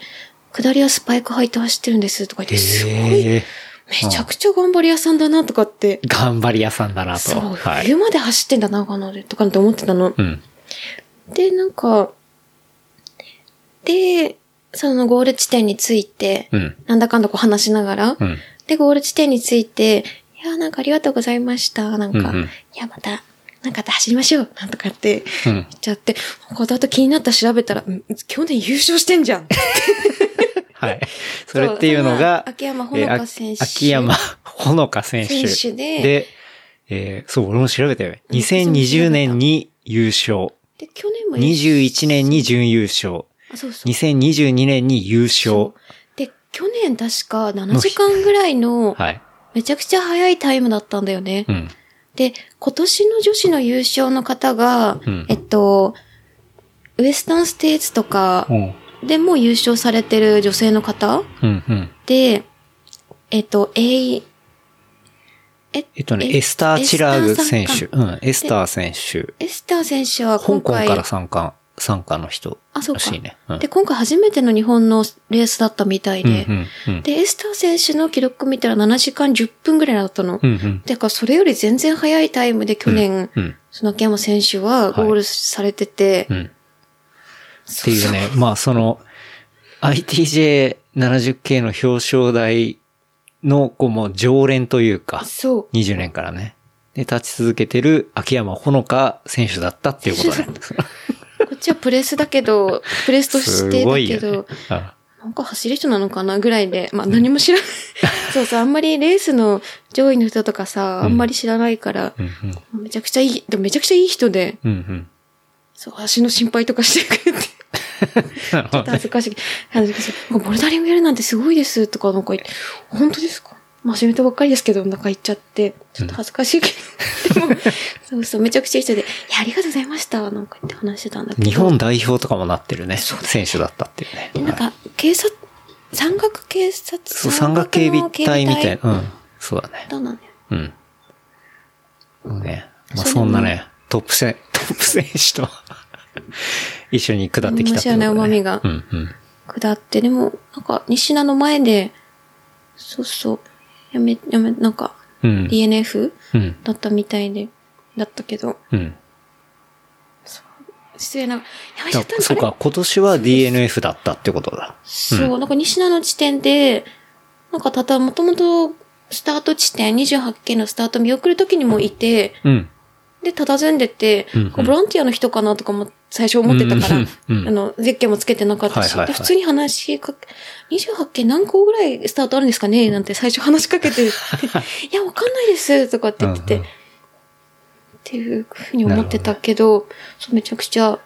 [SPEAKER 3] 下りはスパイク履いて走ってるんですとか言って、すごい、
[SPEAKER 2] へえ。
[SPEAKER 3] めちゃくちゃ頑張り屋さんだなとかって、
[SPEAKER 2] 頑張り屋さんだなと。
[SPEAKER 3] そう、
[SPEAKER 2] はい。
[SPEAKER 3] 冬まで走ってんだ、長野で、とかって思ってたの。
[SPEAKER 2] うん。
[SPEAKER 3] で、なんか、で、そのゴール地点に着いて、
[SPEAKER 2] うん。
[SPEAKER 3] なんだかんだこう話しながら、
[SPEAKER 2] うん。
[SPEAKER 3] で、ゴール地点に着いて、いやーなんかありがとうございました、なんか、
[SPEAKER 2] うんうん
[SPEAKER 3] いや、また、なんかまた走りましょう、なんとかって
[SPEAKER 2] うん。
[SPEAKER 3] 言っちゃって、なんかあと気になったら調べたら、うん去年優勝してんじゃん。
[SPEAKER 2] はい。それっていうのが、
[SPEAKER 3] そう秋山ほのか選
[SPEAKER 2] え
[SPEAKER 3] 手
[SPEAKER 2] ーあ秋山ほのか選手。
[SPEAKER 3] 選手で
[SPEAKER 2] えーそう、俺も調べたよね。
[SPEAKER 3] うん
[SPEAKER 2] 2020年に優勝。
[SPEAKER 3] で、去年も優勝
[SPEAKER 2] 21年に準優勝。
[SPEAKER 3] あ、そうそう。
[SPEAKER 2] 2022年に優勝。
[SPEAKER 3] で、去年確か7時間ぐらいの、
[SPEAKER 2] はい。
[SPEAKER 3] めちゃくちゃ早いタイムだったんだよね。
[SPEAKER 2] うん。
[SPEAKER 3] で、今年の女子の優勝の方が、
[SPEAKER 2] うん
[SPEAKER 3] えっと、ウエスタンステーツとか
[SPEAKER 2] うん。
[SPEAKER 3] でも優勝されてる女性の方
[SPEAKER 2] うん。うん。
[SPEAKER 3] で、えっと、えい、え、
[SPEAKER 2] えっとね、
[SPEAKER 3] え
[SPEAKER 2] エスター・チラーグ選手
[SPEAKER 3] エスターさん。
[SPEAKER 2] うん、エスター選手。
[SPEAKER 3] エスター選手は
[SPEAKER 2] 香
[SPEAKER 3] 今
[SPEAKER 2] 港
[SPEAKER 3] 回、
[SPEAKER 2] から参加。参加の人
[SPEAKER 3] あ、そう
[SPEAKER 2] ら
[SPEAKER 3] か
[SPEAKER 2] しいね。。ん
[SPEAKER 3] で、今回初めての日本のレースだったみたい
[SPEAKER 2] うんう
[SPEAKER 3] で。
[SPEAKER 2] んうん
[SPEAKER 3] で、エスター選手の記録見たら7時間10分ぐらいだったの。
[SPEAKER 2] うんうん
[SPEAKER 3] だからそれより全然早いタイムで去年、
[SPEAKER 2] うん
[SPEAKER 3] その秋山選手はゴールされてて、
[SPEAKER 2] うんっていうね、まあその ITJ70K の表彰台のこうもう常連というか、
[SPEAKER 3] そう。
[SPEAKER 2] 20年からね。で、立ち続けてる秋山ほのか選手だったっていうこと だね。
[SPEAKER 3] こっちはプレスだけど、プレスとし
[SPEAKER 2] す
[SPEAKER 3] てだ
[SPEAKER 2] ごい
[SPEAKER 3] け
[SPEAKER 2] よ、ね
[SPEAKER 3] ど、。
[SPEAKER 2] あ
[SPEAKER 3] なんか走る人なのかなぐらいで、まあ何も 知らない。そうそう、あんまりレースの上位の人とかさ、あんまり知らないから、
[SPEAKER 2] うんうん
[SPEAKER 3] めちゃくちゃいい、でもめちゃくちゃいい人で、
[SPEAKER 2] うんうん。
[SPEAKER 3] そう、足の心配とかしてくれて。
[SPEAKER 2] なるほどね
[SPEAKER 3] 恥ずかしい。恥ずかしい。なんかボルダリングやるなんてすごいですとかなんか言って、本当ですかまあ始めたばっかりですけど、なんか言っちゃって、ちょっと恥ずかしいけど、でも、そうそう、めちゃくちゃいい人で、いや、ありがとうございました、なんか言って話してたんだけど。
[SPEAKER 2] 日本代表とかもなってるね、選手だったっていうね。
[SPEAKER 3] でなんか、警察、山岳警察
[SPEAKER 2] そう、山岳警備隊みたい
[SPEAKER 3] な。
[SPEAKER 2] な。うん。そうだね。
[SPEAKER 3] そうなのよ。
[SPEAKER 2] うん。そうね。まあ
[SPEAKER 3] そ
[SPEAKER 2] そ
[SPEAKER 3] れでも
[SPEAKER 2] んな ね、トップ選、トップ選手と 一緒に下ってきたってことだね
[SPEAKER 3] 面白いね旨味が
[SPEAKER 2] うんうん。
[SPEAKER 3] 下って、でも、なんか、西名の前で、そうそう、やめ、やめ、なんか、
[SPEAKER 2] うん。
[SPEAKER 3] DNF
[SPEAKER 2] うん。
[SPEAKER 3] だったみたいで、だったけど、
[SPEAKER 2] うん。
[SPEAKER 3] 失礼な、やめちゃ
[SPEAKER 2] だ
[SPEAKER 3] ったん
[SPEAKER 2] そう
[SPEAKER 3] だ。あれ
[SPEAKER 2] か、今年は DNF だったってことだ。
[SPEAKER 3] そう、なんか西名の地点で、なんかただ、もともと、スタート地点、28件のスタート見送るときにもいて、
[SPEAKER 2] うん。
[SPEAKER 3] で、佇んでて、
[SPEAKER 2] うんうん
[SPEAKER 3] こうボランティアの人かなとかも最初思ってたから、
[SPEAKER 2] うんうんうん
[SPEAKER 3] あの、ゼッケンもつけてなかったし、
[SPEAKER 2] はいはいはい
[SPEAKER 3] で普通に話しかけ、28件何個ぐらいスタートあるんですかねなんて最初話しか けて、いや、わかんないですとかって言ってて、
[SPEAKER 2] うんうん
[SPEAKER 3] っていうふうに思ってたけど、そうめちゃくちゃ、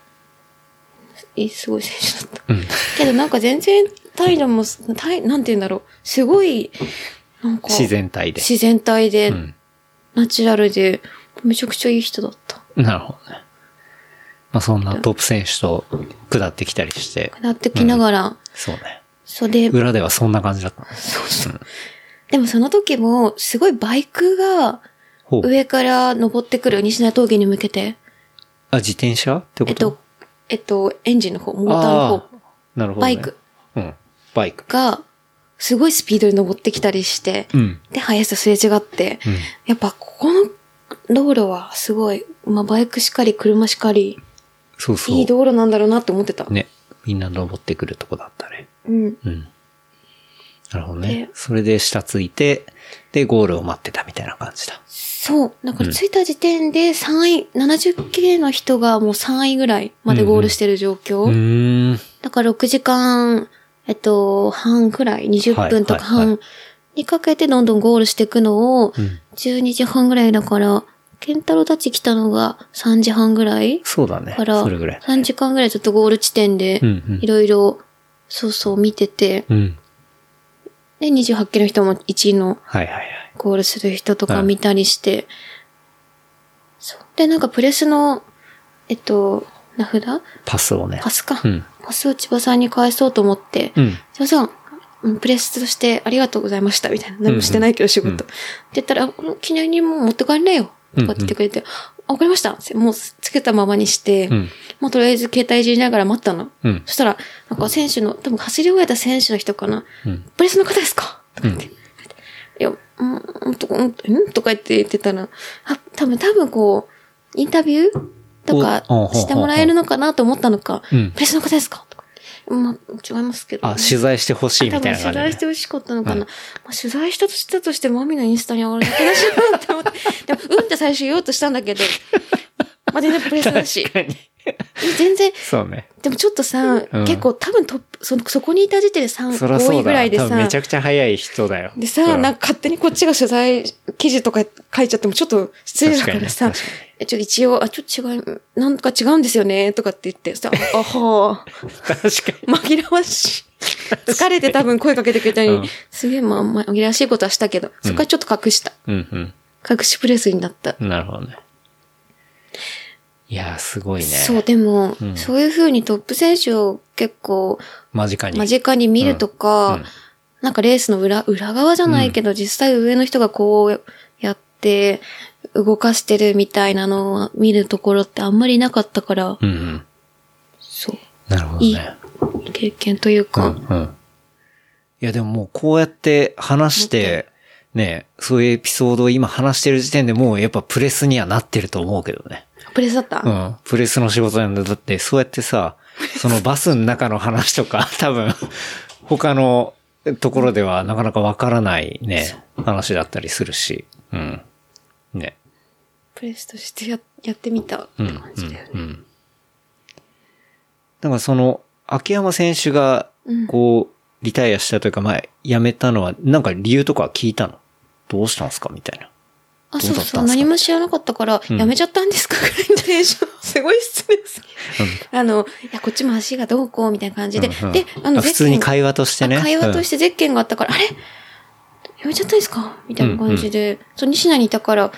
[SPEAKER 3] いい、すごい選手だった。
[SPEAKER 2] うん。
[SPEAKER 3] けどなんか全然態度も、態なんて言うんだろう、すごい、なんか、
[SPEAKER 2] 自然体で。
[SPEAKER 3] 自然体で、
[SPEAKER 2] うん。
[SPEAKER 3] ナチュラルで、めちゃくちゃいい人だった。
[SPEAKER 2] なるほどね。まあそんなトップ選手と下ってきたりして、
[SPEAKER 3] なってきながら、
[SPEAKER 2] そうね。
[SPEAKER 3] そうで、
[SPEAKER 2] 裏ではそんな感じだったのね
[SPEAKER 3] でもその時も、すごいバイクが
[SPEAKER 2] ほう。
[SPEAKER 3] 上から登ってくる、西名峠に向けて、
[SPEAKER 2] あ、自転車って
[SPEAKER 3] え
[SPEAKER 2] こ
[SPEAKER 3] っと
[SPEAKER 2] と、
[SPEAKER 3] えっと、エンジンの方、モ
[SPEAKER 2] え
[SPEAKER 3] ーターの方、
[SPEAKER 2] なるほど、ね。
[SPEAKER 3] バイク。
[SPEAKER 2] うん。バイク。
[SPEAKER 3] が、すごいスピードで登ってきたりして、
[SPEAKER 2] うん。
[SPEAKER 3] で、速さすれ違って、
[SPEAKER 2] うん。
[SPEAKER 3] やっぱここの道路はすごい、まあバイクしかり、車しかり、
[SPEAKER 2] そうそう。
[SPEAKER 3] いい道路なんだろうなって思ってた。
[SPEAKER 2] ね。みんな登ってくるとこだったね。
[SPEAKER 3] うん。
[SPEAKER 2] うん。なるほどね
[SPEAKER 3] で。
[SPEAKER 2] それで下ついて、で、ゴールを待ってたみたいな感じだ。
[SPEAKER 3] そう。だから着いた時点で3位、70系の人がもう3位ぐらいまでゴールしてる状況。
[SPEAKER 2] うーん。
[SPEAKER 3] だから6時間、えっと、半くらい、20分とか
[SPEAKER 2] はいはい
[SPEAKER 3] 半にかけてどんどんゴールしていくのを、
[SPEAKER 2] ん
[SPEAKER 3] 12時半ぐらいだから、ケンタロウたち来たのが3時半ぐらい
[SPEAKER 2] そうだね
[SPEAKER 3] か。ら、
[SPEAKER 2] それぐらい。
[SPEAKER 3] 3時間ぐらいちょっとゴール地点で
[SPEAKER 2] うんうん、
[SPEAKER 3] いろいろ、そうそう見てて、
[SPEAKER 2] うん。
[SPEAKER 3] で、28系の人も1位の
[SPEAKER 2] はいはいはい。
[SPEAKER 3] ゴールする人とか見たりして、そう。で、なんかプレスの、えっと、名札
[SPEAKER 2] パスをね
[SPEAKER 3] パ。スか。
[SPEAKER 2] うん
[SPEAKER 3] パスを千葉さんに返そうと思って、
[SPEAKER 2] うん。
[SPEAKER 3] 千葉さん、うんプレスとしてありがとうございました、みたいな。何もしてないけど仕事。
[SPEAKER 2] うん
[SPEAKER 3] って言ったら、あ記念にもう持って帰りなよ。とかって言ってくれて、あ、わかりました。もうつけたままにして、
[SPEAKER 2] うん。
[SPEAKER 3] もうとりあえず携帯いじりながら待ったの。
[SPEAKER 2] うん
[SPEAKER 3] そしたら、なんか選手の、多分走り終えた選手の人かな。
[SPEAKER 2] うん
[SPEAKER 3] プレスの方ですかとか言って。いや、うん、うんと、うん、うんとか言って言ってたら、あ、多分、多分こう、インタビューとか
[SPEAKER 2] おおほう
[SPEAKER 3] してもらえるのかなと思ったのか、
[SPEAKER 2] うん
[SPEAKER 3] プレスの方ですかとか。まあ、違いますけど。
[SPEAKER 2] あ、取材してほしい
[SPEAKER 3] 多
[SPEAKER 2] みたい
[SPEAKER 3] 分
[SPEAKER 2] な感
[SPEAKER 3] 取
[SPEAKER 2] じだ
[SPEAKER 3] 材して
[SPEAKER 2] ね。
[SPEAKER 3] ほしかったのかな。まあ、取材したとしたとして、マミのインスタに上がるだ けだしなって思って。でも、うんって最初言おうとしたんだけど、まあ、全然プレスだし。
[SPEAKER 2] 確かに。
[SPEAKER 3] 全然、
[SPEAKER 2] そうね。
[SPEAKER 3] でもちょっとさ、
[SPEAKER 2] ん
[SPEAKER 3] 結構多分トップその、そこにいた時点で3、
[SPEAKER 2] そりゃ
[SPEAKER 3] 5
[SPEAKER 2] そ
[SPEAKER 3] 位
[SPEAKER 2] う
[SPEAKER 3] ぐら
[SPEAKER 2] だ。
[SPEAKER 3] いで
[SPEAKER 2] 多
[SPEAKER 3] さ、
[SPEAKER 2] 分めちゃくちゃ早い人だよ。
[SPEAKER 3] でさ、
[SPEAKER 2] うん
[SPEAKER 3] なんか勝手にこっちが取材記事とか書いちゃってもちょっと失礼だからさ
[SPEAKER 2] 確かに確か、
[SPEAKER 3] えちょっと一応、あ、ちょっと違う、なんか違うんですよね、とかって言ってさ、あ はあ、
[SPEAKER 2] 確かに。
[SPEAKER 3] 紛らわしい。疲れて多分声かけてくれたのに、
[SPEAKER 2] うん
[SPEAKER 3] すげえまあ、まあ紛らわしいことはしたけど、そこからちょっと隠した。
[SPEAKER 2] うん
[SPEAKER 3] 隠しプレスになった。
[SPEAKER 2] うん。なるほどね。いやー、すごいね。
[SPEAKER 3] そう、でも、
[SPEAKER 2] うん
[SPEAKER 3] そういう風にトップ選手を結構、
[SPEAKER 2] 間近に。
[SPEAKER 3] 間近に見るとか、
[SPEAKER 2] うんうん
[SPEAKER 3] なんかレースの裏、裏側じゃないけど、実際上の人がこうやって、動かしてるみたいなのを見るところってあんまりなかったから、
[SPEAKER 2] うんうん。なるほど
[SPEAKER 3] いい
[SPEAKER 2] ね。
[SPEAKER 3] 経験とい
[SPEAKER 2] う
[SPEAKER 3] う
[SPEAKER 2] ん、
[SPEAKER 3] か、
[SPEAKER 2] うん。いや、でももうこうやって話して、ね、そういうエピソードを今話してる時点でもうやっぱプレスにはなってると思うけどね。
[SPEAKER 3] プレスだった、
[SPEAKER 2] うん。プレスの仕事なんだ。だって、そうやってさ、そのバスの中の話とか、 多分、他のところではなかなかわからないね、話だったりするし。うん。ね。
[SPEAKER 3] プレスとしてややってみたって
[SPEAKER 2] うん。う
[SPEAKER 3] 感じだよね。
[SPEAKER 2] ん。うん。だからその、秋山選手が
[SPEAKER 3] うん、
[SPEAKER 2] こう、リタイアしたというか、まあ、辞めたのは、なんか理由とかは聞いたのどうしたんですかみたいな。ど
[SPEAKER 3] あ、
[SPEAKER 2] う
[SPEAKER 3] そう
[SPEAKER 2] だったんですか
[SPEAKER 3] そう、何も知らなかったから、
[SPEAKER 2] うん
[SPEAKER 3] やめちゃったんですかぐらいのテンション。すごい失礼です。あの、いや、こっちも足がどうこうみたいな感じで。
[SPEAKER 2] うんうん
[SPEAKER 3] で、あの、
[SPEAKER 2] 普通に
[SPEAKER 3] ゼッケン
[SPEAKER 2] 会話としてね。。
[SPEAKER 3] あ会話としててゼッケンがあったから、あれやめちゃったんですかみたいな感じで、そう、西成にいたから、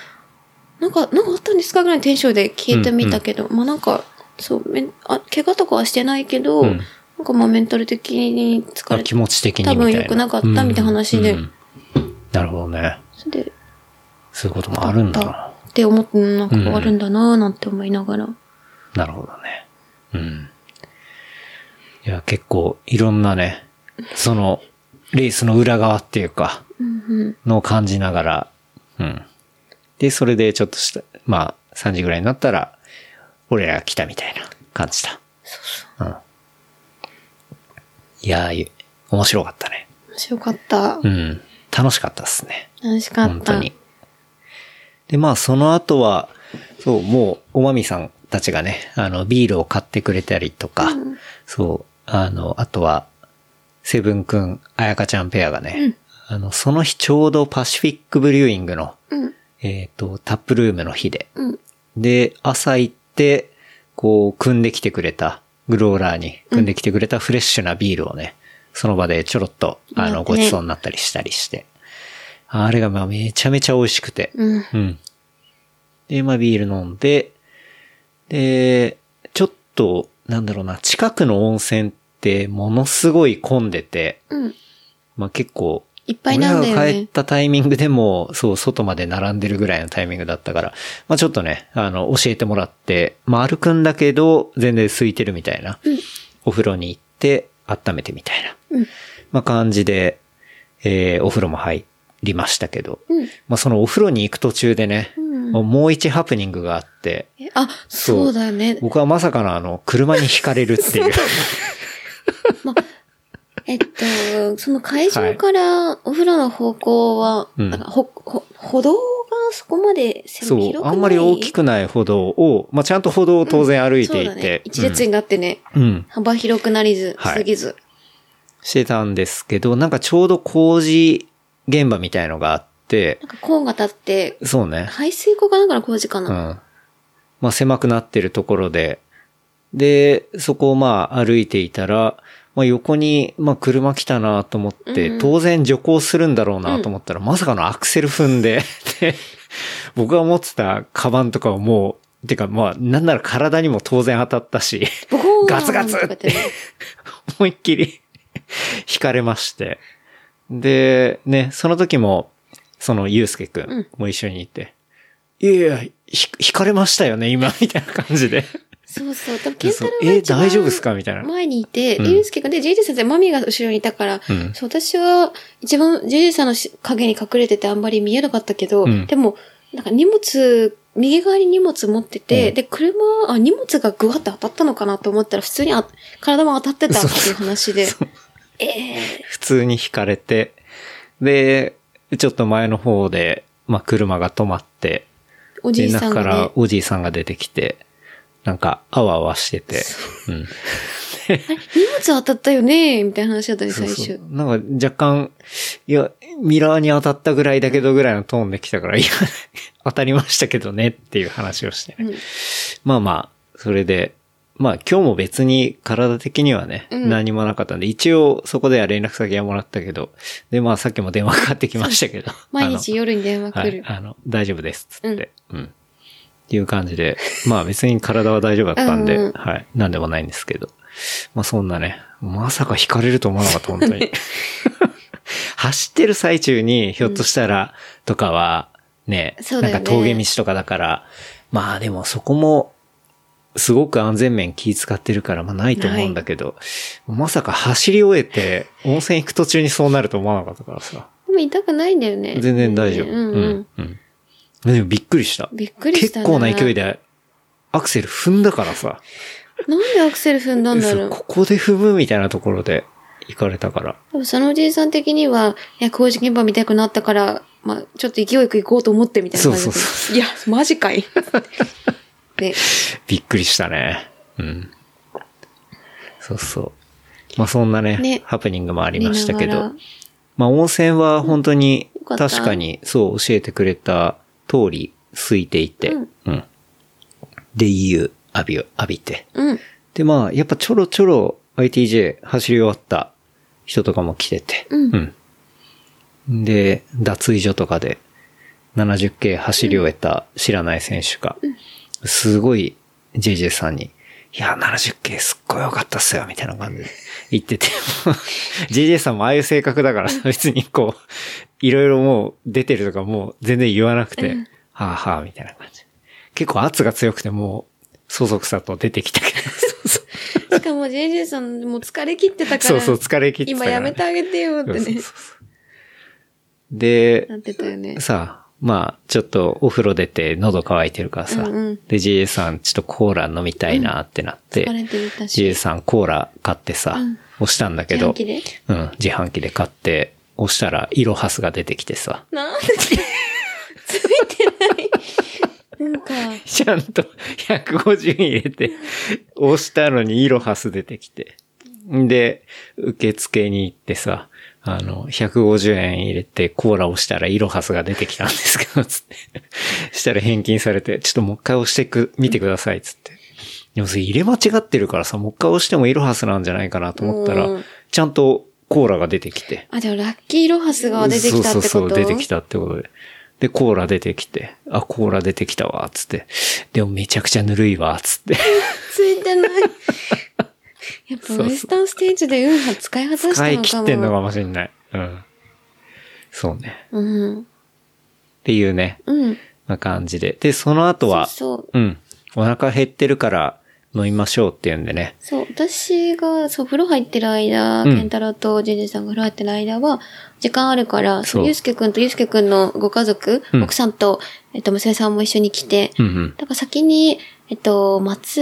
[SPEAKER 3] なんか、なんかあったんですかぐらいのテンションで聞いてみたけど、まあなんか、そう、めんあ怪我とかはしてないけど、
[SPEAKER 2] うん
[SPEAKER 3] なんかまあメンタル的に疲れ
[SPEAKER 2] あ
[SPEAKER 3] て
[SPEAKER 2] 気、持ち的にみたいな。
[SPEAKER 3] 多分良くなかったみたいな話で
[SPEAKER 2] なるほどね。
[SPEAKER 3] それで、
[SPEAKER 2] そういうこともあるんだな。
[SPEAKER 3] って思って、なんかあるんだなぁなんて思いながら。
[SPEAKER 2] なるほどね。うん。いや、結構いろんなね、その、レースの裏側っていうか、
[SPEAKER 3] うんうん。
[SPEAKER 2] のを感じながら、うん。で、それでちょっとした、まあ、3時ぐらいになったら、俺らが来たみたいな感じだ。うん。いやー、面白かったね。
[SPEAKER 3] 面白かった。
[SPEAKER 2] うん。楽しかったですね。
[SPEAKER 3] 楽しかった。
[SPEAKER 2] 本当に。で、まあ、その後は、そう、もう、おまみさんたちがね、あの、ビールを買ってくれたりとか、そう、あの、あとは、セブンくん、あやかちゃんペアがね、あの、その日ちょうどパシフィックブリューイングの、
[SPEAKER 3] うん。
[SPEAKER 2] えっ、と、タップルームの日で、
[SPEAKER 3] うん。
[SPEAKER 2] で、朝行って、こう、組んできてくれた、グローラーに組んできてくれたフレッシュなビールをね、その場でちょろっと、あ
[SPEAKER 3] もら
[SPEAKER 2] の、
[SPEAKER 3] ってね
[SPEAKER 2] ごちそうになったりしたりして。あれがまあめちゃめちゃ美味しくて。
[SPEAKER 3] うん。
[SPEAKER 2] うん。で、まあビール飲んで、で、ちょっと、なんだろうな、近くの温泉ってものすごい混んでて、
[SPEAKER 3] うん。
[SPEAKER 2] まあ結構、
[SPEAKER 3] いっぱいなんだよね
[SPEAKER 2] 俺らが帰ったタイミングでも、そう、外まで並んでるぐらいのタイミングだったから、まあちょっとね、あの、教えてもらって、まあ歩くんだけど、全然空いてるみたいな、お風呂に行って、温めてみたいな、
[SPEAKER 3] うん
[SPEAKER 2] まあ感じで、えーお風呂も入りましたけど、
[SPEAKER 3] うん
[SPEAKER 2] まあそのお風呂に行く途中でね、
[SPEAKER 3] うん
[SPEAKER 2] もう一ハプニングがあって、
[SPEAKER 3] えあ、
[SPEAKER 2] そう
[SPEAKER 3] そうだよね。
[SPEAKER 2] 僕はまさかのあの、車に轢かれるっていう。
[SPEAKER 3] えっと、その会場からお風呂の方向は、
[SPEAKER 2] うん
[SPEAKER 3] なんかほほ歩道がそこまで狭
[SPEAKER 2] そ
[SPEAKER 3] 広く
[SPEAKER 2] う、
[SPEAKER 3] ない
[SPEAKER 2] あんまり大きくない歩道を、まあちゃんと歩道を当然歩いてい
[SPEAKER 3] そうだね
[SPEAKER 2] て、。
[SPEAKER 3] 一列
[SPEAKER 2] うん
[SPEAKER 3] になってね、
[SPEAKER 2] うん。
[SPEAKER 3] 幅広くなりず、
[SPEAKER 2] はい
[SPEAKER 3] すぎず。
[SPEAKER 2] してたんですけど、なんかちょうど工事現場みたいのがあって
[SPEAKER 3] な、んかコーンが立って、
[SPEAKER 2] そうね。
[SPEAKER 3] 排水溝かなんかの工事か
[SPEAKER 2] う
[SPEAKER 3] な。
[SPEAKER 2] ん。まあ狭くなってるところで、で、そこをまあ歩いていたら、まあ横に、まあ車来たなと思って、
[SPEAKER 3] うんうん
[SPEAKER 2] 当然徐行するんだろうなと思ったら、まさかのアクセル踏んで、で、僕が持ってたカバンとかをもう、てかまあなんなら体にも当然当たったし、
[SPEAKER 3] ボコーン
[SPEAKER 2] ガツガツ
[SPEAKER 3] とかってね
[SPEAKER 2] 思いっきり 惹かれまして。で、ね、その時も、その、ゆうすけく
[SPEAKER 3] うんん
[SPEAKER 2] も一緒にいて、いやいや、ひ惹かれましたよね、今、みたいな感じ で。
[SPEAKER 3] そうそう。でも、ケンタ
[SPEAKER 2] そう
[SPEAKER 3] ロウが
[SPEAKER 2] え、
[SPEAKER 3] 一番
[SPEAKER 2] 大丈夫ですかみたいな。
[SPEAKER 3] 前にいて、
[SPEAKER 2] うん
[SPEAKER 3] でゆうすけが、で、ジェイジェイさんってマミが後ろにいたから、
[SPEAKER 2] うん
[SPEAKER 3] そう、私は一番ジェイジェイさんのし影に隠れててあんまり見えなかったけど、
[SPEAKER 2] うん
[SPEAKER 3] でも、なんか荷物、右側に荷物持ってて、
[SPEAKER 2] うん
[SPEAKER 3] で、車、あ、荷物がグワって当たったのかなと思ったら、普通にあ体も当たってたっていう話で、ええ
[SPEAKER 2] 普通に惹かれて、で、ちょっと前の方で、まあ、車が止まって、
[SPEAKER 3] おじ
[SPEAKER 2] で、
[SPEAKER 3] いさん
[SPEAKER 2] 中か
[SPEAKER 3] が
[SPEAKER 2] ら
[SPEAKER 3] ね、
[SPEAKER 2] おじいさんが出てきて、なんか、あわあわしてて、うん。
[SPEAKER 3] 荷物当たったよねみたいな話だったね、
[SPEAKER 2] そう
[SPEAKER 3] 最
[SPEAKER 2] そう
[SPEAKER 3] 初。
[SPEAKER 2] なんか若干、いや、ミラーに当たったぐらいだけどぐらいのトーンで来たから、いや、 当たりましたけどねっていう話をしてね。
[SPEAKER 3] うん
[SPEAKER 2] まあまあ、それで、まあ今日も別に体的にはね、
[SPEAKER 3] うん
[SPEAKER 2] 何もなかったんで、一応そこでは連絡先はもらったけど、でまあさっきも電話かかってきましたけど。
[SPEAKER 3] 毎日夜に電話
[SPEAKER 2] あの
[SPEAKER 3] 来る。
[SPEAKER 2] はい、あの、大丈夫です、つって。うん。っていう感じで、まあ別に体は大丈夫だったんで、
[SPEAKER 3] うんうん
[SPEAKER 2] はい、なんでもないんですけど。まあそんなね、まさか惹かれると思わなかった、本当に。 走ってる最中に、ひょっとしたら、とかは、ね、
[SPEAKER 3] そう
[SPEAKER 2] なん
[SPEAKER 3] だよね
[SPEAKER 2] か峠道とかだから、まあでもそこも、すごく安全面気使ってるから、まあないと思うんだけど、まさか走り終えて、温泉行く途中にそうなると思わなかったからさ。
[SPEAKER 3] でも痛くないんだよね。
[SPEAKER 2] 全然大丈夫。
[SPEAKER 3] うん
[SPEAKER 2] う
[SPEAKER 3] うん
[SPEAKER 2] ん。うんでもびっくりした。
[SPEAKER 3] びっくりし
[SPEAKER 2] 結
[SPEAKER 3] たな
[SPEAKER 2] 構な勢いで、アクセル踏んだからさ。
[SPEAKER 3] なんでアクセル踏んだんだろ
[SPEAKER 2] そうう。ここで踏むみたいなところで行かれたから。
[SPEAKER 3] でもそのおじいさん的には、いや、工事現場見たくなったから、まあ、ちょっと勢いよく行こうと思ってみたいな感じ
[SPEAKER 2] そ
[SPEAKER 3] で。
[SPEAKER 2] うそうそ
[SPEAKER 3] いや、マ ジかい。ね、
[SPEAKER 2] びっくりしたね。うん。そうそう。まあそんなね、
[SPEAKER 3] ね
[SPEAKER 2] ハプニングもありましたけ
[SPEAKER 3] 見なが
[SPEAKER 2] ど
[SPEAKER 3] ら。
[SPEAKER 2] まあ温泉は本当に
[SPEAKER 3] よかった
[SPEAKER 2] 確かにそう教えてくれた通り空いていて、
[SPEAKER 3] うん
[SPEAKER 2] うん。で、EU 浴び、浴びて。
[SPEAKER 3] うん。
[SPEAKER 2] で、まあ、やっぱちょろちょろ ITJ 走り終わった人とかも来てて。
[SPEAKER 3] うん
[SPEAKER 2] うんで、脱衣所とかで 70K 走り終えた知らない選手が、すごい JJ さんに、いや、70K すっごい良かったっすよ、みたいな感じで言ってて。JJ さんもああいう性格だからさ、別にこう、いろいろもう出てるとかもう全然言わなくて、はあはあ、みたいな感じ。結構圧が強くてもう、そそくさと出てきたけど。そうそう
[SPEAKER 3] しかも JJ さんもう疲れ切ってたから。
[SPEAKER 2] そうそう、疲れ切ってたか
[SPEAKER 3] 今
[SPEAKER 2] らね
[SPEAKER 3] やめてあげてよっ
[SPEAKER 2] そ
[SPEAKER 3] て
[SPEAKER 2] うそうそ
[SPEAKER 3] ね
[SPEAKER 2] う。そうで
[SPEAKER 3] な、ってたよね。
[SPEAKER 2] さ、まあ、ちょっとお風呂出て喉乾いてるからさ、
[SPEAKER 3] うんうん
[SPEAKER 2] で、JA さんちょっとコーラ飲みたいなってなって、
[SPEAKER 3] 疲れていたし。
[SPEAKER 2] JA さんコーラ買ってさ、
[SPEAKER 3] うん
[SPEAKER 2] 押したんだけど、
[SPEAKER 3] 自販機で
[SPEAKER 2] うん、自販機で買って、押したら、イロハスが出てきてさ、
[SPEAKER 3] なんでついてない。なんか、
[SPEAKER 2] ちゃんと150円入れて、押したのにイロハス出てきて。で、受付に行ってさ、あの、150円入れてコーラ押したらイロハスが出てきたんですけど、つって。 したら返金されて、ちょっともう一回押してく、見てください、つって。でもそれ入れ間違ってるからさ、もう一回押してもイロハスなんじゃないかなと思ったら
[SPEAKER 3] うん、
[SPEAKER 2] ちゃんとコーラが出てきて。
[SPEAKER 3] あ、でもラッキーイロハスが出てきたってこと
[SPEAKER 2] そうそうそう、出てき
[SPEAKER 3] た。
[SPEAKER 2] たってことで。で、コーラ出てきて、あ、コーラ出てきたわ、つって。でもめちゃくちゃぬるいわ、つって。
[SPEAKER 3] つ いてない。やっぱウエスタンステージで運波使い果たしたのかも。
[SPEAKER 2] 使い切ってんのかもしんない。うん。そうね。
[SPEAKER 3] うん。
[SPEAKER 2] っていうね、
[SPEAKER 3] うん。
[SPEAKER 2] な感じで。で、その後は、
[SPEAKER 3] そ
[SPEAKER 2] う
[SPEAKER 3] う。
[SPEAKER 2] ん。お腹減ってるから飲みましょうっていうんでね。
[SPEAKER 3] そう、私が、そう、風呂入ってる間、
[SPEAKER 2] うん
[SPEAKER 3] ケンタロウとジェジェさんが風呂入ってる間は、時間あるから、
[SPEAKER 2] そう
[SPEAKER 3] ゆうすけくんとゆうすけくんのご家族、
[SPEAKER 2] うん
[SPEAKER 3] 奥さんと、えっと、娘さんも一緒に来て、
[SPEAKER 2] うんうん。
[SPEAKER 3] だから先に、えっと、松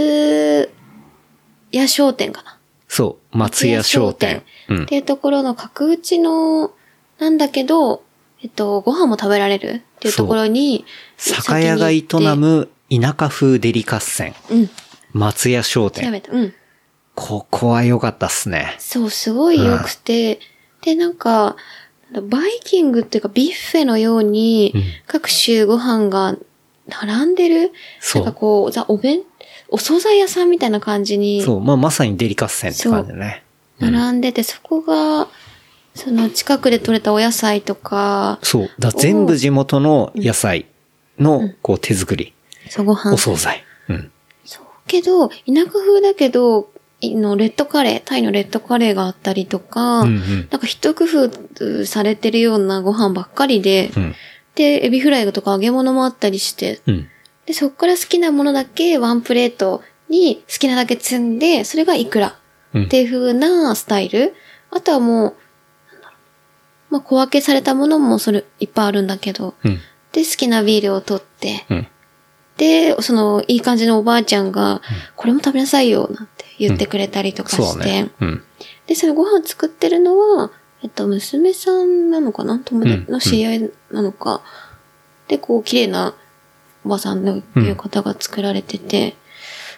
[SPEAKER 3] 屋商店かな。
[SPEAKER 2] そう。松屋商店。う
[SPEAKER 3] っ
[SPEAKER 2] ん
[SPEAKER 3] て。いうところの角打ちの、なんだけど、えっと、ご飯も食べられるっていうところに、
[SPEAKER 2] 酒屋が営
[SPEAKER 3] 先に行って、
[SPEAKER 2] む田舎風デリカッセン。
[SPEAKER 3] うん、
[SPEAKER 2] 松屋商
[SPEAKER 3] 調
[SPEAKER 2] 店。
[SPEAKER 3] べた。うん。
[SPEAKER 2] ここは良かったっすね。
[SPEAKER 3] そう、すごい良くて、で、なんか、バイキングっていうかビュッフェのように
[SPEAKER 2] うん、
[SPEAKER 3] 各種ご飯が並んでる、
[SPEAKER 2] そう
[SPEAKER 3] なんかこう、ザ、お弁、お惣菜屋さんみたいな感じに、
[SPEAKER 2] そう。まあ、まさにデリカッセンって感じだね。うん
[SPEAKER 3] 並んでて、そこが、その近くで採れたお野菜とか、
[SPEAKER 2] そう。だから全部地元の野菜の、こう、手作り。
[SPEAKER 3] そう、ご飯
[SPEAKER 2] お。惣菜。うん。
[SPEAKER 3] そう、けど、田舎風だけど、いのレッドカレー、タイのレッドカレーがあったりとか、
[SPEAKER 2] うんうん
[SPEAKER 3] なんか一工夫されてるようなご飯ばっかりで、
[SPEAKER 2] うん。
[SPEAKER 3] で、エビフライとか揚げ物もあったりして、
[SPEAKER 2] うん。
[SPEAKER 3] で、そこから好きなものだけワンプレートに好きなだけ積んで、それがいくら
[SPEAKER 2] うん
[SPEAKER 3] っていう風なスタイル。あとはもう、なんだろうまあ、小分けされたものもそれいっぱいあるんだけど、
[SPEAKER 2] うん。
[SPEAKER 3] で、好きなビールを取って、
[SPEAKER 2] うん。
[SPEAKER 3] で、その、いい感じのおばあちゃんが、これも食べなさいよ、なんて言ってくれたりとか
[SPEAKER 2] そ
[SPEAKER 3] し
[SPEAKER 2] う
[SPEAKER 3] て、
[SPEAKER 2] ね。うん。
[SPEAKER 3] で、そのご飯作ってるのは、えっと、娘さんなのかな友
[SPEAKER 2] うん
[SPEAKER 3] 達の知り合いなのか。で、こう、綺麗なおばさんのっていう方が作られてて、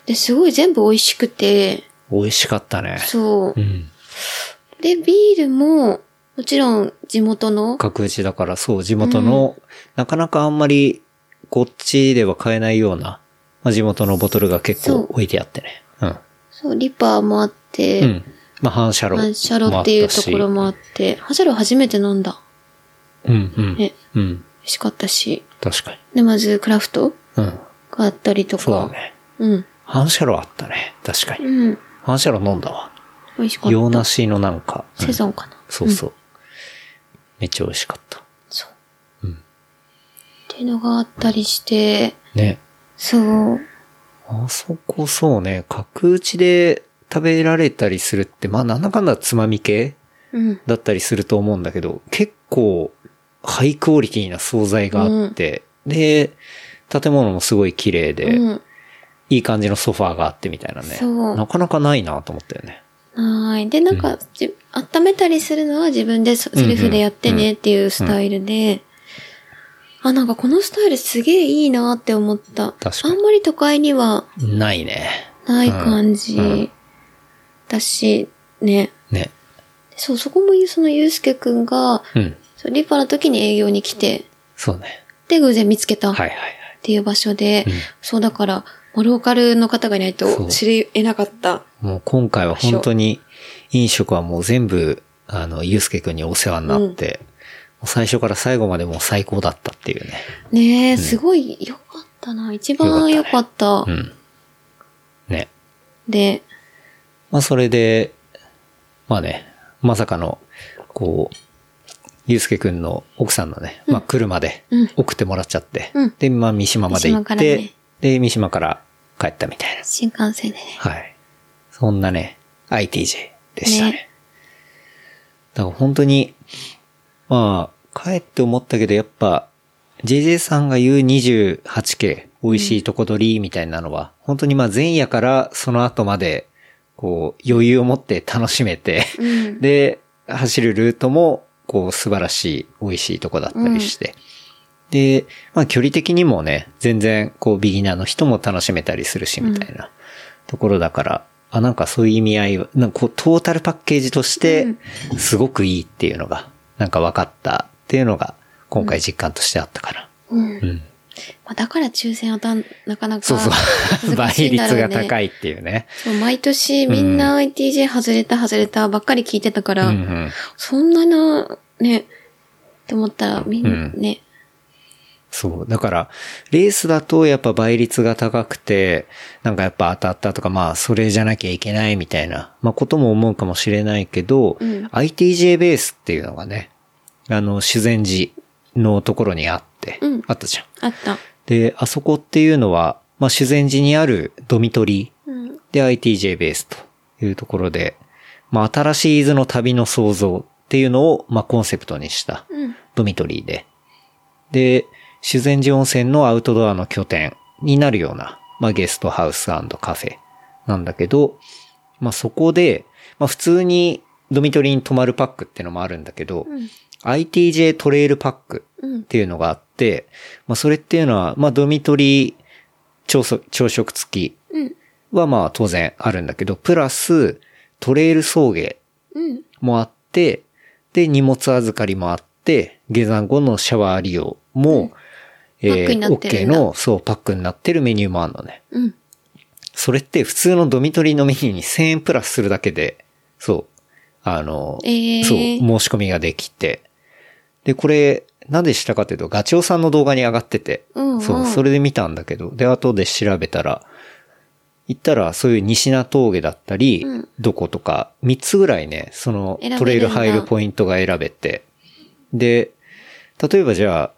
[SPEAKER 3] で、すごい全部美味しくて、
[SPEAKER 2] 美味しかったね。
[SPEAKER 3] そう
[SPEAKER 2] う。ん。
[SPEAKER 3] で、ビールも、もちろん地元の、
[SPEAKER 2] 角打ちだから、そう、地元の、なかなかあんまり、こっちでは買えないような、まあ、地元のボトルが結
[SPEAKER 3] そ
[SPEAKER 2] 構
[SPEAKER 3] う
[SPEAKER 2] 置いてあってね。うん。
[SPEAKER 3] そう、リパーもあっ
[SPEAKER 2] う
[SPEAKER 3] て、
[SPEAKER 2] ん。まあ、反射炉もあ
[SPEAKER 3] ハ
[SPEAKER 2] ったし。
[SPEAKER 3] ンシャロっていうところもあって、ハンシャロ初めて飲んだ。
[SPEAKER 2] うんうん。
[SPEAKER 3] ね、
[SPEAKER 2] うん。
[SPEAKER 3] 美味しかったし。
[SPEAKER 2] 確かに。
[SPEAKER 3] で、まずクラフト
[SPEAKER 2] うん。
[SPEAKER 3] があったりとか。
[SPEAKER 2] そうだね。
[SPEAKER 3] うん。
[SPEAKER 2] 反射炉あったね。確かに。
[SPEAKER 3] うん。
[SPEAKER 2] 反射炉飲んだわ。
[SPEAKER 3] 美味しかった。
[SPEAKER 2] 洋梨のなんか。うん
[SPEAKER 3] セゾンかな。
[SPEAKER 2] そうそう。めっちゃ美味しかった。
[SPEAKER 3] そう。
[SPEAKER 2] うん
[SPEAKER 3] っていうのがあったりして、
[SPEAKER 2] ね。
[SPEAKER 3] そう。
[SPEAKER 2] ああそこそうね、角打ちで食べられたりするって、まあなんだかんだつまみ系
[SPEAKER 3] うん。
[SPEAKER 2] だったりすると思うんだけど、結構ハイクオリティな惣菜があって、で、建物もすごい綺麗で、
[SPEAKER 3] うん。
[SPEAKER 2] いい感じのソファーがあってみたいなね。
[SPEAKER 3] そう
[SPEAKER 2] なかなかないなと思ったよね。
[SPEAKER 3] はい。で、なんか、じ、温めたりするのは自分でそセルフでやってねっていうスタイルで、あ、なんかこのスタイルすげえいいなって思った。
[SPEAKER 2] 確か
[SPEAKER 3] あ
[SPEAKER 2] に
[SPEAKER 3] んまり都会には
[SPEAKER 2] ないね。
[SPEAKER 3] ない感じ、
[SPEAKER 2] うんうん
[SPEAKER 3] だし、ね。
[SPEAKER 2] ね。
[SPEAKER 3] そう、そこもゆ、そのゆうすけくんが、
[SPEAKER 2] うん。
[SPEAKER 3] そうリパの時に営業に来て、
[SPEAKER 2] そうね。
[SPEAKER 3] で、偶然見つけたっ
[SPEAKER 2] はいはいはい。
[SPEAKER 3] ていう場所で、
[SPEAKER 2] うん
[SPEAKER 3] そうだから、もうローカルの方がいない
[SPEAKER 2] そ
[SPEAKER 3] と
[SPEAKER 2] う
[SPEAKER 3] 知り得なかった。
[SPEAKER 2] もう今回は本当に飲食はもう全部、あの、ゆうすけくんにお世話になって、もう最初から最後までもう最高だったっていうね。
[SPEAKER 3] ねえ、すごい良かったな。一番良
[SPEAKER 2] 良
[SPEAKER 3] か
[SPEAKER 2] か
[SPEAKER 3] った。
[SPEAKER 2] うん。ね。
[SPEAKER 3] で、
[SPEAKER 2] まあそれで、まあね、まさかの、こう、ゆうすけくんの奥さんのね、まあ車で
[SPEAKER 3] うん
[SPEAKER 2] 送ってもらっちゃって、
[SPEAKER 3] うん
[SPEAKER 2] で、まあ三島まで行
[SPEAKER 3] 三島か
[SPEAKER 2] っ
[SPEAKER 3] ら
[SPEAKER 2] て、
[SPEAKER 3] ね
[SPEAKER 2] で、三島から帰ったみたいな。
[SPEAKER 3] 新幹線でね。
[SPEAKER 2] はい。そんなね、ITJ でしたね。
[SPEAKER 3] ね
[SPEAKER 2] だから本当に、まあ、帰って思ったけど、やっぱ、JJ さんが言う 28K 美味しいとこ取りみたいなのは、本当にまあ前夜からその後まで、こう、余裕を持って楽しめて、
[SPEAKER 3] うん。
[SPEAKER 2] で、走るルートも、こう、素晴らしい、美味しいとこだったりして。で、まあ、距離的にもね、全然、こう、ビギナーの人も楽しめたりするし、みたいなところだから、あ、なんかそういう意味合いは、なんかこう、トータルパッケージとして、すごくいいっていうのが、なんか分かったっていうのが、今回実感としてあったかな。
[SPEAKER 3] うん
[SPEAKER 2] うん。
[SPEAKER 3] まあ、だから抽選当たん、なかなか
[SPEAKER 2] そうそう。
[SPEAKER 3] 難し
[SPEAKER 2] 倍
[SPEAKER 3] いんだ
[SPEAKER 2] 率
[SPEAKER 3] ろうね。
[SPEAKER 2] が高いっていうね。
[SPEAKER 3] そう。毎年みんな ITJ 外れた外れたばっかり聞いてたか
[SPEAKER 2] うん
[SPEAKER 3] ら、
[SPEAKER 2] うん。
[SPEAKER 3] そんなな、ね、って思ったらみんな、
[SPEAKER 2] うん
[SPEAKER 3] ね。
[SPEAKER 2] そう。だから、レースだとやっぱ倍率が高くて、なんかやっぱ当たったとか、まあ、それじゃなきゃいけないみたいな、まあ、ことも思うかもしれないけど、
[SPEAKER 3] うん
[SPEAKER 2] ITJ ベースっていうのがね、あの、修善寺のところにあって、
[SPEAKER 3] うん
[SPEAKER 2] あったじゃん。
[SPEAKER 3] あった。
[SPEAKER 2] で、あそこっていうのは、まあ、修善寺にあるドミトリー、
[SPEAKER 3] うん。
[SPEAKER 2] で、ITJ ベースというところで、まあ、新しい伊豆の旅の創造っていうのを、まあ、コンセプトにした
[SPEAKER 3] うん。
[SPEAKER 2] ドミトリーで。で、修善寺温泉のアウトドアの拠点になるような、まあ、ゲストハウスカフェなんだけど、まあ、そこで、まあ、普通にドミトリーに泊まるパックってのもあるんだけど、
[SPEAKER 3] うん。
[SPEAKER 2] ITJ トレイルパック
[SPEAKER 3] うん
[SPEAKER 2] っ。ていうのがあって、まあ、それっていうのは、まあ、ドミトリー朝食朝食付き
[SPEAKER 3] うん。
[SPEAKER 2] はまあ当然あるんだけど、プラストレイル送迎
[SPEAKER 3] うん。
[SPEAKER 2] もあって、で、荷物預かりもあって、下山後のシャワー利用も、え
[SPEAKER 3] パックになってる
[SPEAKER 2] OK
[SPEAKER 3] んだ
[SPEAKER 2] の、そう、パックになってるメニューもあるのね。
[SPEAKER 3] うん。
[SPEAKER 2] それって普通のドミトリーのメニューに1000円プラスするだけで、そう、あの、
[SPEAKER 3] えー
[SPEAKER 2] そう、申し込みができて。で、これ、なんでしたかというと、ガチオさんの動画に上がってて、
[SPEAKER 3] うんうん
[SPEAKER 2] そう、それで見たんだけど、で、後で調べたら、行ったら、そういう西名峠だったり、
[SPEAKER 3] うん
[SPEAKER 2] どことか、3つぐらいね、その
[SPEAKER 3] 選べるんだ
[SPEAKER 2] トレイル入るポイントが選べて、で、例えばじゃ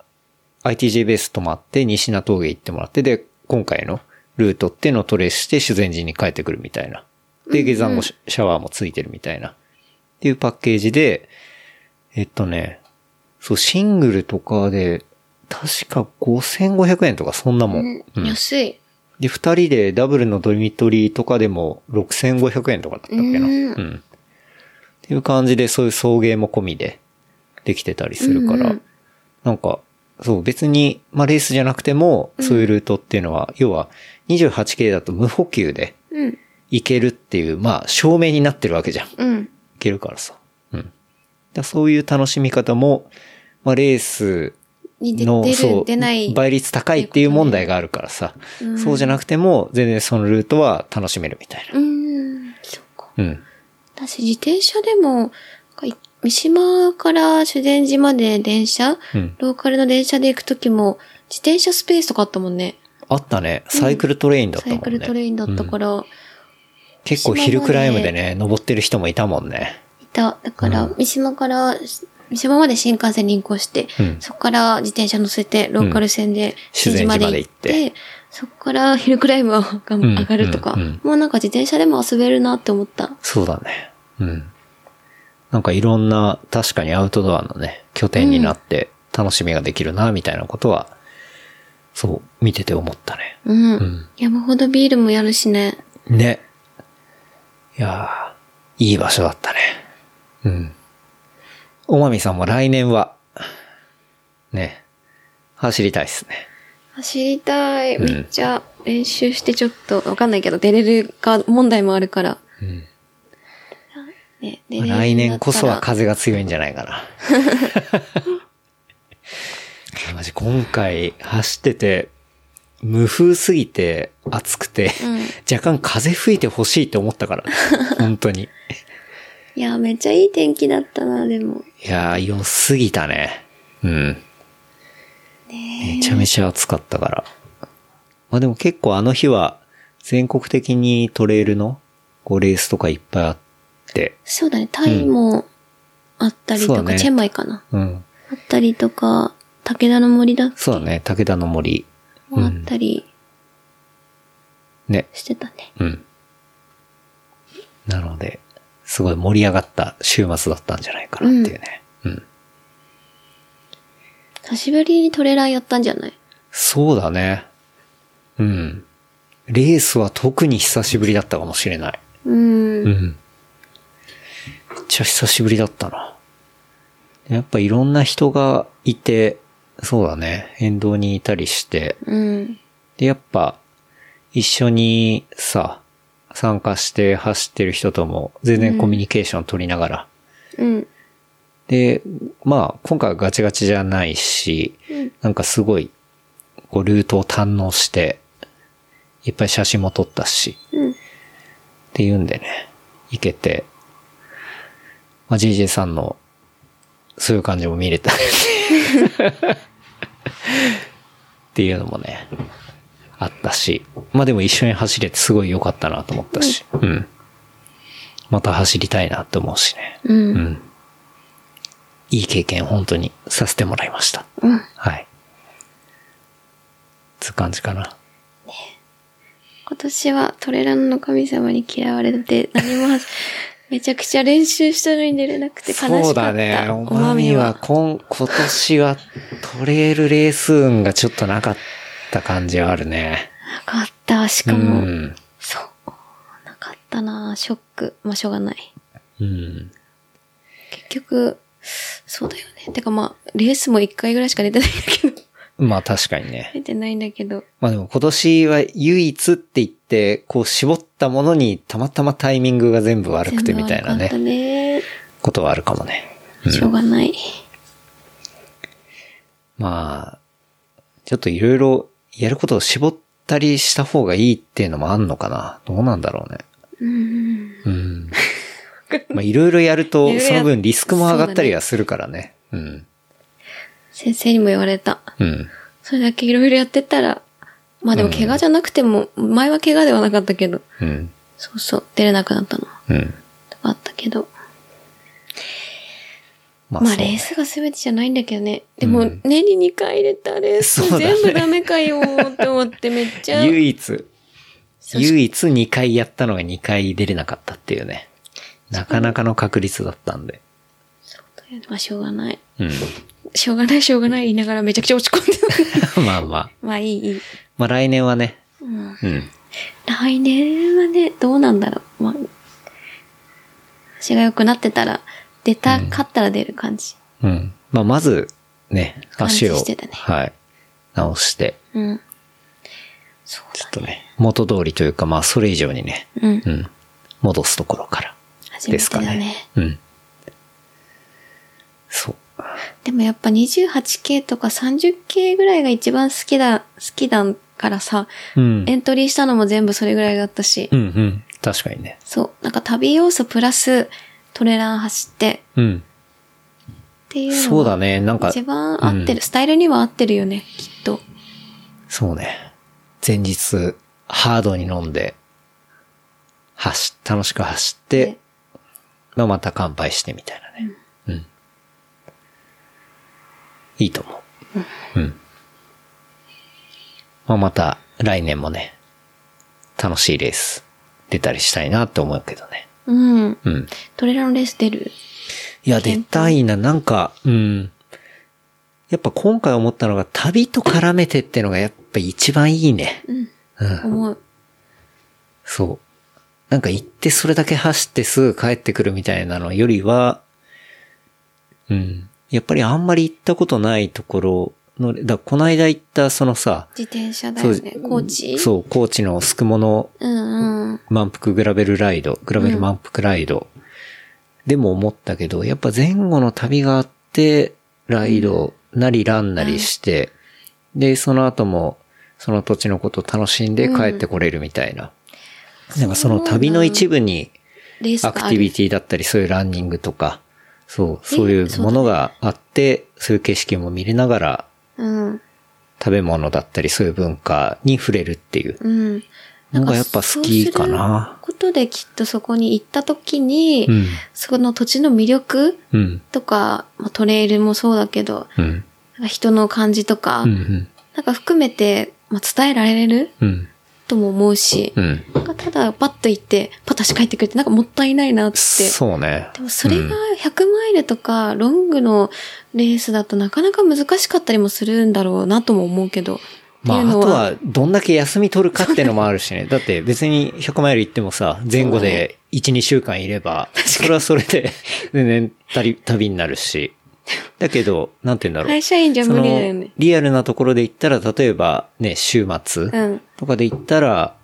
[SPEAKER 2] あ、ITJ ベース泊まって、西名峠行ってもらって、で、今回のルートっていうのをトレースして、修善寺に帰ってくるみたいな。で、下山後シャワーもついてるみたいな。っていうパッケージで、えっとね、そう、シングルとかで、確か5500円とかそんなもん。うん
[SPEAKER 3] 安い。
[SPEAKER 2] で、二人でダブルのドミトリーとかでも6500円とかだったっけな。
[SPEAKER 3] う
[SPEAKER 2] うんん。っていう感じで、そういう送迎も込みでできてたりするから、
[SPEAKER 3] うんうん
[SPEAKER 2] なんか、そう、別に、まあ、レースじゃなくても、そういうルートっていうのは、要は、28K だと無補給で
[SPEAKER 3] うん。
[SPEAKER 2] 行けるっていう、まあ、証明になってるわけじゃん。
[SPEAKER 3] うん。
[SPEAKER 2] いけるからさ。うん。だからそういう楽しみ方も、まあ、レース
[SPEAKER 3] に出
[SPEAKER 2] の、
[SPEAKER 3] 出
[SPEAKER 2] そ
[SPEAKER 3] る、出ない。
[SPEAKER 2] う、倍率高いっていう問題があるからさ、そうじゃなくても、全然そのルートは楽しめるみたいうな。
[SPEAKER 3] ーん。そっか。
[SPEAKER 2] うん。
[SPEAKER 3] 私、自転車でも、なんか三島から修善寺まで電車、
[SPEAKER 2] うん
[SPEAKER 3] ローカルの電車で行くときも、自転車スペースとかあったもんね。
[SPEAKER 2] あったね。サイクルトレインだった
[SPEAKER 3] サ
[SPEAKER 2] もん
[SPEAKER 3] イ
[SPEAKER 2] ね。
[SPEAKER 3] クルトレインだったから、
[SPEAKER 2] 結構ヒルクライムでね、登ってる人もいたもんね。
[SPEAKER 3] いた。だから、
[SPEAKER 2] うん
[SPEAKER 3] 三島から三島まで新幹線に移行して、
[SPEAKER 2] うん
[SPEAKER 3] そこから自転車乗せて、ローカル線で
[SPEAKER 2] 修善
[SPEAKER 3] 新
[SPEAKER 2] 寺
[SPEAKER 3] 島
[SPEAKER 2] ま
[SPEAKER 3] で
[SPEAKER 2] で
[SPEAKER 3] 行
[SPEAKER 2] 行
[SPEAKER 3] っ
[SPEAKER 2] って
[SPEAKER 3] て、そこからヒルクライムをがん
[SPEAKER 2] うん
[SPEAKER 3] 上がるとか、
[SPEAKER 2] うんうん
[SPEAKER 3] もうなんか自転車でも遊べるなって思った。
[SPEAKER 2] そうだね。うん。なんかいろんな、確かにアウトドアのね、拠点になって楽しみができるな、みたいなことは、そう、見てて思ったね。
[SPEAKER 3] うん。
[SPEAKER 2] うん
[SPEAKER 3] 山ほどビールもやるしね。
[SPEAKER 2] ね。いやー、いい場所だったね。うん。おまみさんも来年は、ね、走りたいっすね。
[SPEAKER 3] 走りたい。
[SPEAKER 2] うん
[SPEAKER 3] めっちゃ練習してちょっと、わかんないけど、出れるか問題もあるから。
[SPEAKER 2] うん。
[SPEAKER 3] ね、出れるようになったら
[SPEAKER 2] 来年こそは風が強いんじゃないか な。いやマジ今回走ってて、無風すぎて暑くて、
[SPEAKER 3] うん
[SPEAKER 2] 若干風吹いてほしいって思ったから、本当に。
[SPEAKER 3] いや、めっちゃいい天気だったな、でも。
[SPEAKER 2] いやー、良すぎたね。うん。めちゃめちゃ暑かったから。まあでも結構あの日は、全国的にトレイルの、こうレースとかいっぱいあって、
[SPEAKER 3] そうだね、タイもあったりと
[SPEAKER 2] そ
[SPEAKER 3] か、
[SPEAKER 2] うだね
[SPEAKER 3] チェンマイかな。
[SPEAKER 2] うん。
[SPEAKER 3] あったりとか、武田の森だ
[SPEAKER 2] そうだね、武田の森。
[SPEAKER 3] もあったり
[SPEAKER 2] ね。
[SPEAKER 3] してたね。
[SPEAKER 2] うん。なので、すごい盛り上がった週末だったんじゃないかなっていうね。うん。
[SPEAKER 3] 久しぶりにトレランやったんじゃない
[SPEAKER 2] そうだね。うん。レースは特に久しぶりだったかもしれない。
[SPEAKER 3] うん。
[SPEAKER 2] うん。めっちゃ久しぶりだったな。やっぱいろんな人がいて、そうだね、沿道にいたりして、
[SPEAKER 3] うん。
[SPEAKER 2] で、やっぱ、一緒にさ、参加して走ってる人とも全然コミュニケーション取りながら、
[SPEAKER 3] うん。
[SPEAKER 2] で、まあ、今回はガチガチじゃないし、なんかすごい、こう、ルートを堪能して、いっぱい写真も撮ったし、
[SPEAKER 3] うん
[SPEAKER 2] っていうんでね、行けて、まあ、JJ さんの、そういう感じも見れ た。っていうのもね、あったし、まあでも一緒に走れてすごい良かったなと思ったし、うん。また走りたいなって思うしね。
[SPEAKER 3] うん。
[SPEAKER 2] うん。いい経験、本当にさせてもらいました。
[SPEAKER 3] うん
[SPEAKER 2] はい。つう感じかな。
[SPEAKER 3] 今年はトレランの神様に嫌われて、何もは、めちゃくちゃ練習したのに出れなくて悲しかった。
[SPEAKER 2] そうだね。お
[SPEAKER 3] おま
[SPEAKER 2] ま
[SPEAKER 3] み
[SPEAKER 2] みは、
[SPEAKER 3] は。
[SPEAKER 2] 今、今年はトレイルレース運がちょっとなかった感じはあるね。
[SPEAKER 3] なかった。し
[SPEAKER 2] う
[SPEAKER 3] かも、
[SPEAKER 2] ん。
[SPEAKER 3] そう。なかったなショック。まあ、しょうがない。
[SPEAKER 2] うん。
[SPEAKER 3] 結局、そうだよね。てかまあ、レースも一回ぐらいしか出てないんだけど。
[SPEAKER 2] まあ確かにね。
[SPEAKER 3] 出てないんだけど。
[SPEAKER 2] まあでも今年は唯一って言って、こう絞ったものにたまたまタイミングが全部悪くてみたいな
[SPEAKER 3] 全部悪かった
[SPEAKER 2] ね、
[SPEAKER 3] ね。
[SPEAKER 2] ことはあるかもね。
[SPEAKER 3] しょうがない。
[SPEAKER 2] まあ、ちょっといろいろやることを絞ったりした方がいいっていうのもあんのかな。どうなんだろうね。
[SPEAKER 3] うん。
[SPEAKER 2] うん。まあいろいろやると
[SPEAKER 3] いろい、ろ
[SPEAKER 2] そ
[SPEAKER 3] や
[SPEAKER 2] の分リスクも上がったりはするからね。うん。
[SPEAKER 3] 先生にも言われた。
[SPEAKER 2] うん。
[SPEAKER 3] それだけいろいろやってたら、まあでも怪我じゃなくても、前は怪我ではなかったけど、
[SPEAKER 2] うん。
[SPEAKER 3] そうそう、出れなくなったの。
[SPEAKER 2] うん。
[SPEAKER 3] とかあったけど。
[SPEAKER 2] ま
[SPEAKER 3] ま
[SPEAKER 2] そ
[SPEAKER 3] あ
[SPEAKER 2] う
[SPEAKER 3] レースが全てじゃないんだけどね。でも、
[SPEAKER 2] うん
[SPEAKER 3] 年に2回入れたレース、
[SPEAKER 2] そうだね
[SPEAKER 3] 全部ダメかよーって思ってめっちゃ、
[SPEAKER 2] 唯一、唯一2回やったのが2回出れなかったっていうね。なかなかの確率だったんで。
[SPEAKER 3] まあしょうがない。
[SPEAKER 2] うん。
[SPEAKER 3] しょうがないしょうがない言いながらめちゃくちゃ落ち込んで た
[SPEAKER 2] まあまあ。
[SPEAKER 3] まあいいいい。
[SPEAKER 2] まあ来年はね。
[SPEAKER 3] うん、
[SPEAKER 2] うん。
[SPEAKER 3] 来年はね、どうなんだろう。まあ、足が良くなってたら、出た、勝ったら出る感じ。
[SPEAKER 2] うん。まあまず、ね、
[SPEAKER 3] 完治
[SPEAKER 2] 足を、
[SPEAKER 3] してたね
[SPEAKER 2] はい。直して。
[SPEAKER 3] うん。そう
[SPEAKER 2] ちょっとね、元通りというか、まあ、それ以上にね、
[SPEAKER 3] だ。うん
[SPEAKER 2] う。ん、戻すところから、
[SPEAKER 3] 初め
[SPEAKER 2] で
[SPEAKER 3] て
[SPEAKER 2] すか
[SPEAKER 3] だね。
[SPEAKER 2] ね。うん。そう。
[SPEAKER 3] でもやっぱ 28K とか 30K ぐらいが一番好きだ、好きだからさ、
[SPEAKER 2] うん。
[SPEAKER 3] エントリーしたのも全部それぐらいだったし、
[SPEAKER 2] うんうん。確かにね。
[SPEAKER 3] そう、なんか旅要素プラストレラン走って
[SPEAKER 2] うん。
[SPEAKER 3] っていうのが
[SPEAKER 2] そうだね。なんか
[SPEAKER 3] 一、番合って
[SPEAKER 2] う
[SPEAKER 3] る、
[SPEAKER 2] ん
[SPEAKER 3] スタイルには合ってるよね、きっと。
[SPEAKER 2] そうね。前日、ハードに飲んで、走、楽しく走って
[SPEAKER 3] ね、
[SPEAKER 2] まあまた乾杯してみたいなね。うん。いいと思う。うん。まあ、また来年もね、楽しいレース出たりしたいなって思うけどね。
[SPEAKER 3] うん。
[SPEAKER 2] うん。
[SPEAKER 3] トレラのレース出る
[SPEAKER 2] いや、出たいな、なんか、うん。やっぱ今回思ったのが旅と絡めてってのがやっぱ一番いいね。
[SPEAKER 3] うん。
[SPEAKER 2] うん。
[SPEAKER 3] 思う。
[SPEAKER 2] そう。なんか行ってそれだけ走ってすぐ帰ってくるみたいなのよりは、うん。やっぱりあんまり行ったことないところの、だからこの間行ったそのさ、
[SPEAKER 3] 自転車だ
[SPEAKER 2] そ
[SPEAKER 3] よ
[SPEAKER 2] う
[SPEAKER 3] ね。コーチう。
[SPEAKER 2] そう、高知のすくもの
[SPEAKER 3] うんうん。
[SPEAKER 2] 満腹グラベルライド、グラベル満腹ライド、でも思ったけど、やっぱ前後の旅があって、ライドなりランなりして、で、その後も、その土地のことを楽しんで帰ってこれるみたいな。なんかその旅の一部に、
[SPEAKER 3] レースが
[SPEAKER 2] ア
[SPEAKER 3] ある。
[SPEAKER 2] クティビティだったり、そういうランニングとか、そう、そういうものがあって、そういう景色も見れながら、
[SPEAKER 3] うん。
[SPEAKER 2] 食べ物だったり、そういう文化に触れるっていう。
[SPEAKER 3] うん。
[SPEAKER 2] なんかやっぱ好きかな。
[SPEAKER 3] そうすることできっとそこに行った時に、
[SPEAKER 2] うん。
[SPEAKER 3] その土地の魅力
[SPEAKER 2] うん。
[SPEAKER 3] とか、まあトレイルもそうだけど、
[SPEAKER 2] うん。
[SPEAKER 3] なんか人の感じとか、
[SPEAKER 2] うん。うん。
[SPEAKER 3] なんか含めて、まあ、伝えられる
[SPEAKER 2] うん。
[SPEAKER 3] とも思うし、
[SPEAKER 2] うん。
[SPEAKER 3] なんかただパッと行って、パッとし帰ってくるってなんかもったいないなって。
[SPEAKER 2] そうね。
[SPEAKER 3] でもそれが100マイルとかロングのレースだとなかなか難しかったりもするんだろうなとも思うけど。
[SPEAKER 2] まあ、
[SPEAKER 3] ってい
[SPEAKER 2] あ
[SPEAKER 3] うの
[SPEAKER 2] とは、どんだけ休み取るかってのもあるしね。だって別に100マイル行ってもさ、前後で1、2週間いれば、それはそれで、 全然旅、旅になるし。だけど、なんて言うんだろう。
[SPEAKER 3] 会社員じゃ
[SPEAKER 2] そ
[SPEAKER 3] 無
[SPEAKER 2] の
[SPEAKER 3] 理だよね。
[SPEAKER 2] リアルなところで言ったら、例えばね、週末
[SPEAKER 3] うん。
[SPEAKER 2] とかで言ったら、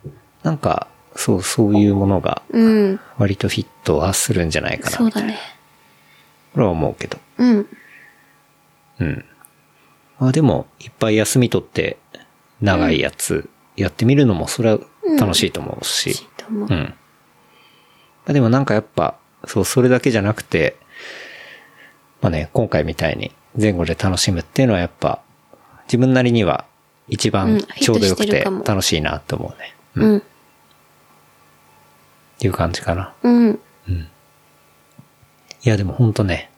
[SPEAKER 2] なんか、そう、そういうものが
[SPEAKER 3] うん。
[SPEAKER 2] 割とフィットはするんじゃないかな。
[SPEAKER 3] そうだね。
[SPEAKER 2] これは思うけど。
[SPEAKER 3] うん。
[SPEAKER 2] うん。まあでも、いっぱい休み取って、長いやつやってみるのも、それは楽しいと思うし。
[SPEAKER 3] しいと思う
[SPEAKER 2] うん。。まあでもなんかやっぱ、そう、それだけじゃなくて、まあね、今回みたいに前後で楽しむっていうのはやっぱ、自分なりには一
[SPEAKER 3] うん
[SPEAKER 2] 番ちょうどよく
[SPEAKER 3] フィットしてる
[SPEAKER 2] て
[SPEAKER 3] かも
[SPEAKER 2] 楽しいなと思うね。うん。っ
[SPEAKER 3] うん。
[SPEAKER 2] ていう感じかな。
[SPEAKER 3] うん。
[SPEAKER 2] いやでもほんとね、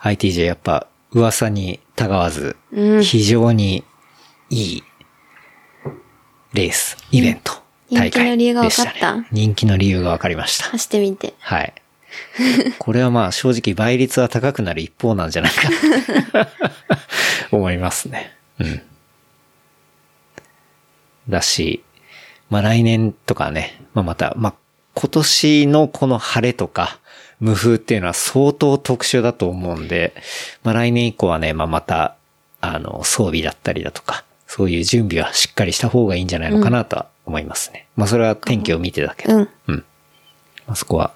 [SPEAKER 2] ITJ やっぱ噂にたがわず、
[SPEAKER 3] うん。
[SPEAKER 2] 非常にいいレース、イベント、
[SPEAKER 3] うん
[SPEAKER 2] 大会
[SPEAKER 3] 人気の理由が
[SPEAKER 2] で
[SPEAKER 3] 分
[SPEAKER 2] し
[SPEAKER 3] かった
[SPEAKER 2] たね。人気の理由がわかりました。
[SPEAKER 3] 走ってみて。
[SPEAKER 2] はい。これはまあ正直倍率は高くなる一方なんじゃないか思いますね。うん。だし、まあ来年とかね、まあまた、まあ今年のこの晴れとか、無風っていうのは相当特殊だと思うんで、まあ来年以降はね、まあまた、あの、装備だったりだとか、そういう準備はしっかりした方がいいんじゃないのかなとは思いますね。まあそれは天気を見てだけど。
[SPEAKER 3] うん。
[SPEAKER 2] うん。あそこは、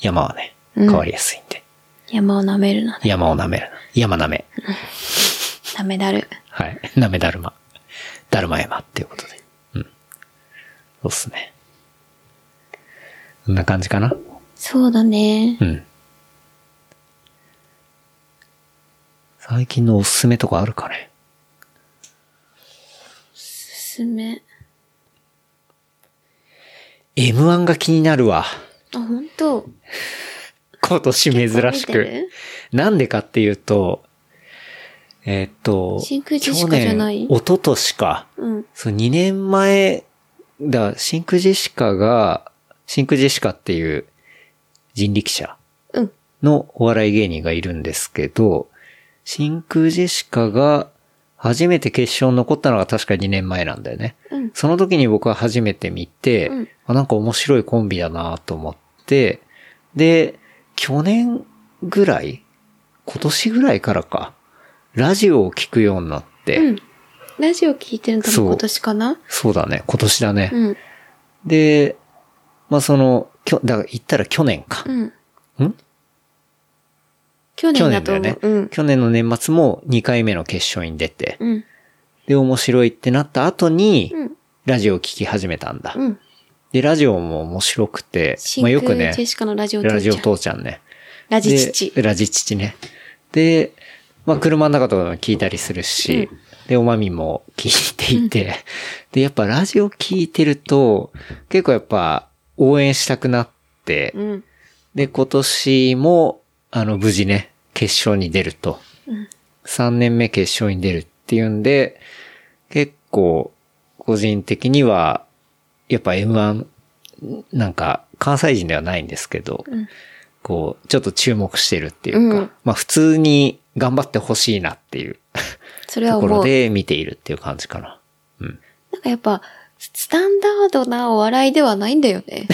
[SPEAKER 2] 山はね、変わりやすいんで。
[SPEAKER 3] 山を舐めるな。
[SPEAKER 2] 山を舐めるな。山舐め。
[SPEAKER 3] 舐めだる。
[SPEAKER 2] はい。 舐めだるま。だるま山っていうことで。うん。そうっすね。こんな感じかな。
[SPEAKER 3] そうだね。
[SPEAKER 2] うん。最近のおすすめとかあるかね
[SPEAKER 3] おすすめ。
[SPEAKER 2] ?M1 が気になるわ。
[SPEAKER 3] あ、ほんと
[SPEAKER 2] 今年珍し
[SPEAKER 3] 見
[SPEAKER 2] く
[SPEAKER 3] てる。
[SPEAKER 2] なんでかっていうと、えーっと、
[SPEAKER 3] 真空ジェシカじゃない
[SPEAKER 2] 去年一昨年か。
[SPEAKER 3] うん。
[SPEAKER 2] そう、2年前、だ、シンクジェシカが、シンクジェシカっていう人力車
[SPEAKER 3] うん。
[SPEAKER 2] のお笑い芸人がいるんですけど、真空ジェシカが初めて決勝に残ったのが確か2年前なんだよね。
[SPEAKER 3] うん。
[SPEAKER 2] その時に僕は初めて見て、
[SPEAKER 3] うん
[SPEAKER 2] あなんか面白いコンビだなと思って、で、去年ぐらい今年ぐらいからか、ラジオを聞くようになって、
[SPEAKER 3] うん。ラジオ聞いてるの多
[SPEAKER 2] そう
[SPEAKER 3] 分今年かな
[SPEAKER 2] そうだね、今年だね。
[SPEAKER 3] うん。
[SPEAKER 2] で、まあその、きょ、だから言ったら去年か。
[SPEAKER 3] うん。
[SPEAKER 2] ん
[SPEAKER 3] 去
[SPEAKER 2] 去
[SPEAKER 3] 年
[SPEAKER 2] 年
[SPEAKER 3] だと
[SPEAKER 2] だよ
[SPEAKER 3] 思
[SPEAKER 2] ね
[SPEAKER 3] う。。うん。
[SPEAKER 2] 去年の年末も2回目の決勝に出て、
[SPEAKER 3] うん。
[SPEAKER 2] で、面白いってなった後に、
[SPEAKER 3] うん。
[SPEAKER 2] ラジオを聞き始めたんだ。
[SPEAKER 3] うん。
[SPEAKER 2] で、ラジオも面白くて、
[SPEAKER 3] 真
[SPEAKER 2] まあ
[SPEAKER 3] 空
[SPEAKER 2] よ
[SPEAKER 3] ジ
[SPEAKER 2] くね
[SPEAKER 3] ェ、シカのラジオ
[SPEAKER 2] ラジオ
[SPEAKER 3] と
[SPEAKER 2] 父ちゃんね。
[SPEAKER 3] ラジ父
[SPEAKER 2] で。ラジ父ね。で、まあ、車の中とかでも聞いたりするし、で、おまみも聞いていて、で、やっぱラジオ聞いてると、結構やっぱ応援したくなって、
[SPEAKER 3] うん。
[SPEAKER 2] で、今年も、あの、無事ね、決勝に出ると。 3年目決勝に出るっていうんで、結構、個人的には、やっぱ M1、なんか、関西人ではないんですけど、
[SPEAKER 3] うん
[SPEAKER 2] こう、ちょっと注目してるっていうか、
[SPEAKER 3] うん
[SPEAKER 2] まあ普通に頑張ってほしいなっていう
[SPEAKER 3] それは
[SPEAKER 2] とこ
[SPEAKER 3] 思
[SPEAKER 2] ろ
[SPEAKER 3] う。
[SPEAKER 2] で見ているっていう感じかな。
[SPEAKER 3] なんかやっぱ、スタンダードなお笑いではないんだよ ね。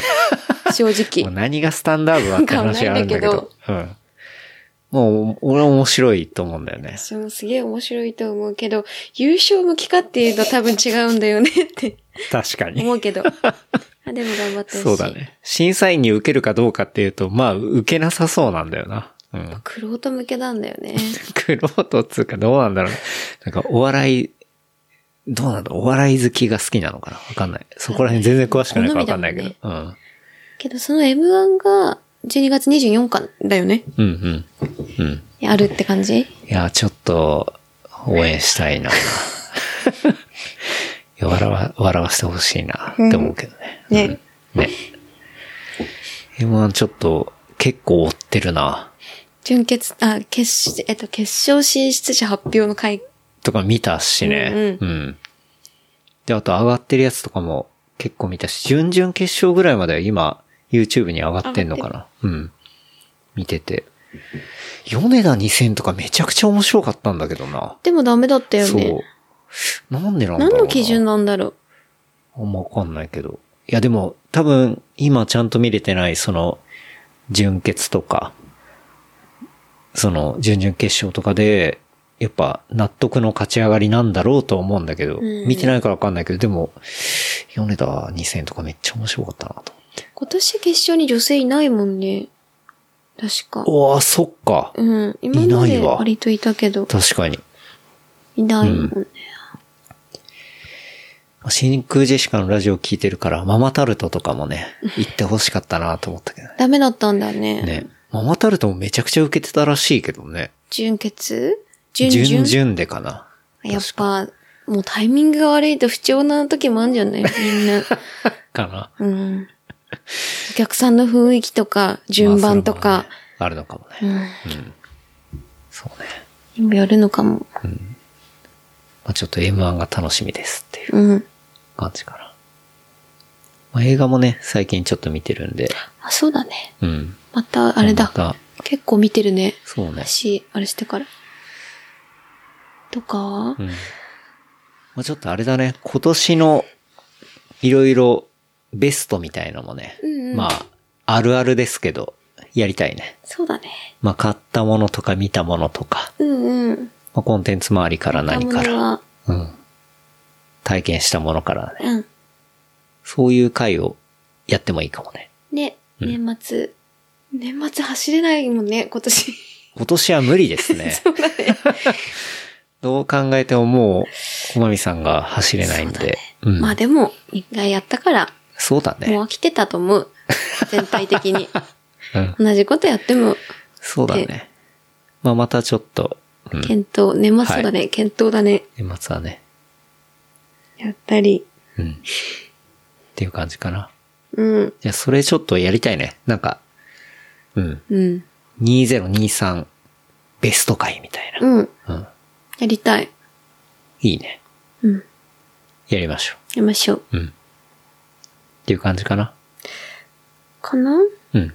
[SPEAKER 3] 正
[SPEAKER 2] もう
[SPEAKER 3] 直。
[SPEAKER 2] 何がスタンダードだって話あるんだけ
[SPEAKER 3] わ
[SPEAKER 2] ど。うん。もう、俺は面白いと思うんだよね。
[SPEAKER 3] そう、すげえ面白いと思うけど、優勝向きかっていうと多分違うんだよ ねって
[SPEAKER 2] 確かに。
[SPEAKER 3] 思うけど。あでも頑張ってほしい。
[SPEAKER 2] そうだ。ね。審査員に受けるかどうかっていうと、まあ、受けなさそうなんだよな。うん。
[SPEAKER 3] クロ向けなんだよね。
[SPEAKER 2] クロートっつうかどうなんだろうね。なんか、お笑い、どうなんだお笑い好きが好きなのかなわかんない。そこら辺全然詳しくないからわかんないけど。うん。うん
[SPEAKER 3] けどその M1 が12月24日だよね。
[SPEAKER 2] うん。うん。
[SPEAKER 3] あるって感じ
[SPEAKER 2] いや、ちょっと、応援したいな。いや笑わ、笑わせてほしいなって思うけどね。
[SPEAKER 3] ね。
[SPEAKER 2] うんね。M1 ちょっと、結構追ってるな。
[SPEAKER 3] 準決、あ、決、えっと、決勝進出者発表の回。
[SPEAKER 2] とか見たしね。うん、で、あと上がってるやつとかも結構見たし、準々決勝ぐらいまでは今、YouTube に上がってんのかな。うん。見てて。米田2000とかめちゃくちゃ面白かったんだけどな。
[SPEAKER 3] でもダメだったよ
[SPEAKER 2] そう
[SPEAKER 3] ね。。
[SPEAKER 2] なんでなんだろうな。
[SPEAKER 3] 何の基準なんだろう。
[SPEAKER 2] あんまわかんないけど。いやでも、多分、今ちゃんと見れてない、その、準決とか、その、準々決勝とかで、やっぱ、納得の勝ち上がりなんだろうとは思うんだけど、
[SPEAKER 3] うん
[SPEAKER 2] 見てないからわかんないけど、でも、米田2000とかめっちゃ面白かったなと。
[SPEAKER 3] 今年決勝に女性いないもんね。確か。
[SPEAKER 2] おー、そっか。
[SPEAKER 3] うん。今ま
[SPEAKER 2] い
[SPEAKER 3] で
[SPEAKER 2] ないわ
[SPEAKER 3] 割といたけど、
[SPEAKER 2] 確かに。
[SPEAKER 3] いないもんね。
[SPEAKER 2] 真空ジェシカのラジオ聞いてるから、ママタルトとかも ね、行ってほしかったなと思ったけどね。
[SPEAKER 3] ダメだったんだね。
[SPEAKER 2] ね。ママタルトもめちゃくちゃ受けてたらしいけどね。
[SPEAKER 3] 準決準々
[SPEAKER 2] 準々でかな。
[SPEAKER 3] やっぱ、もうタイミングが悪いと不調な時もあるんじゃないみ んな。
[SPEAKER 2] かな。
[SPEAKER 3] うん。お客さんの雰囲気とか、順番と
[SPEAKER 2] まあ
[SPEAKER 3] か、。
[SPEAKER 2] それもねあるのかもね。うんそうね。
[SPEAKER 3] 今やるのかも。
[SPEAKER 2] まあちょっと M1 が楽しみですっていう
[SPEAKER 3] うん。
[SPEAKER 2] 感じかな。まあ映画もね、最近ちょっと見てるんで。
[SPEAKER 3] あ、そうだね。
[SPEAKER 2] うん。
[SPEAKER 3] また、あれ
[SPEAKER 2] ま
[SPEAKER 3] だ。
[SPEAKER 2] た、
[SPEAKER 3] 結構見てるね。
[SPEAKER 2] そうね。
[SPEAKER 3] 私、あれしてから。とか
[SPEAKER 2] う、ん。まあちょっとあれだね、今年のいろいろベストみたいのもね。
[SPEAKER 3] うんうん
[SPEAKER 2] まあ、あるあるですけど、やりたいね。
[SPEAKER 3] そうだね。
[SPEAKER 2] まあ買ったものとか見たものとか、
[SPEAKER 3] うんうん。
[SPEAKER 2] まあ、コンテンツ周りから何か
[SPEAKER 3] 買ったもの
[SPEAKER 2] ら、
[SPEAKER 3] は
[SPEAKER 2] うん。体験したものからね。
[SPEAKER 3] うん。
[SPEAKER 2] そういう回をやってもいいかもね。
[SPEAKER 3] ね、年末。年末走れないもんね、今年。
[SPEAKER 2] 今年は無理ですね。どう考えてももう、こまみさんが走れないんで。う
[SPEAKER 3] まあ
[SPEAKER 2] ん。
[SPEAKER 3] でも、一回やったから、
[SPEAKER 2] そうだ
[SPEAKER 3] もう
[SPEAKER 2] ね。
[SPEAKER 3] 飽きてたと思う。全体的に。
[SPEAKER 2] うん。
[SPEAKER 3] 同じことやっても、
[SPEAKER 2] そうだね。まあまたちょっと、うん。
[SPEAKER 3] 検討、年末だね、検討だね。
[SPEAKER 2] 年末はね。
[SPEAKER 3] やったり。
[SPEAKER 2] うん。っていう感じかな。
[SPEAKER 3] うん、
[SPEAKER 2] じゃあそれちょっとやりたいね。なんか、うん。
[SPEAKER 3] うん、
[SPEAKER 2] 2023ベスト回みたいな。
[SPEAKER 3] うん。
[SPEAKER 2] うん。
[SPEAKER 3] やりたい。
[SPEAKER 2] いいね。
[SPEAKER 3] うん。
[SPEAKER 2] やりましょ
[SPEAKER 3] やりましょう。
[SPEAKER 2] う。うん。っていう感じかな。
[SPEAKER 3] かな
[SPEAKER 2] うん。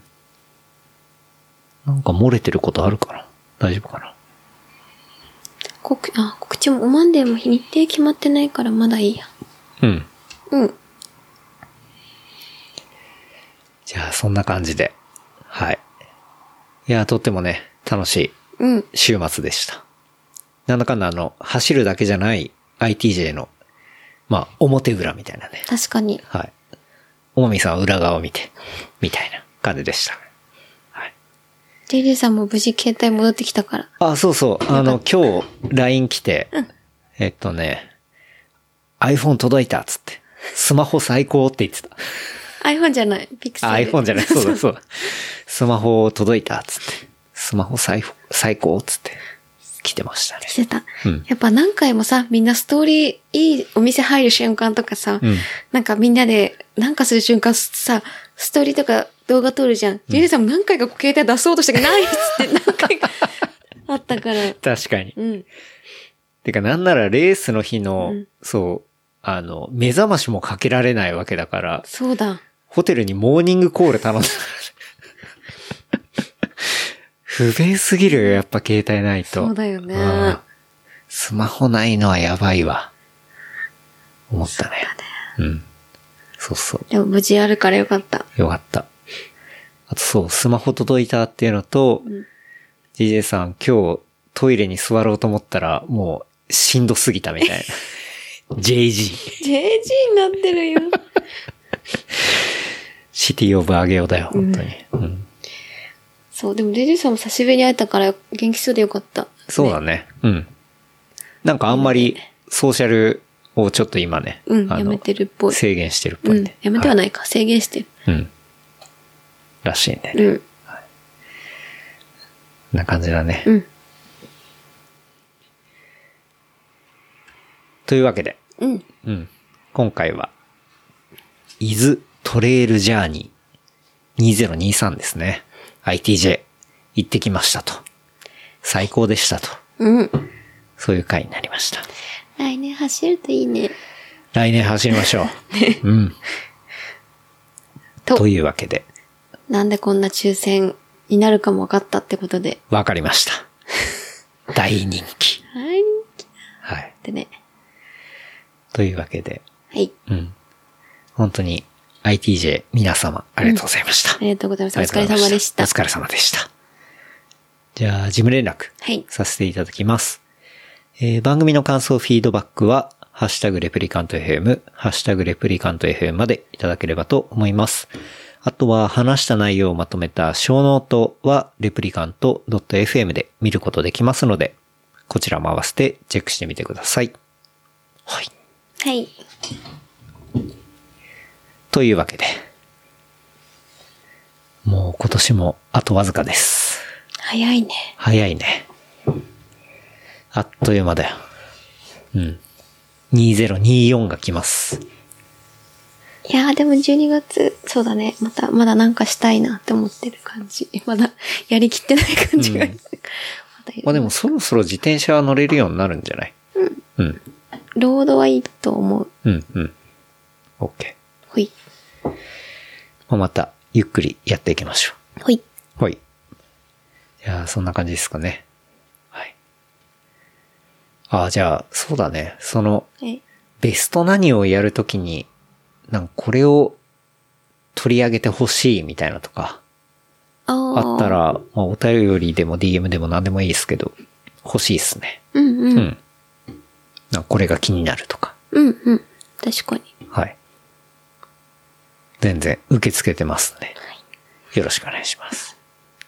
[SPEAKER 2] なんか漏れてることあるかな大丈夫かな
[SPEAKER 3] 告、あ、告知も、おまんでも日程決まってないからまだいいや。
[SPEAKER 2] うん。
[SPEAKER 3] うん。
[SPEAKER 2] じゃあ、そんな感じで。はい。いや、とってもね、楽し
[SPEAKER 3] うん。
[SPEAKER 2] い週末でした。なんだかんだあの、走るだけじゃない ITJ の、まあ、表裏みたいなね。
[SPEAKER 3] 確かに。
[SPEAKER 2] はい。おまみさんは裏側を見て、みたいな感じでした。はい。
[SPEAKER 3] JJ さんも無事携帯戻ってきたから。
[SPEAKER 2] あ、そうそう。あの、今日、LINE 来て、えっとね、iPhone 届いたっつって、スマホ最高って言ってた。
[SPEAKER 3] iPhone じゃない。ピクセル。
[SPEAKER 2] あ、iPhone じゃない。そう だ、そうだ。スマホ届いたっつって、スマホ最最高っつって、来てましたね。
[SPEAKER 3] してた。
[SPEAKER 2] うん
[SPEAKER 3] やっぱ何回もさ、みんなストーリー、いいお店入る瞬間とかさ、
[SPEAKER 2] うん
[SPEAKER 3] なんかみんなで、なんかする瞬間さ、ストーリーとか動画撮るじゃん。ジェリーさんも何回かこう携帯出そうとしたけど、ないっつって何回か、あったから。
[SPEAKER 2] 確かに。
[SPEAKER 3] うん。
[SPEAKER 2] てか、なんならレースの日の、
[SPEAKER 3] うん
[SPEAKER 2] そう、あの、目覚ましもかけられないわけだから、
[SPEAKER 3] そうだ。
[SPEAKER 2] ホテルにモーニングコール 頼んだ。不便すぎるよ、やっぱ携帯ないと。
[SPEAKER 3] そうだよね
[SPEAKER 2] うんスマホないのはやばいわ。思ったね。うん。そうそう。
[SPEAKER 3] でも無事あるからよかった。
[SPEAKER 2] よかった。あとそう、スマホ届いたっていうのと、
[SPEAKER 3] ん
[SPEAKER 2] JJ さん今日トイレに座ろうと思ったらもうしんどすぎたみたい な。JG。
[SPEAKER 3] JG になってるよ。
[SPEAKER 2] シティオブアゲオだよ、本当に。うん
[SPEAKER 3] そう、でも JG さんも久しぶりに会えたから元気そうでよかった。
[SPEAKER 2] そうだね。うん。なんかあんまりソーシャルをちょっと今ね、
[SPEAKER 3] うん
[SPEAKER 2] あの
[SPEAKER 3] やめてるっぽい
[SPEAKER 2] 制限してるっぽ
[SPEAKER 3] う
[SPEAKER 2] い
[SPEAKER 3] ん
[SPEAKER 2] ね。。
[SPEAKER 3] やめてはないか。制限して
[SPEAKER 2] うん。らしいね。
[SPEAKER 3] る。うん。
[SPEAKER 2] こんな感じだね。
[SPEAKER 3] うん。
[SPEAKER 2] というわけで、
[SPEAKER 3] うん。
[SPEAKER 2] うん。今回は、伊豆トレイルジャーニー2023ですね。ITJ 行ってきましたと。最高でしたと。
[SPEAKER 3] うん。
[SPEAKER 2] そういう回になりました。
[SPEAKER 3] 来年走るといいね。
[SPEAKER 2] 来年走りましょう。 うん。
[SPEAKER 3] と
[SPEAKER 2] というわけで、
[SPEAKER 3] なんでこんな抽選になるかも分かったってことで。
[SPEAKER 2] わかりま した。大人気。
[SPEAKER 3] はい。っ
[SPEAKER 2] はい。
[SPEAKER 3] てね。
[SPEAKER 2] というわけで、
[SPEAKER 3] はい。
[SPEAKER 2] うん。本当に ITJ 皆様ありがとうございました。
[SPEAKER 3] ありがとうございます。お
[SPEAKER 2] ありが
[SPEAKER 3] 疲
[SPEAKER 2] とう
[SPEAKER 3] れ
[SPEAKER 2] ござい
[SPEAKER 3] 様
[SPEAKER 2] ま
[SPEAKER 3] でした。
[SPEAKER 2] お疲れ様でした。じゃあ、事務連絡
[SPEAKER 3] はい。
[SPEAKER 2] させていただきます。えー番組の感想、フィードバックは、ハッシュタグレプリカント FM、ハッシュタグレプリカント FM までいただければと思います。あとは、話した内容をまとめた小ノートは、レプリカント .fm で見ることできますので、こちらも合わせてチェックしてみてください。はい。
[SPEAKER 3] はい。
[SPEAKER 2] というわけで、もう今年もあとわずかです。
[SPEAKER 3] 早いね。
[SPEAKER 2] 早いね。あっという間だよ。うん。2024が来ます。
[SPEAKER 3] いやーでも12月、そうだね。また、まだなんかしたいなって思ってる感じ。 まだ、やりきってない感じが。
[SPEAKER 2] うん
[SPEAKER 3] まだい
[SPEAKER 2] まあでもそろそろ自転車は乗れるようになるんじゃないうん。
[SPEAKER 3] ロードはいいと思う。
[SPEAKER 2] うん、うん。OK。
[SPEAKER 3] ほい。
[SPEAKER 2] まあまた、ゆっくりやっていきましょ
[SPEAKER 3] ほい。
[SPEAKER 2] う。はい。じゃあ、そんな感じですかね。はい。ああ、じゃあ、そうだね。その、
[SPEAKER 3] え、
[SPEAKER 2] ベスト何をやるときに、なんかこれを取り上げてほしいみたいなとか、
[SPEAKER 3] あー
[SPEAKER 2] あった。ら、まあお便りでも DM でも何でもいいですけど、欲しいですね。
[SPEAKER 3] うんう。
[SPEAKER 2] うんん。なんかこれが気になるとか。
[SPEAKER 3] うんうん。確かに。
[SPEAKER 2] はい。全然受け付けてますね。よろしくお願いします。っ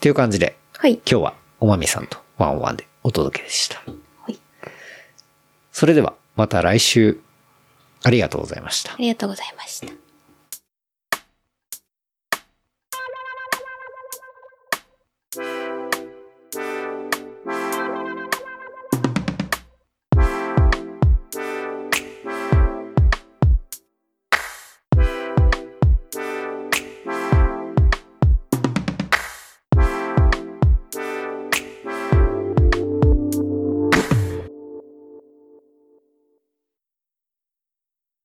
[SPEAKER 2] ていう感じで、
[SPEAKER 3] はい。
[SPEAKER 2] 今日はおまみさんとワンオンワンでお届けでした。
[SPEAKER 3] はい。
[SPEAKER 2] それでは、また来週、ありがとうございました
[SPEAKER 3] あ。りがとうございました。